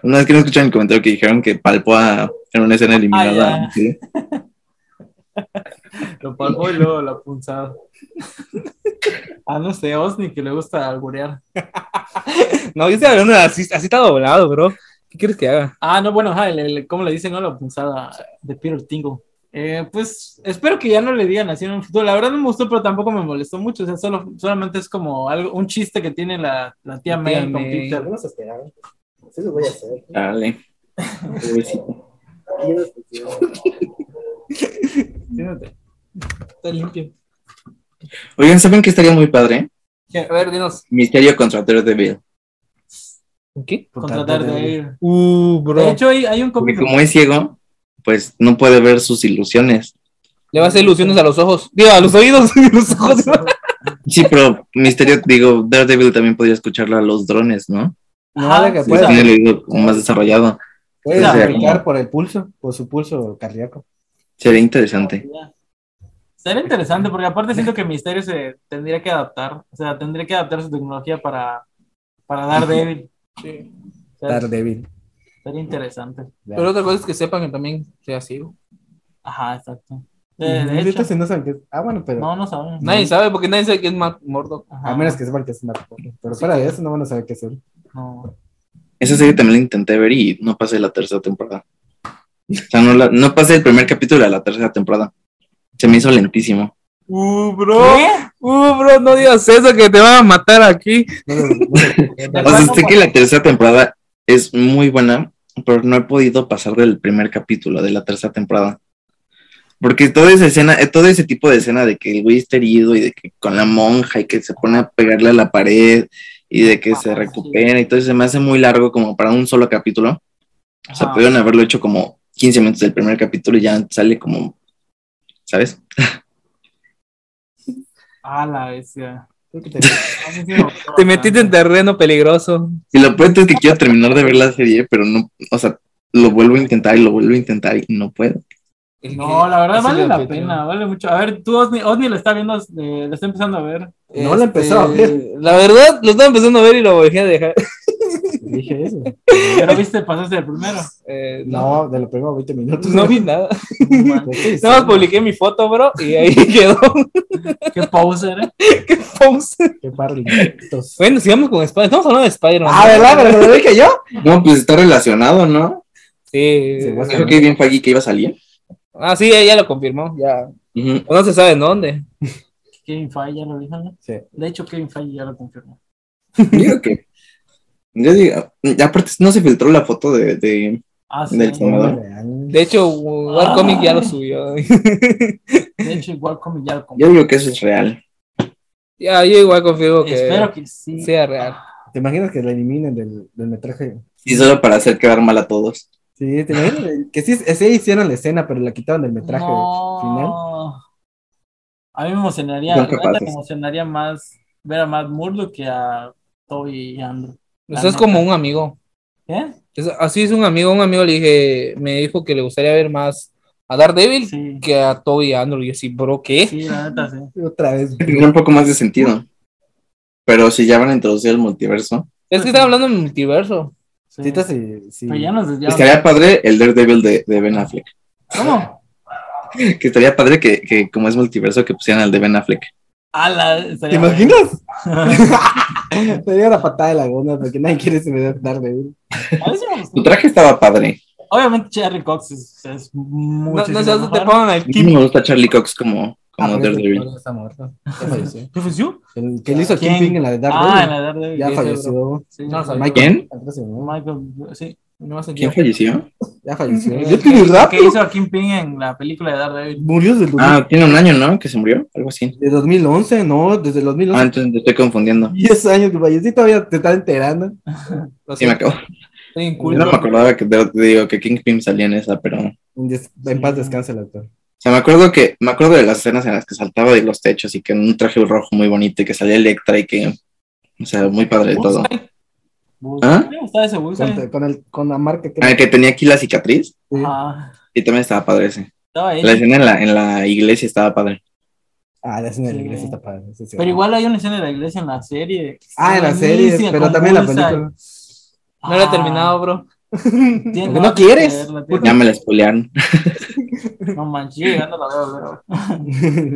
Speaker 3: Una vez que no escuché el comentario que dijeron que palpó a, en una escena eliminada.
Speaker 4: Ah, ya.
Speaker 3: ¿sí?
Speaker 4: Lo palpó y luego la punzada. Ah, no sé, Osni, que le gusta alburear.
Speaker 2: No, yo estoy hablando de así, así está doblado, bro. ¿Qué quieres que haga?
Speaker 4: Ah, no, bueno, ajá, el- el- ¿cómo le dicen, no? La punzada de Peter Tingle. Eh, pues espero que ya no le digan así en un futuro. La verdad no me gustó, pero tampoco me molestó mucho. O sea, solo, solamente es como algo, un chiste que tiene la, la tía
Speaker 2: La tía
Speaker 4: May con
Speaker 2: May.
Speaker 4: Peter.
Speaker 1: Algunos esperaron. Sí, lo voy a hacer.
Speaker 3: Dale. Pobrecito.
Speaker 4: Siéntate. Está limpio.
Speaker 3: Oigan, ¿saben que estaría muy padre?
Speaker 2: A ver, dinos.
Speaker 3: Misterio contra Daredevil.
Speaker 2: ¿Qué?
Speaker 4: Contratar de ir.
Speaker 2: Uh,
Speaker 4: De
Speaker 2: bro.
Speaker 4: hecho, hay, hay un
Speaker 3: Porque
Speaker 4: cómic.
Speaker 3: como es ciego, pues no puede ver sus ilusiones.
Speaker 2: Le va a hacer ilusiones a los ojos. Digo, a los oídos y los ojos.
Speaker 3: Sí, pero Misterio, digo, Daredevil también podría escucharlo a los drones, ¿no? pues,
Speaker 1: No,
Speaker 4: Ajá,
Speaker 1: de que
Speaker 4: Ah, Pues, sí,
Speaker 1: puede.
Speaker 4: o sea,
Speaker 3: Tiene el oído como más desarrollado.
Speaker 1: Puedes
Speaker 4: Claro.
Speaker 1: aplicar por el pulso, por su pulso cardíaco.
Speaker 3: Sería interesante.
Speaker 4: Sería interesante porque aparte siento que Misterio se tendría que adaptar, o sea, tendría que adaptar su tecnología para, para dar débil. O sea,
Speaker 1: Dar débil.
Speaker 4: sería interesante.
Speaker 2: Pero otra cosa es que sepan que también sea ciego.
Speaker 4: Ajá, exacto. De, de hecho,
Speaker 1: Neta, si no saben que es- Ah, bueno, pero.
Speaker 4: no, no sabemos.
Speaker 2: Nadie sabe, porque nadie sabe que es Matt Murdock.
Speaker 4: Ajá,
Speaker 1: A menos que sepan que es narco. Pero fuera de eso, no van a saber qué hacer.
Speaker 4: no.
Speaker 3: Esa serie también la intenté ver y no pasé la tercera temporada. O sea, no, la- no pasé el primer capítulo a la tercera temporada. Se me hizo lentísimo.
Speaker 2: Uh,
Speaker 4: ¿Qué?
Speaker 2: Uh, bro, no digas eso que te van a matar aquí.
Speaker 1: No, no, no,
Speaker 3: O sea, sé que la tercera temporada es muy buena, pero no he podido pasar del primer capítulo de la tercera temporada. Porque toda esa escena, eh, todo ese tipo de escena de que el güey está herido y de que con la monja y que se pone a pegarle a la pared y de que se
Speaker 4: Ah,
Speaker 3: recupera y todo eso se me hace muy largo como para un solo capítulo. O sea,
Speaker 4: pues, Ajá.
Speaker 3: pudieron haberlo hecho como 15 minutos del primer capítulo y ya sale como, ¿sabes?
Speaker 4: Ah, la bestia.
Speaker 1: Creo que te-
Speaker 4: Ah,
Speaker 2: Te metiste en terreno peligroso.
Speaker 3: Y lo peor es que quiero terminar de ver la serie, pero no, o sea, lo vuelvo a intentar y lo vuelvo a intentar y no puedo.
Speaker 4: No, la verdad
Speaker 2: Ese
Speaker 4: vale
Speaker 2: es
Speaker 4: la
Speaker 2: el objetivo.
Speaker 4: pena, vale mucho. A ver, tú, Osni, Osni lo está viendo, eh, lo está empezando a ver.
Speaker 1: No la he empezado a ver.
Speaker 2: Este, La verdad, lo estaba empezando a ver y lo dejé de dejar.
Speaker 1: Dije eso.
Speaker 4: Pero viste, pasaste el primero.
Speaker 2: Eh, no,
Speaker 1: No, de los primeros 20 minutos.
Speaker 2: no vi nada.
Speaker 1: ¿Qué estoy
Speaker 2: Nada más
Speaker 1: diciendo?
Speaker 2: publiqué mi foto, bro, y ahí quedó.
Speaker 4: Qué poser, ¿eh?
Speaker 2: Post.
Speaker 1: Qué parlitos.
Speaker 2: Bueno, sigamos con Spider-Man. Estamos hablando de Spider-Man.
Speaker 1: Ah, ¿verdad? ¿Pero lo dije yo?
Speaker 3: No, pues está relacionado, ¿no?
Speaker 2: Sí.
Speaker 1: Sí, bueno.
Speaker 3: Creo que bien fue aquí que iba a salir.
Speaker 2: Ah, sí, ella lo confirmó. Ya.
Speaker 3: Ujú.
Speaker 2: No se sabe en dónde.
Speaker 4: Kevin Feige ya lo dijo, ¿no?
Speaker 1: Sí.
Speaker 4: De hecho, Kevin Feige ya lo confirmó.
Speaker 3: Digo que. Yo digo, y aparte no se filtró la foto de, de-
Speaker 4: Ah, sí.
Speaker 3: Del
Speaker 4: De
Speaker 3: segundo.
Speaker 1: De
Speaker 2: De hecho, Warcomic ya lo subió.
Speaker 4: hecho, igual como ya lo confirmó.
Speaker 3: Yo digo que eso es real.
Speaker 2: ya, yo igual confirmo que
Speaker 4: Espero que sí.
Speaker 2: sea real.
Speaker 1: ¿Te imaginas que la eliminen del, del metraje?
Speaker 3: Y solo para hacer quedar mal a todos.
Speaker 1: Sí, te imaginas que sí, sí hicieron la escena, pero la quitaron del metraje
Speaker 4: No.
Speaker 1: final.
Speaker 4: A mí me emocionaría,
Speaker 3: No,
Speaker 4: la
Speaker 3: ¿qué
Speaker 4: neta,
Speaker 3: pasa?
Speaker 4: me emocionaría más ver a Matt Murdock que a Toby y Andrew. ¿Eh? La
Speaker 2: Eso es
Speaker 4: neta.
Speaker 2: como un amigo.
Speaker 4: ¿Qué?
Speaker 2: Es- así es un amigo. Un amigo le dije, me dijo que le gustaría ver más a Daredevil
Speaker 4: Sí,
Speaker 2: que a Toby y Andrew. Y yo sí, bro, ¿qué?
Speaker 4: sí, la neta, sí.
Speaker 1: Otra vez.
Speaker 3: Tiene un poco más de sentido. Pero si ya van a introducir el multiverso.
Speaker 2: Es
Speaker 4: pues
Speaker 2: que están hablando en multiverso.
Speaker 4: sí.
Speaker 1: Cita si- si-
Speaker 4: Pero ya nos desviamos.
Speaker 3: Estaría padre el Daredevil de, de Ben Affleck.
Speaker 4: ¿Cómo?
Speaker 3: Que estaría padre que, que como es multiverso, que pusieran al de Ben Affleck.
Speaker 4: Ala,
Speaker 1: ¿Te
Speaker 4: estaría bueno.
Speaker 1: imaginas? Te dio la patada de la goma porque nadie quiere se me da tarde.
Speaker 4: A mí sí me gustó.
Speaker 3: Su traje estaba padre.
Speaker 4: Obviamente, Charlie Cox es, es
Speaker 2: No,
Speaker 4: muchísimo
Speaker 2: no seas- te
Speaker 4: mejor.
Speaker 2: pongan el
Speaker 3: A mí
Speaker 2: Kim.
Speaker 3: me gusta Charlie Cox como, como
Speaker 1: Ah, pero ese
Speaker 3: Daredevil.
Speaker 1: actor está muerto. Ya falleció.
Speaker 4: ¿Qué función?
Speaker 1: El que le hizo
Speaker 4: ¿Quién?
Speaker 1: Kingpin en la de Dark
Speaker 4: Ah, en la Daredevil.
Speaker 1: ya
Speaker 4: Sí,
Speaker 1: falleció.
Speaker 4: sí,
Speaker 2: No,
Speaker 4: sí.
Speaker 2: sabía.
Speaker 3: ¿Quién?
Speaker 1: Antes, ¿no?
Speaker 4: Michael, sí. No más
Speaker 3: ¿Quién falleció?
Speaker 1: Ya falleció.
Speaker 2: Yo
Speaker 1: tiene
Speaker 4: ¿Qué hizo a Kingpin en la película de Daredevil?
Speaker 1: Murió desde el dos-
Speaker 3: Ah, tiene un año, ¿no? Que se murió. Algo así.
Speaker 1: de 2011, no, desde el 2011.
Speaker 3: Ah, entonces te estoy confundiendo.
Speaker 1: 10 años que falleció y todavía te estás enterando.
Speaker 2: Lo
Speaker 3: Sí, me
Speaker 2: siento,
Speaker 3: acabo.
Speaker 2: estoy
Speaker 3: Yo no
Speaker 2: inculto.
Speaker 3: me acordaba que, de- digo, que Kingpin salía en esa, pero... O
Speaker 1: En, des- en paz descansa el actor.
Speaker 3: sea, me acuerdo que... Me acuerdo de las escenas en las que saltaba de los techos y que en un traje rojo muy bonito y que salía Electra y que... O sea, muy padre de todo. ¿Ah?
Speaker 4: ¿Qué me gustaba ese Bullseye?
Speaker 1: Con, con el, con la marca que.
Speaker 3: Ah, que tenía aquí la cicatriz
Speaker 1: Sí.
Speaker 4: Ah,
Speaker 3: y también estaba padre ese.
Speaker 4: estaba
Speaker 3: La
Speaker 4: él.
Speaker 3: escena en la, en la iglesia estaba padre.
Speaker 1: Ah, la escena de la
Speaker 4: Sí.
Speaker 1: iglesia está padre. sí, sí.
Speaker 4: Pero igual hay una escena de la iglesia en la serie.
Speaker 1: Ah, en la serie,
Speaker 4: Buenísima,
Speaker 1: pero
Speaker 4: con
Speaker 1: también en la
Speaker 4: Bullseye.
Speaker 1: película.
Speaker 2: No lo he
Speaker 4: Ah,
Speaker 2: terminado, bro. Ah.
Speaker 4: tiene-
Speaker 1: Porque no
Speaker 4: vas a
Speaker 1: quieres.
Speaker 4: verla,
Speaker 3: Ya
Speaker 4: tiene-
Speaker 3: me la spoilearon.
Speaker 4: No manches, yo llegando la veo, pero-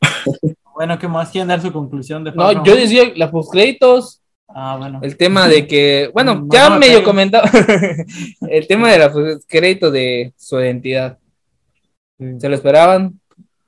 Speaker 4: Bueno, ¿qué más quieren dar su conclusión de
Speaker 2: No,
Speaker 4: Falcon?
Speaker 2: yo decía la postcréditos,
Speaker 4: Ah, bueno.
Speaker 2: el tema de que, bueno,
Speaker 4: No,
Speaker 2: ya
Speaker 4: no,
Speaker 2: medio
Speaker 4: pero-
Speaker 2: comentaba el tema de la postcrédito de su identidad. ¿Se lo esperaban?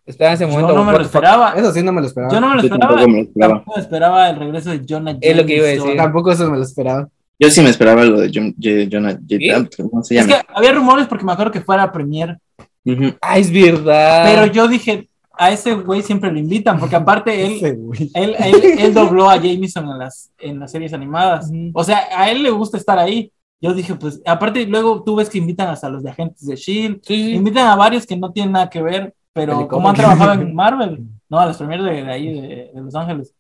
Speaker 2: ¿Esperaban ese
Speaker 4: Yo
Speaker 2: este momento?
Speaker 4: no me
Speaker 2: What
Speaker 4: lo
Speaker 2: the fuck?
Speaker 4: esperaba.
Speaker 1: Eso sí no me lo esperaba.
Speaker 4: Yo no me lo
Speaker 3: Yo
Speaker 4: esperaba.
Speaker 3: tampoco me lo esperaba.
Speaker 4: Tampoco esperaba el regreso de Jonah
Speaker 2: Es lo que iba a decir.
Speaker 4: Jameson.
Speaker 1: Tampoco eso me lo esperaba.
Speaker 3: Yo sí me esperaba lo de John, J- Jonah... J-
Speaker 2: ¿Sí?
Speaker 3: ah, ¿Cómo se
Speaker 4: Es
Speaker 3: llama?
Speaker 4: que había rumores porque me acuerdo que fuera a premier,
Speaker 3: Ujú.
Speaker 2: Ah, es verdad.
Speaker 4: pero yo dije, a ese güey siempre lo invitan, porque aparte él,
Speaker 1: Ese güey.
Speaker 4: él, él, él dobló a Jameson en las, en las series animadas.
Speaker 2: Ujú.
Speaker 4: O sea, a él le gusta estar ahí. Yo dije, pues, aparte luego tú ves que invitan hasta los de agentes de Shield,
Speaker 2: Sí, sí.
Speaker 4: invitan a varios que no tienen nada que ver, pero
Speaker 1: Helicóptero.
Speaker 4: como han trabajado en Marvel, no, a los primeros de, de ahí, de, de Los Ángeles.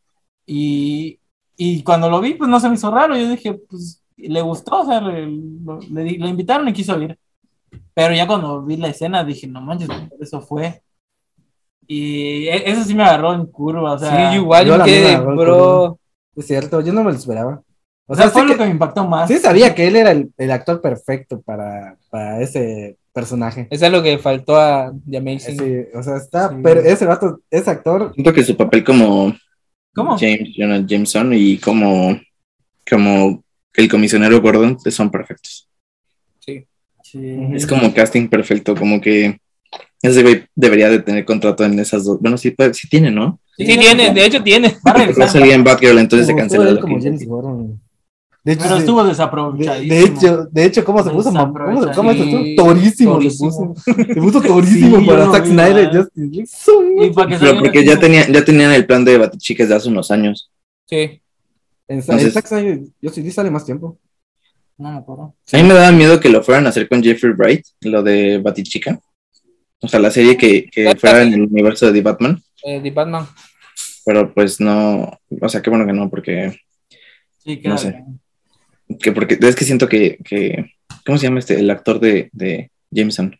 Speaker 4: Y, y cuando lo vi, pues no se me hizo raro, yo dije, pues le gustó, o sea, le, lo- le di- le invitaron y quiso ir. Pero ya cuando vi la escena dije, no manches, eso fue. Y e- eso sí me agarró en curva, o sea,
Speaker 2: Sí, igual,
Speaker 1: yo
Speaker 2: yo
Speaker 1: la
Speaker 2: que,
Speaker 1: misma, bro,
Speaker 2: bro.
Speaker 1: Es cierto, yo no me lo esperaba. O
Speaker 4: o sea,
Speaker 1: sea,
Speaker 4: fue
Speaker 1: sí,
Speaker 4: lo que
Speaker 1: que-
Speaker 4: me impactó más.
Speaker 1: sí sabía que él era el, el actor perfecto para, para ese personaje.
Speaker 2: Eso es lo que le faltó a The Amazing.
Speaker 1: Sí, o sea, está.
Speaker 4: Sí.
Speaker 1: Pero ese vato, ese actor.
Speaker 3: Siento que su papel como
Speaker 4: ¿Cómo?
Speaker 3: James, Jonah Jameson y como, como el comisionero Gordon son perfectos.
Speaker 4: Sí.
Speaker 3: Es como casting perfecto, como que ese güey debería de tener contrato en esas dos. Bueno, sí, puede- sí tiene, ¿no?
Speaker 2: Sí, tiene, de hecho tiene.
Speaker 4: Va a
Speaker 3: Pero
Speaker 4: regresar,
Speaker 3: salía en Batgirl, entonces se
Speaker 1: Estuvo-
Speaker 3: canceló
Speaker 1: estuvo
Speaker 3: la
Speaker 1: como
Speaker 3: película.
Speaker 1: James Gordon. De hecho,
Speaker 4: pero
Speaker 1: sí.
Speaker 4: estuvo
Speaker 1: De,
Speaker 4: desaprovechadísimo.
Speaker 1: de hecho, de hecho, ¿cómo se puso? mam- ¿Cómo, se- cómo se puso? Torísimo,
Speaker 4: Torísimo.
Speaker 1: le puso. Se puso torísimo
Speaker 4: Sí, yo
Speaker 1: para
Speaker 4: lo
Speaker 1: Zack
Speaker 4: vi,
Speaker 1: Snyder.
Speaker 4: ¿verdad?
Speaker 1: Justice League. Su-
Speaker 4: Y para que
Speaker 3: Pero
Speaker 4: salga-
Speaker 3: porque ya tenían, ya tenían el plan de Batichicas de hace unos años.
Speaker 2: Sí.
Speaker 1: En Sa- en
Speaker 3: Entonces-
Speaker 1: Zack Snyder, Justice League sale más tiempo.
Speaker 4: No me acuerdo.
Speaker 3: A mí me daba miedo que lo fueran a hacer con Jeffrey Wright, lo de Batichica. O sea, la serie que, que fuera en el universo de The Batman.
Speaker 2: eh, de Batman.
Speaker 3: Pero pues no, o sea, qué bueno que no, porque,
Speaker 4: Sí, que
Speaker 3: No
Speaker 4: era-
Speaker 3: sé. que porque es que siento que, que- ¿cómo se llama este? El actor de, de Jameson.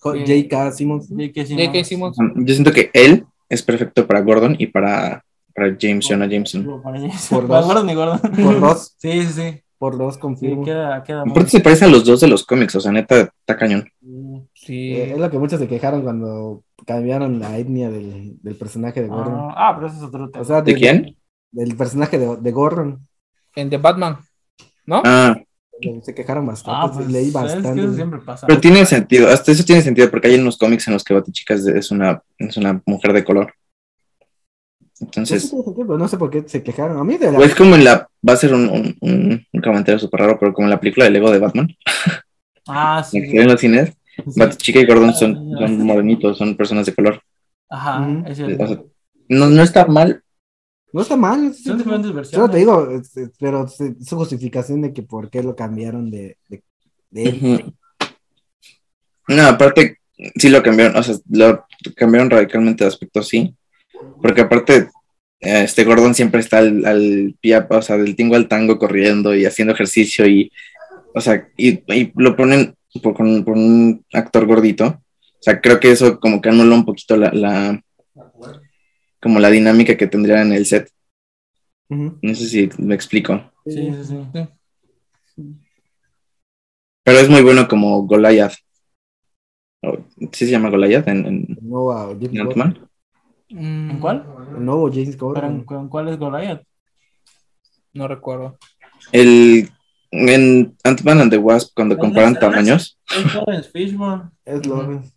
Speaker 1: Jo-
Speaker 4: Sí.
Speaker 1: J.K. Simmons.
Speaker 4: Sí, que sí,
Speaker 2: ¿De
Speaker 4: no.
Speaker 2: qué hicimos?
Speaker 3: Yo siento que él es perfecto para Gordon y para, para Jameson o Jameson.
Speaker 4: Por dos.
Speaker 1: Por
Speaker 4: Para
Speaker 1: dos.
Speaker 4: Gordon y Gordon.
Speaker 1: Por dos,
Speaker 4: Sí, sí, sí.
Speaker 1: por dos,
Speaker 4: Sí,
Speaker 1: confirmo.
Speaker 4: queda, queda muy-
Speaker 3: Aparte se parece a los dos de los cómics, o sea, neta, está cañón.
Speaker 2: Sí.
Speaker 1: Eh, es lo que muchos se quejaron cuando cambiaron la etnia del, del personaje de Gordon.
Speaker 4: Ah, ah, pero ese es otro tema.
Speaker 1: O sea,
Speaker 3: ¿De quién?
Speaker 1: Del personaje de, de Gordon. Eh,
Speaker 2: En The Batman. ¿No?
Speaker 3: Ah,
Speaker 1: Se quejaron bastante.
Speaker 4: ah, pues
Speaker 1: leí
Speaker 4: Es que
Speaker 1: bastante.
Speaker 4: eso siempre pasa.
Speaker 3: Pero tiene sentido, hasta eso tiene sentido, porque hay unos cómics en los que Batichica es, de- es una, es una mujer de color.
Speaker 1: Eso
Speaker 3: Entonces, Pues,
Speaker 1: tiene sentido, pero no sé por qué se quejaron. A mí de la
Speaker 3: o es como en la. Va a ser un, un- un- un comentario súper raro, pero como en la película de Lego de Batman,
Speaker 4: Ah, sí.
Speaker 3: la que se ve en los cines, Batichica y Gordon son,
Speaker 4: Ah, ya.
Speaker 3: son morenitos, son personas de color.
Speaker 4: Ajá,
Speaker 1: Ujú.
Speaker 4: es
Speaker 3: O sea,
Speaker 4: cierto.
Speaker 3: no, no está mal.
Speaker 1: No está mal. es-
Speaker 4: Son diferentes
Speaker 1: Solo te
Speaker 4: versiones.
Speaker 1: digo, es- es- pero se- su justificación de que por qué lo cambiaron de, de, de él.
Speaker 3: Ujú. No, aparte, sí lo cambiaron, o sea, lo cambiaron radicalmente de aspecto, sí. Porque aparte, eh, este Gordon siempre está al, al pie, o sea, del tingo al tango corriendo y haciendo ejercicio y, o sea, y, y lo ponen por, con, por un actor gordito. O sea, creo que eso como que anula un poquito la, la como la dinámica que tendría en el set.
Speaker 1: Ujú.
Speaker 3: No sé si me explico.
Speaker 4: Sí, sí, sí.
Speaker 3: Pero es muy bueno como Goliath. O- ¿Sí se llama Goliath en, en-
Speaker 1: El nuevo a James
Speaker 3: en
Speaker 1: Gordon.
Speaker 3: Ant-Man?
Speaker 2: ¿En Mm,
Speaker 4: ¿En cuál?
Speaker 1: El nuevo James
Speaker 4: ¿Pero en,
Speaker 1: Gordon.
Speaker 4: ¿Con cuál es Goliath?
Speaker 2: No recuerdo.
Speaker 3: El, en Ant-Man and the Wasp, cuando
Speaker 4: ¿El
Speaker 3: comparan
Speaker 4: de-
Speaker 3: tamaños,
Speaker 4: Es Lawrence Fishburne.
Speaker 1: Es
Speaker 2: Ujú.
Speaker 1: Lawrence.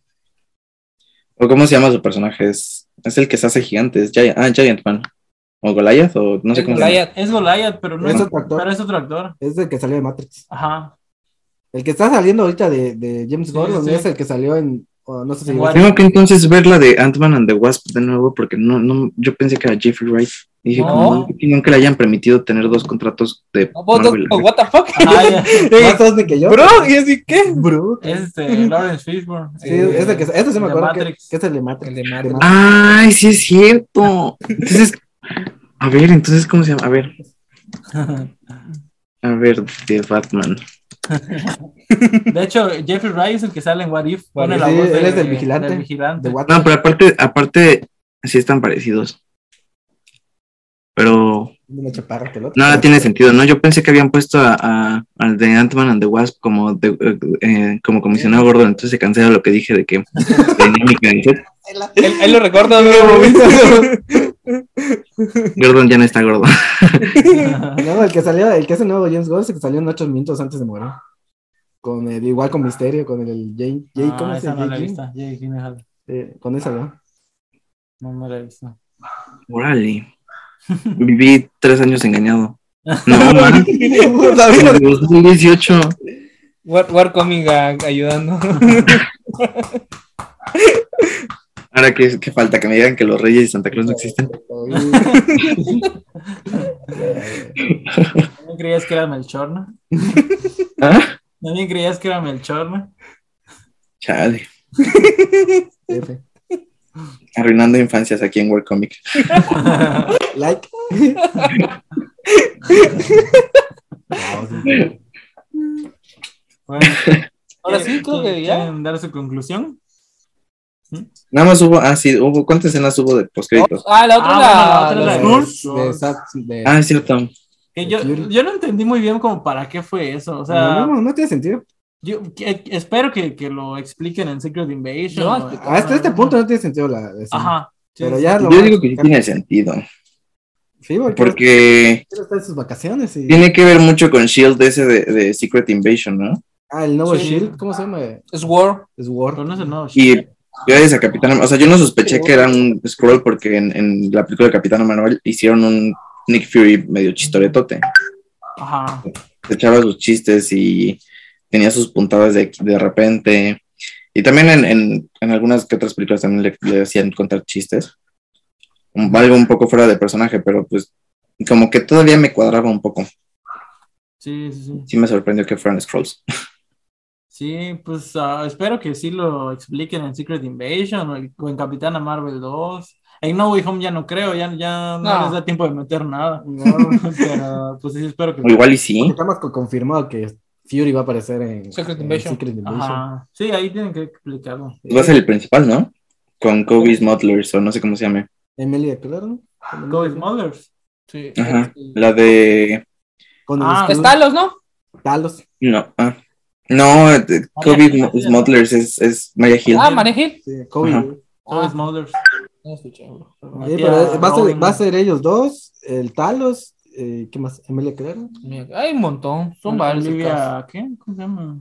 Speaker 3: ¿o cómo se llama su personaje? Es, es el que se hace gigante, es Giant, ah, Giant Man. O Goliath, o no sé
Speaker 2: Es
Speaker 3: cómo
Speaker 2: Goliath.
Speaker 4: Es Goliath, pero no
Speaker 1: Es
Speaker 4: es,
Speaker 1: otro actor.
Speaker 4: pero es otro actor.
Speaker 1: Es el que salió de Matrix.
Speaker 4: Ajá.
Speaker 1: El que está saliendo ahorita de, de James
Speaker 4: Sí,
Speaker 1: Gordon
Speaker 4: sí.
Speaker 1: es el que salió en. oh, no sé si.
Speaker 4: En
Speaker 1: llegó-
Speaker 3: se llama. Tengo que entonces ver la de Ant-Man and the Wasp de nuevo, porque no, no, yo pensé que era Jeffrey Wright. Dije,
Speaker 4: No.
Speaker 3: como no, nunca le hayan permitido tener dos contratos de
Speaker 2: No, vos dos-
Speaker 3: Marvel.
Speaker 2: oh, what the fuck?
Speaker 4: Ah, ya.
Speaker 1: Más sos de que yo.
Speaker 2: Bro, ¿y así qué?
Speaker 1: Bro.
Speaker 4: Es este, Lawrence Fishburne.
Speaker 1: Sí, es el que. Este se me
Speaker 4: de
Speaker 1: acuerdo que,
Speaker 4: Matrix.
Speaker 1: que es el de Matrix.
Speaker 2: El de
Speaker 1: De
Speaker 2: Matrix.
Speaker 1: Matrix.
Speaker 3: Ay, sí es cierto. Entonces, a ver, entonces, ¿cómo se llama? A ver, a ver, de Batman.
Speaker 4: De hecho, Jeffrey Wright es el que sale en What If. Pone
Speaker 1: Sí,
Speaker 4: la voz
Speaker 1: él
Speaker 4: de-
Speaker 1: es del vigilante.
Speaker 4: del vigilante.
Speaker 1: De What-
Speaker 3: No, pero aparte, aparte, sí están parecidos. Pero
Speaker 1: de una chaparra que el otro.
Speaker 3: nada tiene sentido, ¿no? Yo pensé que habían puesto a, a- al de Ant-Man and the Wasp como, de- eh, eh, como comisionado Gordon, entonces se cancela lo que dije de que dinámica en set.
Speaker 2: Él, él lo recuerda.
Speaker 3: Gordon ya no está Gordon.
Speaker 1: No, el que salió, el que es el nuevo James Gordon es el que salió en ocho minutos antes de morir. Con el, igual con Misterio, con el, Jane. Jay, ¿cómo
Speaker 4: Ah,
Speaker 1: se
Speaker 4: esa
Speaker 1: llama?
Speaker 4: no la he visto. Jake Gyllenhaal.
Speaker 1: Eh, con esa, ¿no?
Speaker 4: No, no la he visto.
Speaker 3: Órale. Viví tres años engañado. No, man. Desde 2018.
Speaker 2: War, War Coming a- ayudando.
Speaker 3: Ahora que, que falta que me digan que los Reyes y Santa Claus no existen.
Speaker 4: ¿También creías que era Melchorna?
Speaker 3: ¿Ah?
Speaker 4: ¿También creías que era Melchorna?
Speaker 3: Chale.
Speaker 1: F.
Speaker 3: Arruinando infancias aquí en World Comic.
Speaker 1: Like.
Speaker 4: Bueno,
Speaker 2: Ahora sí, creo que ya.
Speaker 4: ¿Quieren dar su conclusión?
Speaker 3: Nada más hubo, ah, sí, hubo, ¿cuántas escenas hubo de postcréditos?
Speaker 2: Ah, la otra
Speaker 4: Ah, bueno,
Speaker 2: la.
Speaker 4: la otra
Speaker 2: la-
Speaker 4: la-
Speaker 1: De Zack- de-
Speaker 3: Ah, es cierto.
Speaker 4: Que yo,
Speaker 1: Fury.
Speaker 4: yo no entendí muy bien como para qué fue eso. O sea,
Speaker 1: no, no, no tiene sentido.
Speaker 4: yo que- espero que, que lo expliquen en Secret Invasion.
Speaker 2: No,
Speaker 4: o-
Speaker 1: Hasta este punto no tiene sentido la. la escena.
Speaker 4: Ajá. sí,
Speaker 1: Pero
Speaker 4: sí.
Speaker 1: ya lo
Speaker 3: Yo
Speaker 1: van a
Speaker 3: digo que sí
Speaker 1: explicar.
Speaker 3: tiene sentido.
Speaker 1: Sí, porque,
Speaker 3: Porque
Speaker 1: él está en sus vacaciones. Y...
Speaker 3: tiene que ver mucho con Shield ese E de, de Secret Invasion, ¿no?
Speaker 1: Ah, el nuevo
Speaker 4: Sí.
Speaker 1: Shield, ¿cómo se llama?
Speaker 2: Sword.
Speaker 1: Sword.
Speaker 4: Pero no es el nuevo
Speaker 3: Y
Speaker 4: Shield.
Speaker 3: Yo desde Capitán, o sea, yo no sospeché que era un scroll porque en, en la película de Capitán Manuel hicieron un Nick Fury medio chistoretote.
Speaker 4: Ajá.
Speaker 3: Se echaba sus chistes y tenía sus puntadas de, de repente. Y también en, en- en algunas que otras películas también le, le hacían contar chistes. Un- Algo un poco fuera de personaje, pero pues como que todavía me cuadraba un poco.
Speaker 4: Sí, sí, sí.
Speaker 3: Sí me sorprendió que fueran scrolls.
Speaker 4: Sí, pues ah, espero que sí lo expliquen en Secret Invasion o en- o en Capitana Marvel 2. En No Way Home ya no creo, ya, ya no,
Speaker 2: No.
Speaker 4: les da tiempo de meter nada. Pero, pues sí, espero que.
Speaker 3: O igual y sí.
Speaker 1: Estamos co- confirmado que Fury va a aparecer en
Speaker 2: Secret
Speaker 1: en
Speaker 2: Invasion.
Speaker 1: Secret Invasion.
Speaker 4: Ajá. Sí, ahí tienen que explicarlo.
Speaker 3: Va a ser el principal, ¿no? Con Kobe Smulders o no sé cómo se llame.
Speaker 1: Emily Clark, ¿no?
Speaker 4: Go Smulders. Sí.
Speaker 3: Ajá.
Speaker 2: este,
Speaker 3: La de
Speaker 1: Con el
Speaker 4: Ah,
Speaker 1: escudo.
Speaker 2: Está los, ¿no?
Speaker 1: Talos.
Speaker 3: No, ah. no, de- Kobe Sm- Smulders es, es Maya Hill.
Speaker 2: Ah, María Gil.
Speaker 1: Sí, Kobe.
Speaker 3: Ajá.
Speaker 1: Sí,
Speaker 4: Go
Speaker 2: Ah.
Speaker 4: Smulders.
Speaker 1: pero es- va, a ser, va a ser ellos dos, el Talos, eh, ¿qué más? Emilia Clark.
Speaker 2: Hay un montón. Son varios. casos.
Speaker 4: Olivia, ¿qué? ¿Cómo se llama?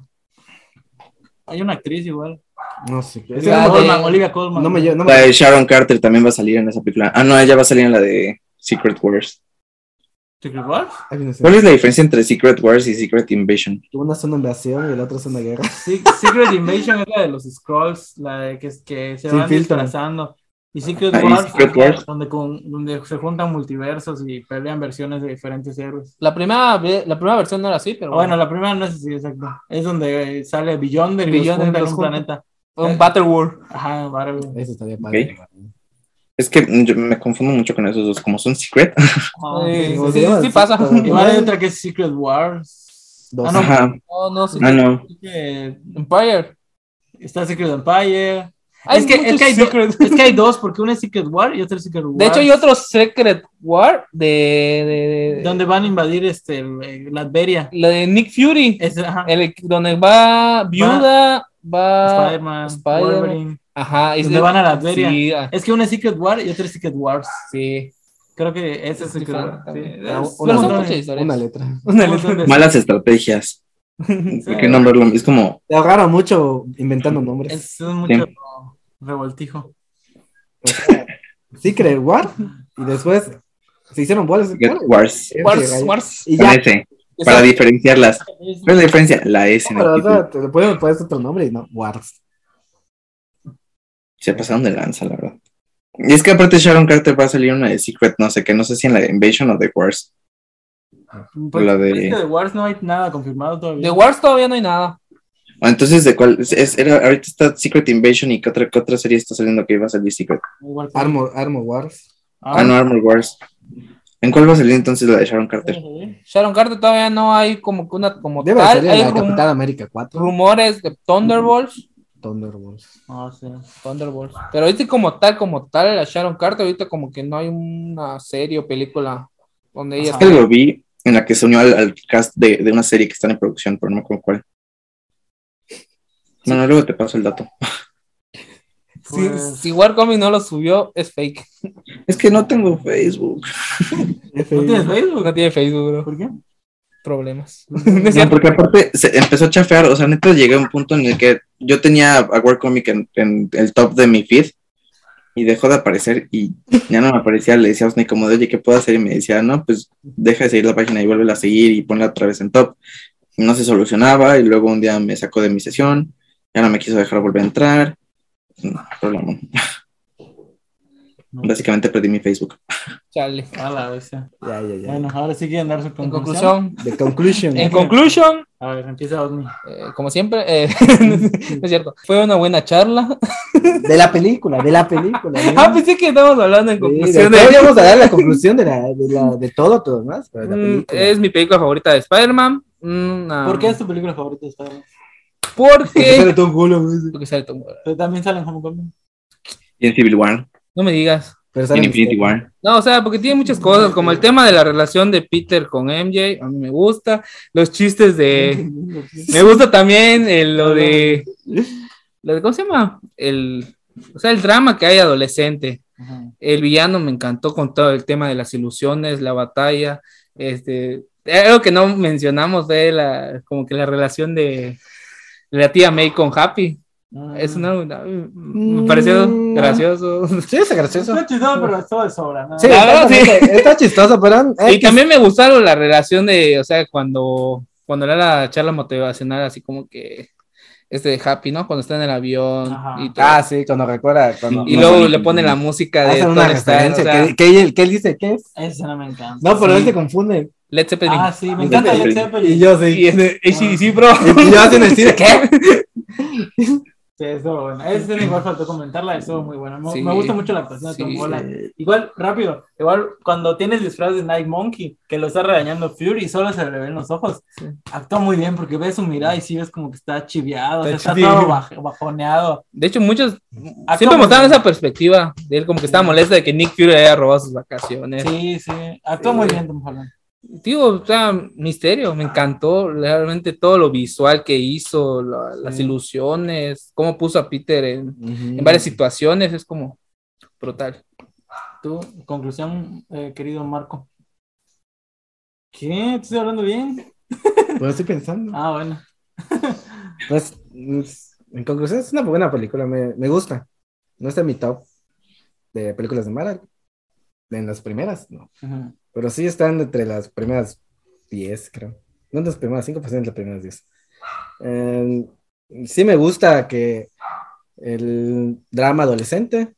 Speaker 4: Hay una actriz igual.
Speaker 1: No sé qué.
Speaker 2: Sí,
Speaker 4: Olivia
Speaker 2: la de-
Speaker 4: Colman. Olivia Colman.
Speaker 1: ah, No me lle- no me-
Speaker 3: La de Sharon Carter también va a salir en esa película. Ah, no, ella va a salir en la de Secret Wars.
Speaker 4: ¿Secret Wars?
Speaker 1: Ay, no sé.
Speaker 3: ¿Cuál es la diferencia entre Secret Wars y Secret Invasion?
Speaker 1: Una es una invasión y la otra es una guerra.
Speaker 4: Sí, Secret Invasion es la de los Scrolls, la de que, que se
Speaker 1: Sí,
Speaker 4: van
Speaker 1: filtran.
Speaker 4: disfrazando. Y Secret
Speaker 3: Ah, y
Speaker 4: Wars,
Speaker 3: Secret
Speaker 4: ajá,
Speaker 3: Wars.
Speaker 4: Donde, con- donde se juntan multiversos y pelean versiones de diferentes héroes.
Speaker 2: La primera, ve- la primera versión no era así, pero
Speaker 4: Ah, Bueno, la primera no es así, exacto. Es donde eh, sale Beyonder y
Speaker 2: Beyonder
Speaker 4: Beyonder
Speaker 2: los
Speaker 4: un
Speaker 2: junta.
Speaker 4: planeta.
Speaker 2: fue un Battleworld.
Speaker 4: Ajá, Marvel.
Speaker 1: Eso estaría padre.
Speaker 3: Es que mm, yo me confundo mucho con esos dos, como son Secret.
Speaker 4: Ah,
Speaker 2: Sí,
Speaker 4: sí.
Speaker 1: como
Speaker 2: sí,
Speaker 1: se
Speaker 2: sí,
Speaker 1: llama
Speaker 2: sí
Speaker 1: el
Speaker 2: pasa.
Speaker 1: sector.
Speaker 4: Igual hay otra que es Secret Wars.
Speaker 1: Dos.
Speaker 4: Ah, no,
Speaker 3: Ajá.
Speaker 2: No, no, sí.
Speaker 3: Ah, no.
Speaker 4: creo que
Speaker 2: Empire.
Speaker 4: Está Secret Empire.
Speaker 2: Hay
Speaker 4: es, que, es,
Speaker 2: muchos
Speaker 4: que hay do-
Speaker 2: Secret.
Speaker 4: es que hay dos, porque una es Secret War y otra es Secret War.
Speaker 2: De hecho, hay otro Secret War de. de, de-
Speaker 4: Donde van a invadir este, eh, Latveria.
Speaker 2: La de Nick Fury.
Speaker 4: Es, ajá.
Speaker 2: El- donde va Viuda, va.
Speaker 4: Spider-Man,
Speaker 2: Spider-Man.
Speaker 4: Wolverine.
Speaker 2: Ajá.
Speaker 4: Donde van a la feria.
Speaker 2: Sí, ah,
Speaker 4: Es que una es Secret War y otra es Secret Wars.
Speaker 2: sí.
Speaker 4: Creo que esa es
Speaker 2: Sí,
Speaker 4: Secret War. Sí.
Speaker 2: también.
Speaker 4: Es
Speaker 1: Una-
Speaker 4: un
Speaker 2: Pero son
Speaker 4: montón
Speaker 2: muchas
Speaker 4: de-
Speaker 2: historias.
Speaker 1: Una letra.
Speaker 4: un montón de-
Speaker 3: Malas estrategias. ¿Por qué nombrarlo? Es como,
Speaker 1: Te ahorraron mucho inventando nombres.
Speaker 4: Es un mucho revoltijo.
Speaker 1: Secret War. Y después se hicieron bolas.
Speaker 3: Secret Wars.
Speaker 2: Wars, Wars.
Speaker 1: Y
Speaker 3: Con
Speaker 1: ya.
Speaker 3: S,
Speaker 2: Esa-
Speaker 3: para diferenciarlas. ¿Cuál es la diferencia? La S en el
Speaker 1: Pero, o
Speaker 3: título.
Speaker 1: sea, te le pueden poner este otro nombre y no. Wars.
Speaker 3: Se pasaron de lanza, la verdad. Y es que aparte Sharon Carter va a salir una de Secret, no sé qué, no sé si en la de Invasion o de Wars.
Speaker 4: Pues,
Speaker 3: la de-
Speaker 4: es que de Wars no hay nada confirmado todavía.
Speaker 2: De Wars todavía no hay nada.
Speaker 3: Ah, Entonces, ¿de cuál? Es, es- era, ahorita está Secret Invasion y ¿qué otra, qué otra serie está saliendo que iba a salir Secret?
Speaker 4: Igual que-
Speaker 1: Armor, Armor Wars.
Speaker 3: Ah, no, Armor Wars. ¿En cuál va a salir entonces la de Sharon Carter?
Speaker 2: Sharon Carter todavía no hay como que una como
Speaker 1: Debe de
Speaker 2: tal.
Speaker 1: salir en
Speaker 2: Hay
Speaker 1: la
Speaker 2: rum-
Speaker 1: Capitán América 4.
Speaker 2: rumores de Thunderbolts.
Speaker 1: Thunderbolts.
Speaker 4: Ah, sí.
Speaker 2: Thunderbolts. Pero ahorita como tal, como tal, la Sharon Carter, ahorita como que no hay una serie o película donde ella
Speaker 4: Ajá.
Speaker 3: Es que lo vi en la que se unió al, al cast de, de una serie que está en producción, pero no me acuerdo cuál. Bueno, luego te paso el dato.
Speaker 2: Si,
Speaker 4: Pues-
Speaker 2: si Warcomic no lo subió, es fake.
Speaker 3: Es que no tengo Facebook.
Speaker 4: ¿No tienes Facebook?
Speaker 2: No tiene Facebook, bro.
Speaker 4: ¿Por qué?
Speaker 2: Problemas. No es
Speaker 3: No,
Speaker 2: cierto.
Speaker 3: porque aparte se empezó a chafear, o sea, neta llegué a un punto en el que yo tenía a Warcomic en, en el top de mi feed y dejó de aparecer y ya no me aparecía, le decía a Osni como de, oye, ¿qué puedo hacer? Y me decía, no, pues deja de seguir la página y vuelve a seguir y ponla otra vez en top. Y no se solucionaba y luego un día me sacó de mi sesión, ya no me quiso dejar volver a entrar. No, problema. Básicamente perdí mi Facebook.
Speaker 2: Chale.
Speaker 4: A la bestia.
Speaker 1: Ya, ya, ya.
Speaker 4: Bueno, ahora sí quieren dar su
Speaker 2: En
Speaker 4: conclusión.
Speaker 2: conclusión,
Speaker 1: The Conclusion.
Speaker 2: en conclusión,
Speaker 4: A ver, empieza Osni.
Speaker 2: Eh, como siempre, eh, no es cierto. Fue una buena charla.
Speaker 1: de la película, de la película. ¿no?
Speaker 2: ah, pensé que estábamos hablando en
Speaker 1: Sí,
Speaker 2: conclusión.
Speaker 1: después
Speaker 2: de-
Speaker 1: íbamos a dar la conclusión de, la, de, la- de todo, todo más. Pero la
Speaker 2: Mm,
Speaker 1: película.
Speaker 2: es mi película favorita de Spider-Man. Mm, ah,
Speaker 4: ¿Por qué es tu película favorita de Spider-Man?
Speaker 1: Porque sale
Speaker 2: Porque.
Speaker 1: Tom Holland, güey.
Speaker 2: Porque sale Tom Holland.
Speaker 4: Pero también salen Homecoming.
Speaker 3: Y en Civil War,
Speaker 2: No me digas.
Speaker 1: Pero
Speaker 3: en
Speaker 1: sale
Speaker 3: Infinity
Speaker 1: Misterio.
Speaker 3: War.
Speaker 2: No, o sea, porque tiene muchas cosas, como el tema de la relación de Peter con MJ, a mí me gusta. Los chistes de. Me gusta también el- lo de. Lo de ¿Cómo se llama? El, o sea, el drama que hay adolescente.
Speaker 4: Ajá.
Speaker 2: El villano me encantó con todo el tema de las ilusiones, la batalla, este, algo que no mencionamos de la, como que la relación de, de la tía May con Happy. Eso no, no, me pareció
Speaker 1: Mm.
Speaker 2: gracioso.
Speaker 1: Sí, es gracioso.
Speaker 4: Está chistoso, pero estuvo de sobra. ¿no?
Speaker 1: Sí,
Speaker 2: La verdad, sí.
Speaker 1: exactamente. está chistoso, pero. eh,
Speaker 2: Y también me gustaron la relación de, o sea, cuando, cuando era la charla motivacional, así como que este de Happy, ¿no? Cuando está en el avión
Speaker 4: Ajá.
Speaker 2: y todo.
Speaker 1: Ah, sí, cuando recuerda. Cuando
Speaker 2: y
Speaker 3: no,
Speaker 2: luego
Speaker 3: no,
Speaker 2: le
Speaker 3: no,
Speaker 2: ponen
Speaker 3: no.
Speaker 2: la música de
Speaker 1: hacen
Speaker 2: Tony
Speaker 1: una
Speaker 2: Stark, o
Speaker 1: referencia.
Speaker 2: sea,
Speaker 1: que, que él, que él dice que es.
Speaker 4: Esa escena me encanta.
Speaker 1: No, pero él
Speaker 2: Sí.
Speaker 1: se confunde.
Speaker 2: Led Zeppelin.
Speaker 4: Ah, sí, me encanta Led Zeppelin.
Speaker 1: Y yo sí.
Speaker 2: y este, es de ACDC, bro.
Speaker 1: Y yo así en el cine, ¿qué?
Speaker 4: Sí, estuvo buena. Esa escena igual faltó comentarla, estuvo muy buena. Me,
Speaker 2: Sí.
Speaker 4: me gusta mucho la persona de Tom
Speaker 2: Sí.
Speaker 4: Holland. Igual, rápido, igual cuando tienes disfraz de Night Monkey, que lo está regañando Fury, solo se le ven los ojos. Actúa muy bien porque ves su mirada y sí ves como que está chiviado, o sea,
Speaker 2: Está
Speaker 4: está
Speaker 2: chiviado.
Speaker 4: todo baj- bajoneado.
Speaker 2: De hecho, muchos
Speaker 4: Acá
Speaker 2: siempre
Speaker 4: como-
Speaker 2: mostraron esa perspectiva de él como que estaba molesto de que Nick Fury haya robado sus vacaciones.
Speaker 4: Sí, sí, actúa muy bien Tom Holland.
Speaker 2: Tío, o sea, misterio, me encantó realmente todo lo visual que hizo, la- las
Speaker 4: Sí.
Speaker 2: ilusiones, cómo puso a Peter en, en varias
Speaker 1: Mm.
Speaker 2: situaciones, es como brutal.
Speaker 4: ¿Tú, conclusión, eh, querido Marco? ¿Qué? ¿Te estoy hablando bien?
Speaker 1: Pues estoy pensando.
Speaker 4: Ah, bueno.
Speaker 1: Pues, es- en conclusión, es una buena película. Me, me gusta. No está en mi top de películas de Marvel. En las primeras, no.
Speaker 4: Ujú.
Speaker 1: Pero sí están entre las primeras 10, creo. No en las primeras 5, pues en las primeras 10. Eh, sí me gusta que el drama adolescente.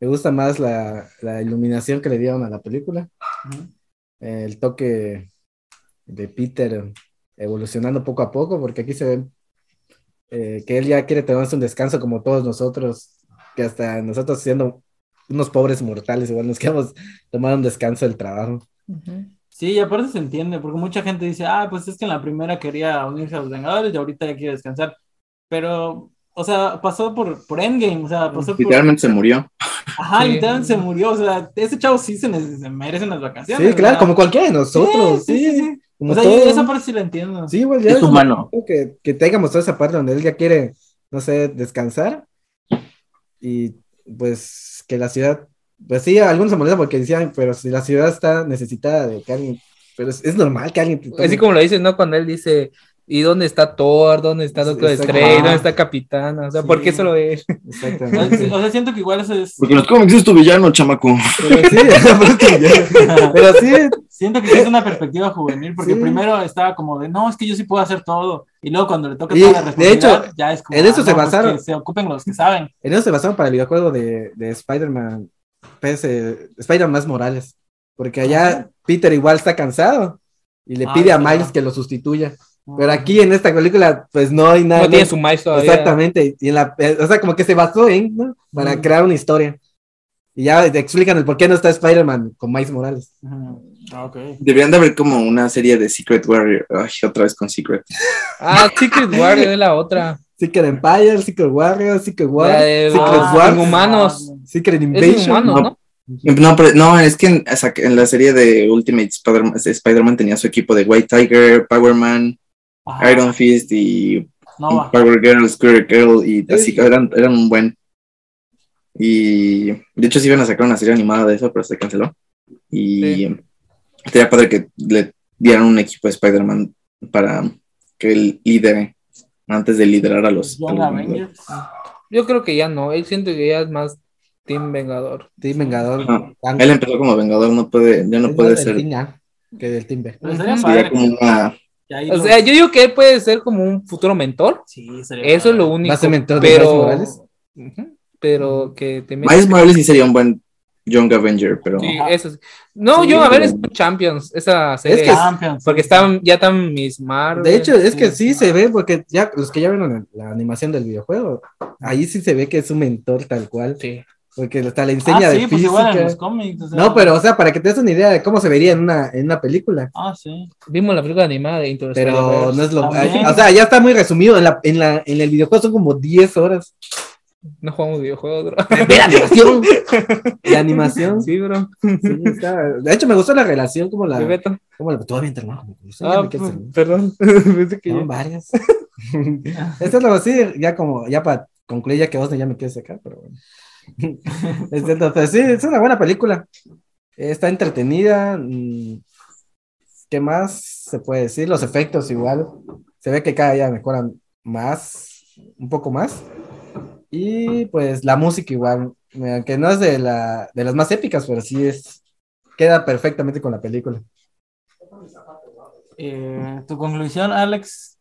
Speaker 1: Me gusta más la, la iluminación que le dieron a la película.
Speaker 4: Ujú.
Speaker 1: El toque de Peter evolucionando poco a poco, porque aquí se ve eh, que él ya quiere tomarse un descanso como todos nosotros, que hasta nosotros siendo unos pobres mortales, igual nos queremos tomar un descanso del trabajo.
Speaker 4: Sí, y aparte se entiende, porque mucha gente dice, ah, pues es que en la primera quería unirse a los Vengadores y ahorita ya quiere descansar. Pero, o sea, pasó por, por Endgame, o sea, pasó por...
Speaker 3: Literalmente se murió.
Speaker 4: Ajá,
Speaker 2: Sí.
Speaker 4: literalmente se murió, o sea, ese chavo sí se, ne- se merece unas
Speaker 1: Sí,
Speaker 4: vacaciones.
Speaker 1: claro,
Speaker 4: ¿verdad?
Speaker 1: como cualquiera de nosotros.
Speaker 4: Sí,
Speaker 1: Sí,
Speaker 4: sí, sí.
Speaker 1: como
Speaker 4: o sea,
Speaker 1: todos.
Speaker 4: yo esa parte sí la entiendo.
Speaker 1: Sí, güey, ya
Speaker 6: Es humano.
Speaker 1: como Que, que te haya mostrado esa parte donde él ya quiere, no sé, descansar. Y pues que la ciudad, pues sí, algunos se molestan porque decían, pero si la ciudad está necesitada de que alguien, pero es, es normal que alguien. te tome-
Speaker 2: Así como lo dices, ¿no? Cuando él dice, ¿y dónde está Thor? ¿Dónde está Doctor
Speaker 1: Exacto.
Speaker 2: Strange? ¿Dónde
Speaker 4: Ah.
Speaker 2: está Capitán? O sea,
Speaker 4: Sí.
Speaker 2: ¿por qué solo él?
Speaker 4: O sea, sí,
Speaker 1: Exactamente.
Speaker 4: o sea, siento que igual eso es...
Speaker 6: Porque en los cómics es tu villano, chamaco.
Speaker 1: pero sí, pero sí, pero sí,
Speaker 4: Siento que sí es una perspectiva juvenil, porque
Speaker 1: Sí.
Speaker 4: primero estaba como de, no, es que yo sí puedo hacer todo. Y luego cuando le toca
Speaker 1: Y,
Speaker 4: toda la
Speaker 1: de hecho,
Speaker 4: responsabilidad, ya es como...
Speaker 1: en eso
Speaker 4: "Ah,
Speaker 1: se
Speaker 4: no, pues
Speaker 1: basaron.
Speaker 4: que se ocupen los que saben.
Speaker 1: En eso se basaron para el videojuego de, de Spider-Man PS, Spider-Man más Morales. Porque allá Peter igual está cansado y le
Speaker 4: Ah,
Speaker 1: pide a
Speaker 4: verdad.
Speaker 1: Miles que lo sustituya. Pero aquí en esta película, pues no hay nada.
Speaker 2: No tiene
Speaker 1: no-
Speaker 2: su maíz todavía.
Speaker 1: exactamente. Y en la, eh, o sea, como que se basó en, ¿no? Para
Speaker 4: Mm.
Speaker 1: crear una historia. Y ya te explican el por qué no está Spider-Man con Miles Morales.
Speaker 4: Ujú. Ah, Ok.
Speaker 3: Deberían de haber como una serie de Secret Warrior. Ay, otra vez con Secret.
Speaker 2: Ah, Secret Warrior es la otra.
Speaker 1: Secret Empire, Secret Warrior, Secret War,
Speaker 2: La de
Speaker 1: Secret
Speaker 4: Ah,
Speaker 2: los
Speaker 1: Wars,
Speaker 2: inhumanos.
Speaker 1: Secret
Speaker 2: Es
Speaker 1: Invasion.
Speaker 2: inhumano, ¿no?
Speaker 3: No, pero- no, es que en, o sea, que en la serie de Ultimate Spider- Spider-Man tenía su equipo de White Tiger, Power Man,
Speaker 4: Ajá.
Speaker 3: Iron Fist y
Speaker 4: Nova.
Speaker 3: Power Girl, Squirrel Girl y así que eran, eran un buen. Y de hecho sí iban a sacar una serie animada de eso, pero se canceló. Y
Speaker 2: Sí.
Speaker 3: estaría padre que le dieran un equipo de Spider-Man para que él lidere antes de liderar a los... a
Speaker 4: Young
Speaker 3: los-
Speaker 4: Pues, Avengers.
Speaker 2: Yo creo que ya no. Él siento que ya es más Team Vengador.
Speaker 1: Team Vengador.
Speaker 3: No,
Speaker 1: Tank.
Speaker 3: él empezó como Vengador, no puede, ya Ah, no
Speaker 1: Es
Speaker 3: puede
Speaker 1: más del
Speaker 3: ser.
Speaker 1: Team A que del Team B.
Speaker 4: Pero sería
Speaker 2: Ujú.
Speaker 3: Sería
Speaker 4: Pues padre
Speaker 3: como una...
Speaker 4: que ahí
Speaker 2: O
Speaker 4: los-
Speaker 2: sea, yo digo que él puede ser como un futuro mentor.
Speaker 4: Sí, sería
Speaker 2: Eso es
Speaker 4: padre.
Speaker 2: lo único.
Speaker 1: ¿Va a ser mentor de
Speaker 2: pero...
Speaker 1: Miles Morales?
Speaker 2: Ujú, Pero que te metas-
Speaker 3: Miles Morales sí sería un buen Young Avenger, pero...
Speaker 2: Sí, eso sí. No,
Speaker 4: Sí,
Speaker 2: yo a ver, es
Speaker 3: pero-
Speaker 2: un Champions, esa serie.
Speaker 1: Es que-
Speaker 4: Champions.
Speaker 2: Porque están, ya están mis Marvel.
Speaker 1: De hecho, es
Speaker 4: sí,
Speaker 1: que sí
Speaker 4: ah.
Speaker 1: se ve, porque ya los que ya vieron la, la animación del videojuego, ahí sí se ve que es un mentor tal cual,
Speaker 2: Sí.
Speaker 1: porque hasta le enseña
Speaker 4: Ah,
Speaker 1: de
Speaker 4: sí, pues
Speaker 1: física.
Speaker 4: igual en los cómics. o sea.
Speaker 1: no, pero o sea, para que te des una idea de cómo se vería en una, en una película.
Speaker 4: Ah, sí.
Speaker 2: Vimos la película animada de Interstellar.
Speaker 1: Pero no es lo.
Speaker 4: También.
Speaker 1: O sea, ya está muy resumido. En, la, en, la, en el videojuego son como 10 horas.
Speaker 2: No jugamos videojuegos, bro.
Speaker 1: La animación. la animación. Sí,
Speaker 2: Sí, bro.
Speaker 1: está- De hecho, me gustó la relación, como
Speaker 2: De
Speaker 1: la.
Speaker 2: Beto.
Speaker 1: Como la todavía entre hermanos, como que no sé, ya
Speaker 2: Ah,
Speaker 1: me quedé
Speaker 2: pues,
Speaker 1: sin-
Speaker 2: perdón. Pensé que
Speaker 1: Son
Speaker 2: ya-
Speaker 1: varias. Esto es lo así, ya como, ya para concluir, ya que vos ya me quieres sacar, pero bueno. Este, entonces, sí, es una buena película. Está entretenida. mm, ¿Qué más se puede decir? Los efectos igual. Se ve que cada día mejoran más, un poco más. Y pues la música igual, eh, que no es de, la, de las más épicas, pero sí es, queda perfectamente con la película.
Speaker 4: Eh, tu conclusión, Alex.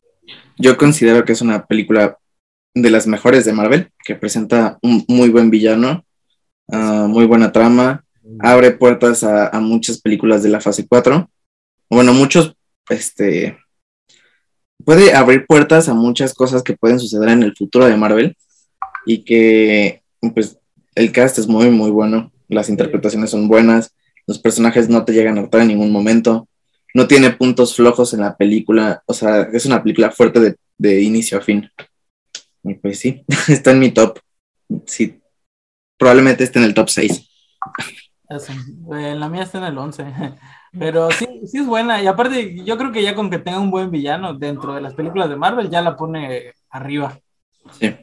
Speaker 3: Yo considero que es una película de las mejores de Marvel, que presenta un muy buen villano, ah, muy buena trama, abre puertas a, a muchas películas de la fase 4. Bueno, muchos, este, puede abrir puertas a muchas cosas que pueden suceder en el futuro de Marvel y que, pues, el cast es muy, muy bueno, las interpretaciones son buenas, los personajes no te llegan a hartar en ningún momento, no tiene puntos flojos en la película, o sea, es una película fuerte de, de inicio a fin. Y pues sí, está en mi top. Sí, probablemente esté en el top 6.
Speaker 4: Eso. Eh, la mía está en el 11. Pero sí, sí es buena. Y aparte, yo creo que ya con que tenga un buen villano dentro de las películas de Marvel, ya la pone arriba.
Speaker 3: Sí.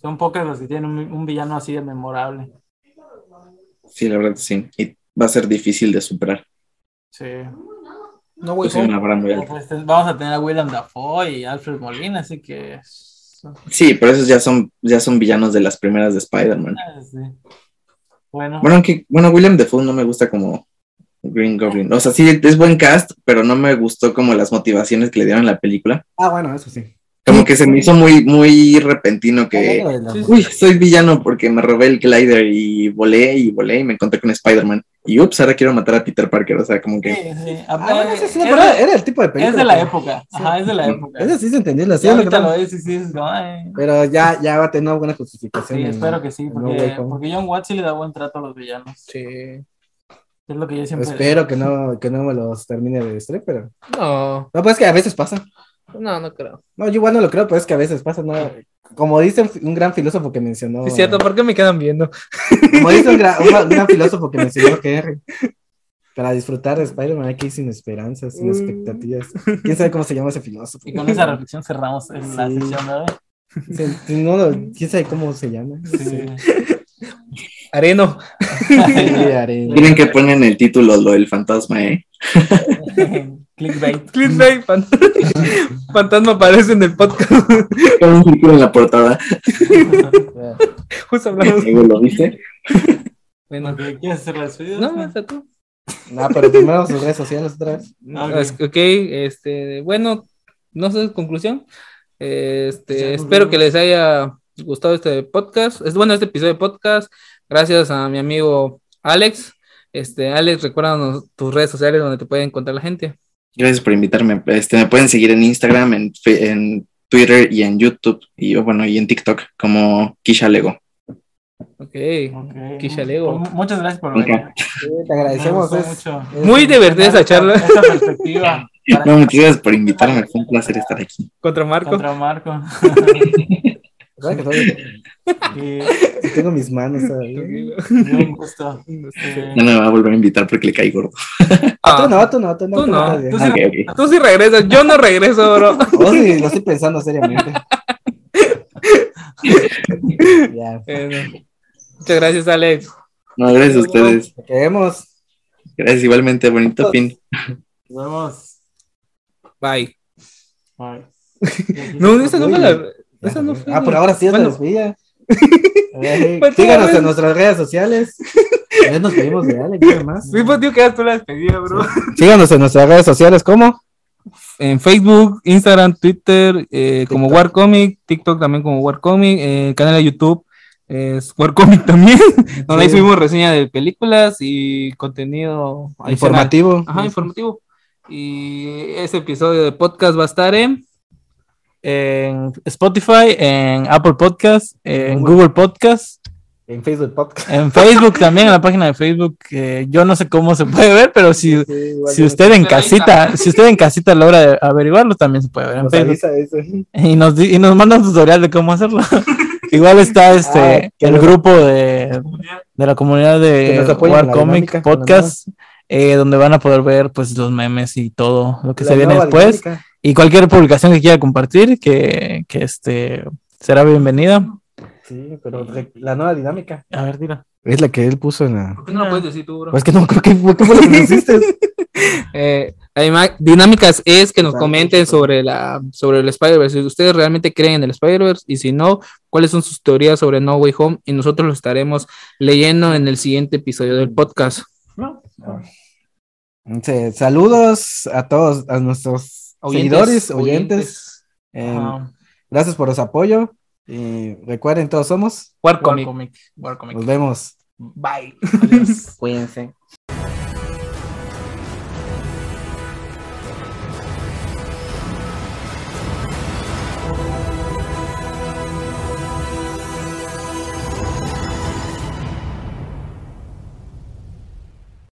Speaker 4: Son pocas las que tienen un, un villano así de memorable.
Speaker 3: Sí, la verdad, sí. Y va a ser difícil de superar.
Speaker 4: Sí.
Speaker 1: No,
Speaker 3: Yo soy una barra muy
Speaker 4: Pero,
Speaker 3: alta.
Speaker 4: pues, te- vamos a tener a William Dafoe y Alfred Molina, así que.
Speaker 3: Sí, pero esos ya son, ya son villanos de las primeras de Spider-Man.
Speaker 4: Ah, sí. Bueno,
Speaker 3: Bueno, aunque, bueno, William Defoe no me gusta como Green Goblin. O sea, sí, es buen cast, pero no me gustó como las motivaciones que le dieron en la película.
Speaker 1: Ah, bueno, eso sí.
Speaker 3: Como que se me hizo muy, muy repentino que...
Speaker 1: Hablando de la-
Speaker 4: Sí,
Speaker 3: Uy, soy villano porque me robé el glider y volé y volé y me encontré con Spider-Man. Y ups, ahora quiero matar a Peter Parker. O sea, como
Speaker 4: sí,
Speaker 3: que.
Speaker 4: sí.
Speaker 1: Ah, bueno, eso sí,
Speaker 4: Es
Speaker 1: pero
Speaker 4: de-
Speaker 1: era el tipo de película. pues.
Speaker 4: es de la
Speaker 1: que-
Speaker 4: época. Ajá, es de la época.
Speaker 1: Eso sí se entendió, la
Speaker 4: Sí,
Speaker 1: sí, lo que
Speaker 4: ahorita lo
Speaker 1: tal.
Speaker 4: ves y sí, es como, ay.
Speaker 1: Pero ya, ya va a tener alguna justificación.
Speaker 4: Sí,
Speaker 1: en-
Speaker 4: espero que sí,
Speaker 1: en No
Speaker 4: porque,
Speaker 1: Way Home.
Speaker 4: porque John Watts sí le da buen trato a los villanos.
Speaker 2: Sí.
Speaker 4: Es lo que yo siempre
Speaker 1: Espero que no, que no me los termine de destruir, pero.
Speaker 2: No,
Speaker 1: No, pues es que a veces pasa.
Speaker 2: no, no creo.
Speaker 1: No, yo igual no lo creo, pero es que a veces pasa. ¿no? Como dice un, un gran filósofo que mencionó.
Speaker 2: Sí, es cierto, ¿por qué me quedan viendo?
Speaker 1: Como dice un, gra- un gran, filósofo que mencionó Henry. Para disfrutar de Spider-Man hay que ir sin esperanzas, sin
Speaker 2: Mm.
Speaker 1: expectativas. ¿Quién sabe cómo se llama ese filósofo?
Speaker 4: Y con esa reflexión cerramos en la
Speaker 1: Sí.
Speaker 4: sesión, ¿no?
Speaker 1: Sí, sí, no, no, ¿Quién sabe cómo se llama?
Speaker 4: Sí.
Speaker 2: Areno.
Speaker 1: Sí, haré.
Speaker 3: Miren que ponen el título lo del fantasma, ¿eh?
Speaker 4: Clickbait.
Speaker 2: Clickbait, fan- Fantasma aparece en el podcast.
Speaker 3: Con un título en la portada.
Speaker 2: Justo hablamos.
Speaker 3: Digo, ¿Lo viste?
Speaker 2: Bueno,
Speaker 4: Ok, ¿Quieres hacer la despedida?
Speaker 2: no, hasta tú.
Speaker 1: No, pero primero sus redes sociales otra vez.
Speaker 4: Ah, ok.
Speaker 2: Es- ok, este, bueno, no sé, conclusión.
Speaker 4: Ya
Speaker 2: Este,
Speaker 4: nos
Speaker 2: espero
Speaker 4: vemos.
Speaker 2: que les haya gustado este podcast. Es bueno este episodio de podcast. Gracias a mi amigo Alex. Este, Alex, recuérdanos tus redes sociales donde te puede encontrar la gente.
Speaker 3: Gracias por invitarme. Este, me pueden seguir en Instagram, en, Fe- en Twitter y en YouTube. Y yo, bueno, y en TikTok como Kisha Lego.
Speaker 2: Ok.
Speaker 4: Ok.
Speaker 2: Kisha Lego.
Speaker 4: Pues, muchas gracias por venir.
Speaker 3: Ok.
Speaker 1: Sí, te
Speaker 4: Me
Speaker 1: agradecemos.
Speaker 4: gustó
Speaker 1: es-
Speaker 4: mucho.
Speaker 1: es-
Speaker 2: Muy divertida esa charla
Speaker 4: Esa perspectiva para-
Speaker 3: No, muchas gracias por invitarme. Fue un placer estar aquí.
Speaker 2: contra Marco.
Speaker 4: contra Marco.
Speaker 1: ¿verdad que soy-
Speaker 4: Y
Speaker 1: Tengo mis manos todavía.
Speaker 4: un gusto. Eh,
Speaker 3: No me va a volver a invitar porque le caí gordo.
Speaker 2: Ah,
Speaker 1: Tú no, tú no, tú no.
Speaker 2: Tú no.
Speaker 1: estás bien.
Speaker 4: Tú sí-
Speaker 3: Ok, ok.
Speaker 2: tú sí regresas, yo no regreso, bro.
Speaker 1: Oh, sí, lo estoy pensando seriamente. ya.
Speaker 2: Bueno, Eh, muchas gracias, Alex.
Speaker 3: No, gracias a ustedes.
Speaker 1: Te queremos.
Speaker 3: Gracias igualmente. Bonito fin.
Speaker 4: Nos vemos.
Speaker 2: Bye.
Speaker 4: Bye.
Speaker 2: No, esa no fue la. Esa Pues no fue
Speaker 1: Ah, por ahora sí es
Speaker 2: Bueno.
Speaker 1: la despedida. Eh,
Speaker 2: Pues,
Speaker 1: Síganos
Speaker 2: tío,
Speaker 1: en nuestras redes sociales. Ya nos pedimos de Alex, nada más.
Speaker 2: Sí, pues, tío, que tú la despedida, bro.
Speaker 1: Síganos en nuestras redes sociales como
Speaker 2: en Facebook, Instagram, Twitter, eh, como Warcomic, TikTok también como Warcomic, eh, el canal de YouTube es Warcomic también, donde ahí
Speaker 1: Sí.
Speaker 2: subimos reseña de películas y contenido adicional.
Speaker 1: informativo.
Speaker 2: Ajá, informativo. Y ese episodio de podcast va a estar en
Speaker 4: En Spotify, en Apple Podcast, en Google Podcast,
Speaker 1: En Facebook Podcast.
Speaker 4: en Facebook también, en la página de Facebook. eh, yo no sé cómo se puede ver, pero si,
Speaker 1: Sí, igual
Speaker 4: si
Speaker 1: ya
Speaker 4: usted en
Speaker 2: Pero ahí está.
Speaker 4: casita, si usted en casita logra averiguarlo, también se puede ver en
Speaker 1: nos
Speaker 4: Facebook.
Speaker 1: avisa eso.
Speaker 4: Y nos, di- y nos manda un tutorial de cómo hacerlo. Igual está este
Speaker 1: Ah, que
Speaker 4: el
Speaker 1: nos-
Speaker 4: grupo de, de la comunidad
Speaker 1: Que
Speaker 4: de
Speaker 1: nos apoyen en la
Speaker 4: Warcomic
Speaker 1: dinámica, con la
Speaker 4: Podcast, eh, donde van a poder ver pues los memes y todo lo que
Speaker 1: La
Speaker 4: se viene
Speaker 1: nueva
Speaker 4: después.
Speaker 1: dinámica.
Speaker 4: Y cualquier publicación que quiera compartir, que, que este será bienvenida.
Speaker 1: Sí, pero re- la nueva dinámica.
Speaker 4: A ver, tira.
Speaker 1: Es la que él puso en la.
Speaker 2: ¿Por qué no lo puedes decir tú, bro?
Speaker 1: Pues que no creo que fue como lo que me hiciste.
Speaker 2: Eh, la dima- dinámicas es que nos
Speaker 1: Vale,
Speaker 2: comenten sobre, la, sobre el Spider-Verse. Si ustedes realmente creen en el Spider-Verse y si no, cuáles son sus teorías sobre No Way Home. Y nosotros lo estaremos leyendo en el siguiente episodio
Speaker 1: Mm.
Speaker 2: del podcast.
Speaker 4: No.
Speaker 1: Entonces, saludos a todos, a nuestros seguidores, oyentes. Eh,
Speaker 4: Ajá.
Speaker 1: Gracias por su apoyo. Y recuerden, todos somos.
Speaker 2: Warcomic.
Speaker 4: Warcomic. Warcomic.
Speaker 1: Nos vemos.
Speaker 4: Bye. Adiós.
Speaker 7: Cuídense.